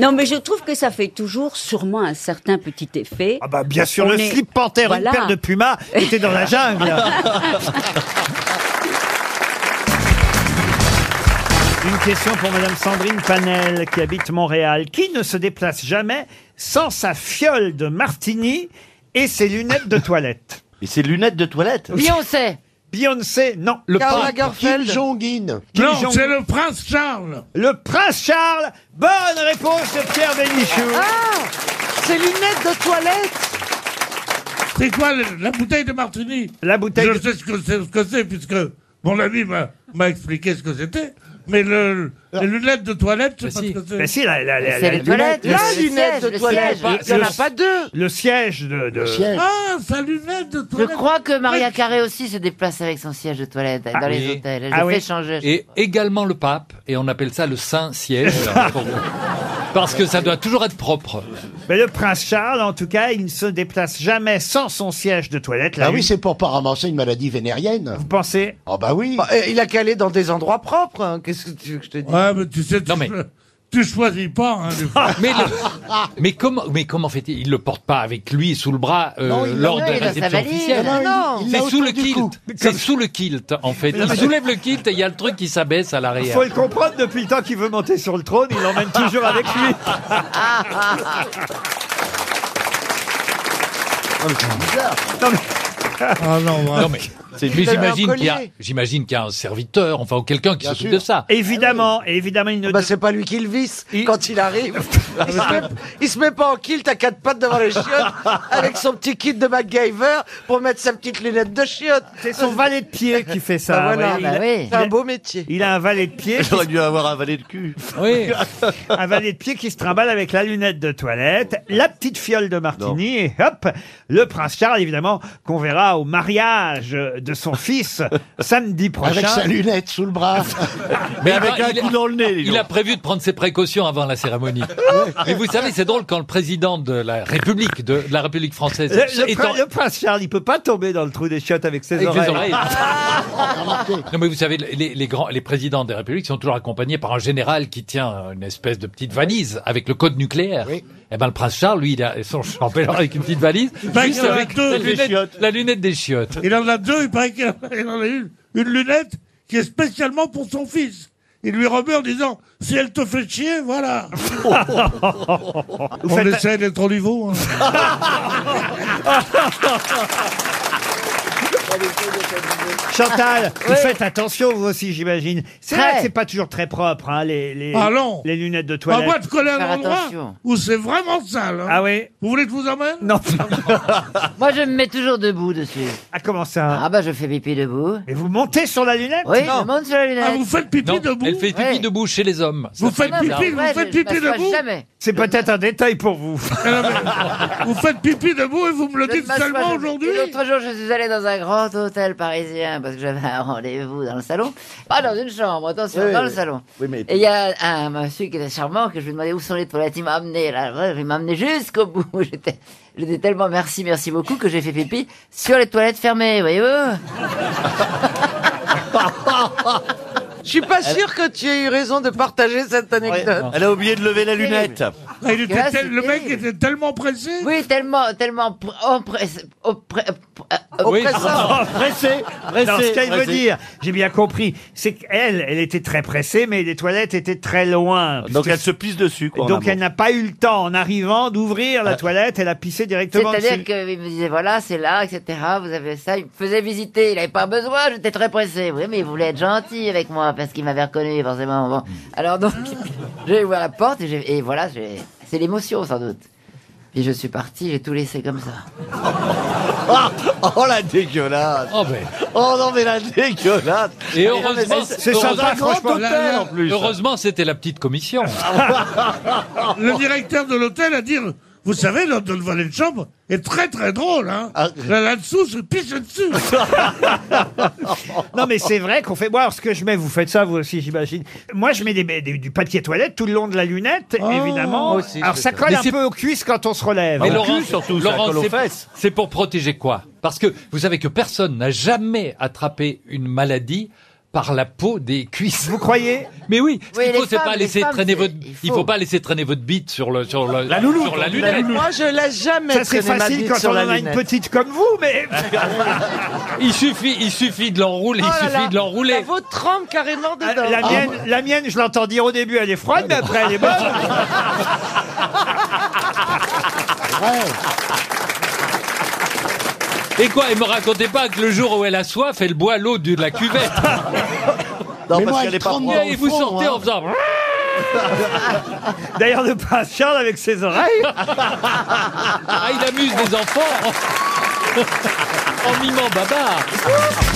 Non, mais je trouve que ça fait toujours sûrement un certain petit effet.
Ah bah bien sûr, le slip panthère, une paire de pumas, était dans la
<laughs>
jungle. Une question pour Madame Sandrine Panel qui habite Montréal. Qui ne se déplace jamais sans sa fiole de martini et ses lunettes de toilette Et ses lunettes de toilette
Beyoncé.
Beyoncé, non.
Karl
prince-
Lagerfeld. Kim Jong-un.
Kim
Non,
Jong-un.
c'est
Le prince Charles.
Le prince Charles. Bonne réponse de Pierre Bénichou.
Ah,
Ses lunettes de toilette. C'est quoi le- la bouteille de martini
La bouteille.
Je sais ce que c'est, ce que c'est, puisque mon ami m'a, m'a expliqué ce que c'était. Mais le, les lunettes de toilette, je sais pas ce que c'est.
Mais si, la- la- la- la- la-
La
le- le
lunette
siège, le siège. Le-
deux.
Le siège de. de-
Ah, sa lunette de
Je
toilette.
crois que Maria Carré aussi se déplace avec son siège de toilette
Ah
dans les
Oui.
hôtels. Elle
Ah
le fait changer.
Et également le pape, et on appelle ça
<laughs>
le Saint-Siège. Parce que ça doit toujours être propre.
Mais le prince Charles, en tout cas, il ne se déplace <laughs> jamais sans son siège de toilette. La
Ah oui,
lune-
c'est pour pas ramasser une maladie vénérienne.
Vous pensez
Ah bah oui.
Bah, euh, il a qu'à aller dans des endroits propres. hein. Qu'est-ce que tu veux que je te dise
Ouais, mais tu sais, tu, cho- tu choisis pas. hein, des fois.
<laughs> Mais, le- mais comment, mais comment fait-il Il le porte pas avec lui sous le bras euh,
Non, il l'a-
lors de
il l'a
la
dans sa
réception
valise.
officielle.
Non, non, il- il l'a
C'est sous
autour
le
du
kilt.
cou. <laughs>
C'est sous le kilt en fait. Il soulève le kilt et il y a le truc qui s'abaisse à l'arrière.
Faut le comprendre, depuis le temps qu'il veut monter sur le trône, il l'emmène toujours avec lui. ah, Non, mais-
Ah Non, mais mais j'imagine qu'il y a,
collier.
j'imagine qu'il y a un serviteur, enfin ou quelqu'un qui
Bien
s'occupe
sûr.
de ça.
Ah Évidemment, évidemment, il ne.
Bah, c'est pas lui qui le visse quand il
<laughs>
arrive. Il se, met, il se met pas en kilt à quatre pattes devant les chiottes avec son petit kit de MacGyver pour mettre sa petite lunette de chiotte.
C'est son valet de pied qui fait ça.
Bah voilà,
voyez,
bah
il a-
oui.
il
C'est
a-
un beau métier.
Il a un valet de pied.
J'aurais dû avoir avalé le cul.
Oui.
<laughs> un valet de pied qui se trimballe avec la lunette de toilette, la petite fiole de martini et hop, le prince Charles évidemment qu'on verra au mariage de son fils samedi prochain.
Avec sa lunette sous
<laughs>
le bras.
Mais
avec
il
un
a-
coup dans le nez, les
Il
gens.
a prévu de prendre ses précautions avant la cérémonie. Mais vous savez, c'est drôle quand le président de la République, de, de la République française,
Le, le
est
prin-
en-
le prince Charles, il peut pas tomber dans le trou des chiottes avec ses
Avec les
oreilles.
oreilles.
<laughs>
Ah. non mais vous savez, les, les grands, les présidents des républiques sont toujours accompagnés par un général qui tient une espèce de petite valise avec le code nucléaire. Et ben le prince Charles, lui, il a son chambellan avec une petite valise,
Bah,
juste
il en a
avec
deux,
la
des
lunette, la lunette des chiottes.
Il en a deux, il paraît qu'il il en a une, une lunette qui est spécialement pour son fils. Il lui remet en disant Si elle te fait chier,
<laughs>
voilà. On
faites-
essaie d'être au niveau. hein.
<laughs>
Chantal, vous
Oui.
faites attention, vous aussi, j'imagine. C'est vrai
Très.
que c'est pas toujours très propre, hein, les, les,
Ah non.
les lunettes de
Bah,
toilette.
moi, je connais un endroit où c'est vraiment sale. hein.
Ah oui
Vous voulez que je vous emmène
Non.
Moi, je me mets toujours debout dessus.
Ah, comment ça
Ah, bah, je fais pipi debout.
Et vous montez sur la lunette
Oui,
Non.
je monte sur la lunette.
Ah, vous faites Non, Elle fait pipi
Ouais.
debout chez les hommes.
Vous
Ça, c'est
faites
bizarre.
pipi- vous Ouais, faites je- je pipi m'assois debout jamais.
C'est peut-être un détail pour vous.
vous faites pipi debout et vous me le
Je ne
dites
m'assois
seulement
jamais.
aujourd'hui
Et L'autre jour, je suis allée dans un grand hôtel parisien parce que j'avais un rendez-vous dans le salon. Pas dans une chambre, attention,
Oui,
dans le
oui.
salon.
Oui, mais-
Et il y a un monsieur qui était charmant que je lui demandais où sont les toilettes. Il m'a amené là, ouais, il m'a amené jusqu'au bout. <laughs> J'étais, j'étais tellement merci, merci beaucoup que j'ai fait pipi sur les toilettes
<laughs>
fermées, voyez-vous.
Je suis pas sûr que tu aies eu raison de partager cette anecdote.
Elle a oublié de lever la lunette.
Ah, il était
Parce que là,
tel- le mec était tellement pressé.
Oui, tellement, tellement pr- oppressé. oppré- euh,
<laughs>
<laughs> oppressant.
Non, ce qu'elle veut
pressé.
dire, j'ai bien compris, c'est qu'elle, elle était très pressée, mais les toilettes étaient très loin. <laughs>
Donc
puisque-
elle se pisse dessus, quoi. en
Donc
un
elle n'a pas eu le temps, en arrivant, d'ouvrir la toilette, elle a pissé directement
C'est-à-dire
dessus.
qu'il me disait, voilà, c'est là, etc. Vous avez ça. Il me faisait visiter. Il n'avait pas besoin. J'étais très pressé. Oui, mais il voulait être gentil avec moi parce qu'il m'avait reconnu, forcément. Bon. Alors donc, <laughs> j'ai ouvert la porte et, j'ai- et voilà, j'ai- c'est l'émotion, sans doute. Puis je suis parti, j'ai tout laissé comme ça.
moment. Oh la dégueulasse Oh, non mais la dégueulasse Ah,
Et heureusement,
dans un grand hôtel, en plus Ah,
Heureusement, c'était la petite commission.
<laughs> le directeur de l'hôtel a dit Vous savez, notre valet de chambre est très très drôle. Hein.
Ah.
Là- Là-dessous, je pisse dessus.
Non, mais c'est vrai qu'on fait. Moi, alors, ce que je mets, vous faites ça, vous aussi, j'imagine. Moi, je mets des, des- du papier toilette tout le long de la lunette, évidemment.
Moi aussi,
alors,
je
ça
fais ça.
colle
Mais
un
c'est-
peu aux cuisses quand on se relève.
Eh,
Mais
Au
Laurent,
cul,
c'est- Laurent, c'est- c'est pour protéger quoi Parce que vous savez que personne n'a jamais attrapé une maladie par la peau des cuisses. Vous
croyez
Mais oui, ce
Oui,
qu'il faut
les
c'est
femmes,
pas
les
laisser
femmes,
traîner
c'est-
votre
il
il
faut.
faut pas laisser traîner votre bite sur le sur le sur la lunette. <laughs>
Moi, je laisse jamais.
Ça, c'est
traîner ma
facile
bite
quand
sur
on
la
en a une
lunette.
Petite comme vous, mais.
Il suffit il suffit de l'enrouler,
Oh là
il suffit
là,
de l'enrouler.
La vôtre Ah trempe carrément dedans.
Ah, La mienne, la mienne, je l'entends dire au début, elle est froide, mais après, elle est bonne.
<laughs>
Et quoi, et me racontez pas que le jour où elle a soif, elle boit l'eau de la cuvette.
Non, Mais parce moi, qu'elle elle est pas tremble froide. dans le
Et vous
fond,
sortez
hein.
en faisant.
D'ailleurs, le prince Charles avec ses oreilles.
Ah, il amuse des enfants <laughs> en mimant baba.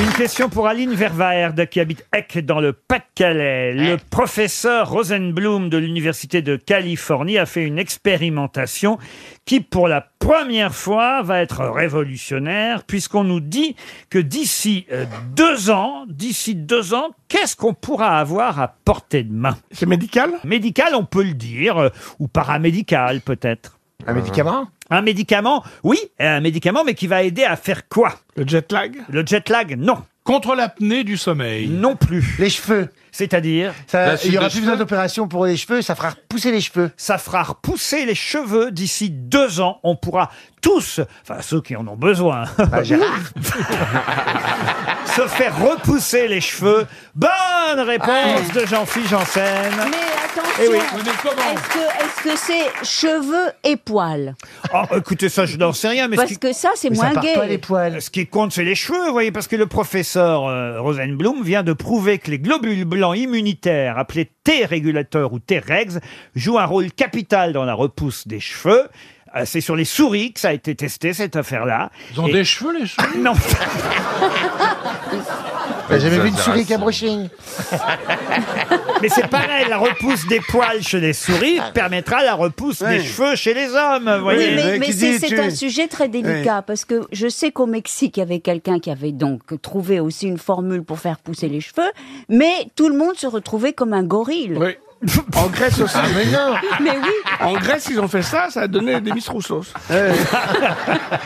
Une question pour Aline Verwaerd qui habite Eck dans le Pas-de-Calais. Le professeur Rosenblum de l'Université de Californie a fait une expérimentation qui, pour la première fois, va être révolutionnaire puisqu'on nous dit que d'ici euh, deux ans, d'ici deux ans, qu'est-ce qu'on pourra avoir à portée de main C'est médical Médical, on peut le dire, euh, ou paramédical peut-être. Un médicament Un médicament, oui, un médicament, mais qui va aider à faire quoi Le jet lag Le jet lag, non. Contre l'apnée du sommeil Non plus. Les cheveux C'est-à-dire
Bah,
Ça- euh, il y aura plus besoin
d'opération pour les cheveux, ça fera repousser les cheveux. Ça fera repousser les cheveux d'ici deux ans. On pourra tous, enfin ceux qui en ont besoin, <laughs>
Bah,
se faire repousser les cheveux. Bonne réponse de Jean-Philippe Janssen.
Mais attention,
Eh oui.
est-ce que- est-ce que c'est cheveux et poils
Oh, écoutez, ça, je n'en sais rien. Mais ce
Parce
qui-
que ça, c'est Mais ça moins part gay. pas, les
Ce qui compte, c'est les cheveux, vous voyez, parce que le professeur euh, Rosenblum vient de prouver que les globules blancs immunitaires, appelés T-régulateurs ou T-regs, jouent un rôle capital dans la repousse des cheveux. Euh, C'est sur les souris que ça a été testé, cette affaire-là. Ils ont des cheveux, les souris <laughs> Non.
J'ai jamais vu une souris qui a brushing.
<laughs> Mais c'est pareil, la repousse des poils chez les souris permettra la repousse des cheveux chez les hommes, vous voyez.
Ah. Oui, mais, mais c'est c'est un sujet très délicat parce que je sais qu'au Mexique, il y avait quelqu'un qui avait donc trouvé aussi une formule pour faire pousser les cheveux, mais tout le monde se retrouvait comme un gorille. <laughs>
En Grèce aussi.
Ah, mais
<laughs>
non. Mais oui.
En Grèce, ils ont fait ça, ça a donné des Miss Roussos.
<laughs> Eh.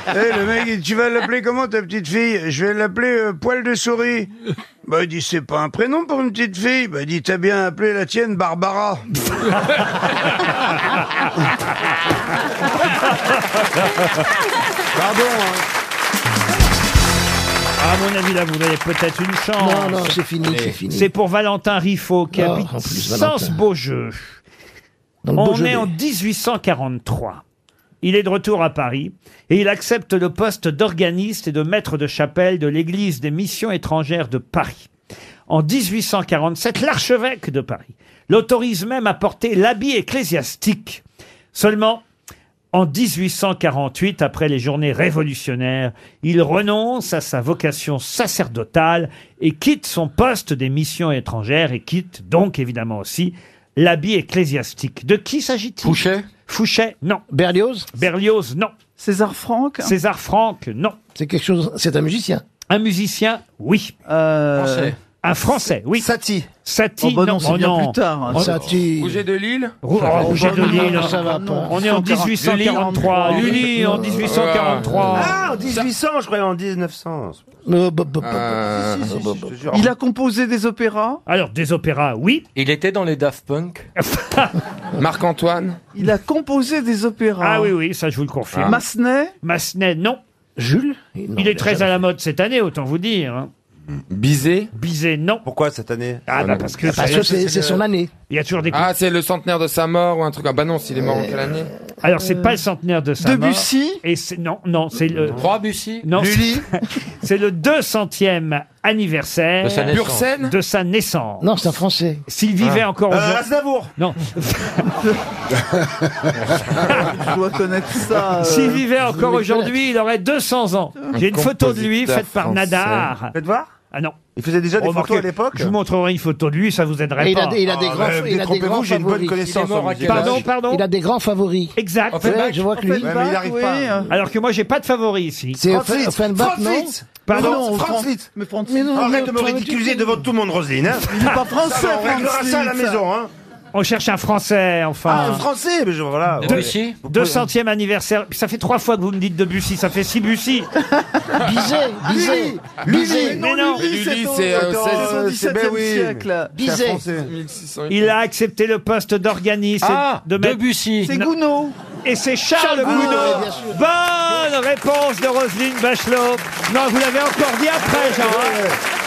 le mec, il dit, tu vas l'appeler comment ta petite fille Je vais l'appeler euh, poil de souris. Bah, il dit, c'est pas un prénom pour une petite fille. Bah, il dit, t'as bien appelé la tienne Barbara.
Pardon.
hein.
À mon avis, là, vous avez peut-être une
Non,
chance.
non, c'est fini,
Oui.
c'est fini.
C'est pour Valentin Riffaut qui
Oh, en
habite
plus,
Sens
Valentin.
Beaujeu.
Dans le
On
Beaujolais.
est en 1843. Il est de retour à Paris et il accepte le poste d'organiste et de maître de chapelle de l'église des missions étrangères de Paris. En 1847, l'archevêque de Paris l'autorise même à porter l'habit ecclésiastique. Seulement, en 1848, après les journées révolutionnaires, il renonce à sa vocation sacerdotale et quitte son poste des missions étrangères et quitte donc évidemment aussi l'habit ecclésiastique. De qui s'agit-il Fouché Fouché, non. Berlioz Berlioz, non. César Franck César Franck, non. C'est quelque chose. C'est un musicien Un musicien, oui.
Français.
Un français, oui. Satie. Satie,
Euh, Oh bah non,
non,
c'est
oh
bien
non.
plus tard.
Oh,
Satie.
Rouget de Lille
Rou-
Ça va.
oh, Rouget de
Non,
Lille,
ça va pas.
On est en 1843. Lully en 1843.
Ah,
en 1800, je croyais en 1900.
Bah,
Il a composé des opéras
Alors, des opéras, oui.
Il était dans les
<laughs>
Daft Punk Marc-Antoine Il a composé des opéras.
Ah oui, oui, ça je vous le confirme.
Ah. Massenet
Massenet, non. Jules Il est très à la mode cette année, autant vous dire. hein.
Bizet
Bizet, non.
Pourquoi cette année
Ah, bah, parce que Parce c'est- que c'est- c'est son année. Il y a toujours des-
Ah, c'est le centenaire de sa mort ou un truc. Ah, bah non, s'il est mort en quelle année
Alors,
Euh,
c'est pas le centenaire de sa mort.
Debussy
Et c'est- Non, non, c'est le...
Trois Bussy
Non, c'est- <laughs> c'est le 200e anniversaire
De sa naissance. Bursen
de sa naissance.
Non, c'est un français.
S'il vivait
Ah.
encore
Euh,
aujourd'hui.
Aznavour
<laughs>
Non.
Je dois connaître ça.
<laughs>
euh,
S'il vivait
je
encore
vais
aujourd'hui, il aurait 200 ans.
Un
J'ai une photo de lui
compositeur
faite par
français.
Nadar.
Faites voir.
Ah non.
Il faisait déjà des photos à l'époque
Je vous montrerai une photo de lui, ça vous aiderait
Et il
pas.
a des- il a des
bah,
Ah, grands- euh, il a des détrompez-vous, grands j'ai une bonne favoris. connaissance en musique.
Pardon, pardon.
Il a des
grands favoris. Exact. hein.
Offenbach. Je vois que lui- Ouais, mais il arrive pas. Offenbach, oui. hein.
Alors que moi, j'ai pas de favoris ici.
C'est Offenbach, Offenbach, non
Pardon.
Non,
Franz
Franz-
Liszt.
Mais Franz-
Arrête de me
mais-
ridiculiser devant tout le monde, Roselyne. hein.
Il est pas français,
Ça va, On réglera
Franz
ça à la
Liszt.
maison. hein.
On cherche un Français, enfin.
Ah, un français, mais je, voilà.
Deux-
ouais.
200e anniversaire. Ça fait trois fois que vous me dites Debussy, ça fait six
<laughs>
Bussy.
Bizet, Bizet, Bizet.
Mais non.
Lully,
euh,
c'est ben au 16e
ben
siècle. Bizet.
Il a accepté le poste d'organiste. et
Ah,
de maître-
Debussy. C'est
Non.
Gounod.
Et c'est Charles
Charles Gounod,
Gounod.
ouais, bien sûr.
Bonne réponse de Roselyne Bachelot. Non, vous l'avez encore dit après, Jean. hein.